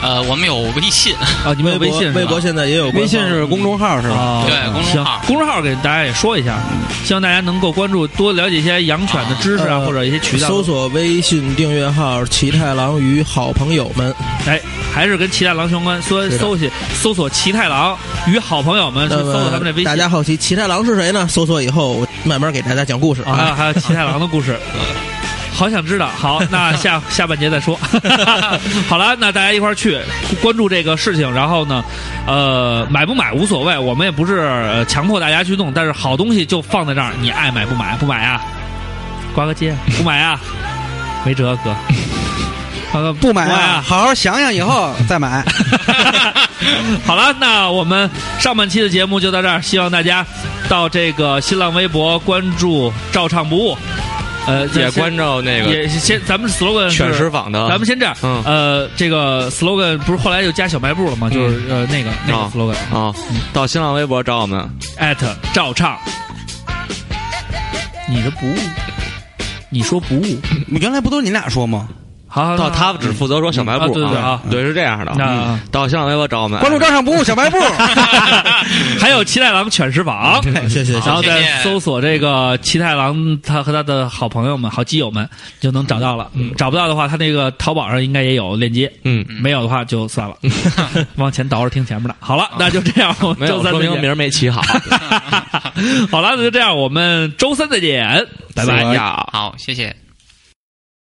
呃，我们有微信，啊，你们有微信是吧博微博现在也有官微信方是公众号是吧？啊，对公众号行公众号给大家也说一下，希望大家能够关注，多了解一些养犬的知识啊，呃或者一些渠道。搜索微信订阅号“齐太郎与好朋友们哎，还是跟齐太郎相关，搜是的搜去搜索齐太郎与好朋友”。们去那搜索他们这微么信。大家好奇齐太郎是谁呢？搜索以后，我慢慢给大家讲故事啊，还有还有齐太郎的故 事，好想知道。好，那下下半节再说。 好了，那大家一块儿去关注这个事情，然后呢，呃，买不买无所谓，我们也不是呃强迫大家去弄，但是好东西就放在这儿，你爱买不买？不买啊，刮个 街，不买啊，没辙哥，瓜哥不买啊啊，。好好想想以后再 买。好了，那我们上半期的节目就到这儿，希望大家到这个新浪微博关注“照唱不误”，呃，也先关照那个也先咱们 slogan 是犬食坊的，咱们先这样，嗯呃，这个 slogan 不是后来又加小卖部了吗？就是呃那个那个啊 slogan 啊，到新浪微博找我们。 at 照唱，你的不误，你说不误，你原来不都是你俩说吗？好，好到他好只负责说小卖啊部对对对啊对是这样的。那嗯到新浪微博找我们，哎关注招商不误小卖部。还有七太郎犬食坊。啊。谢谢，然后谢再谢搜索这个齐太郎，他和他的好朋友们、好基友们就能找到了。嗯，找不到的话，他那个淘宝上应该也有链接。嗯，没有的话就算了，往前倒着听前面的。好了，那就这样，我没们有周三说再明名见。儿没起好。啊好了，那就这样，我们周三再见，拜拜。 好，谢谢。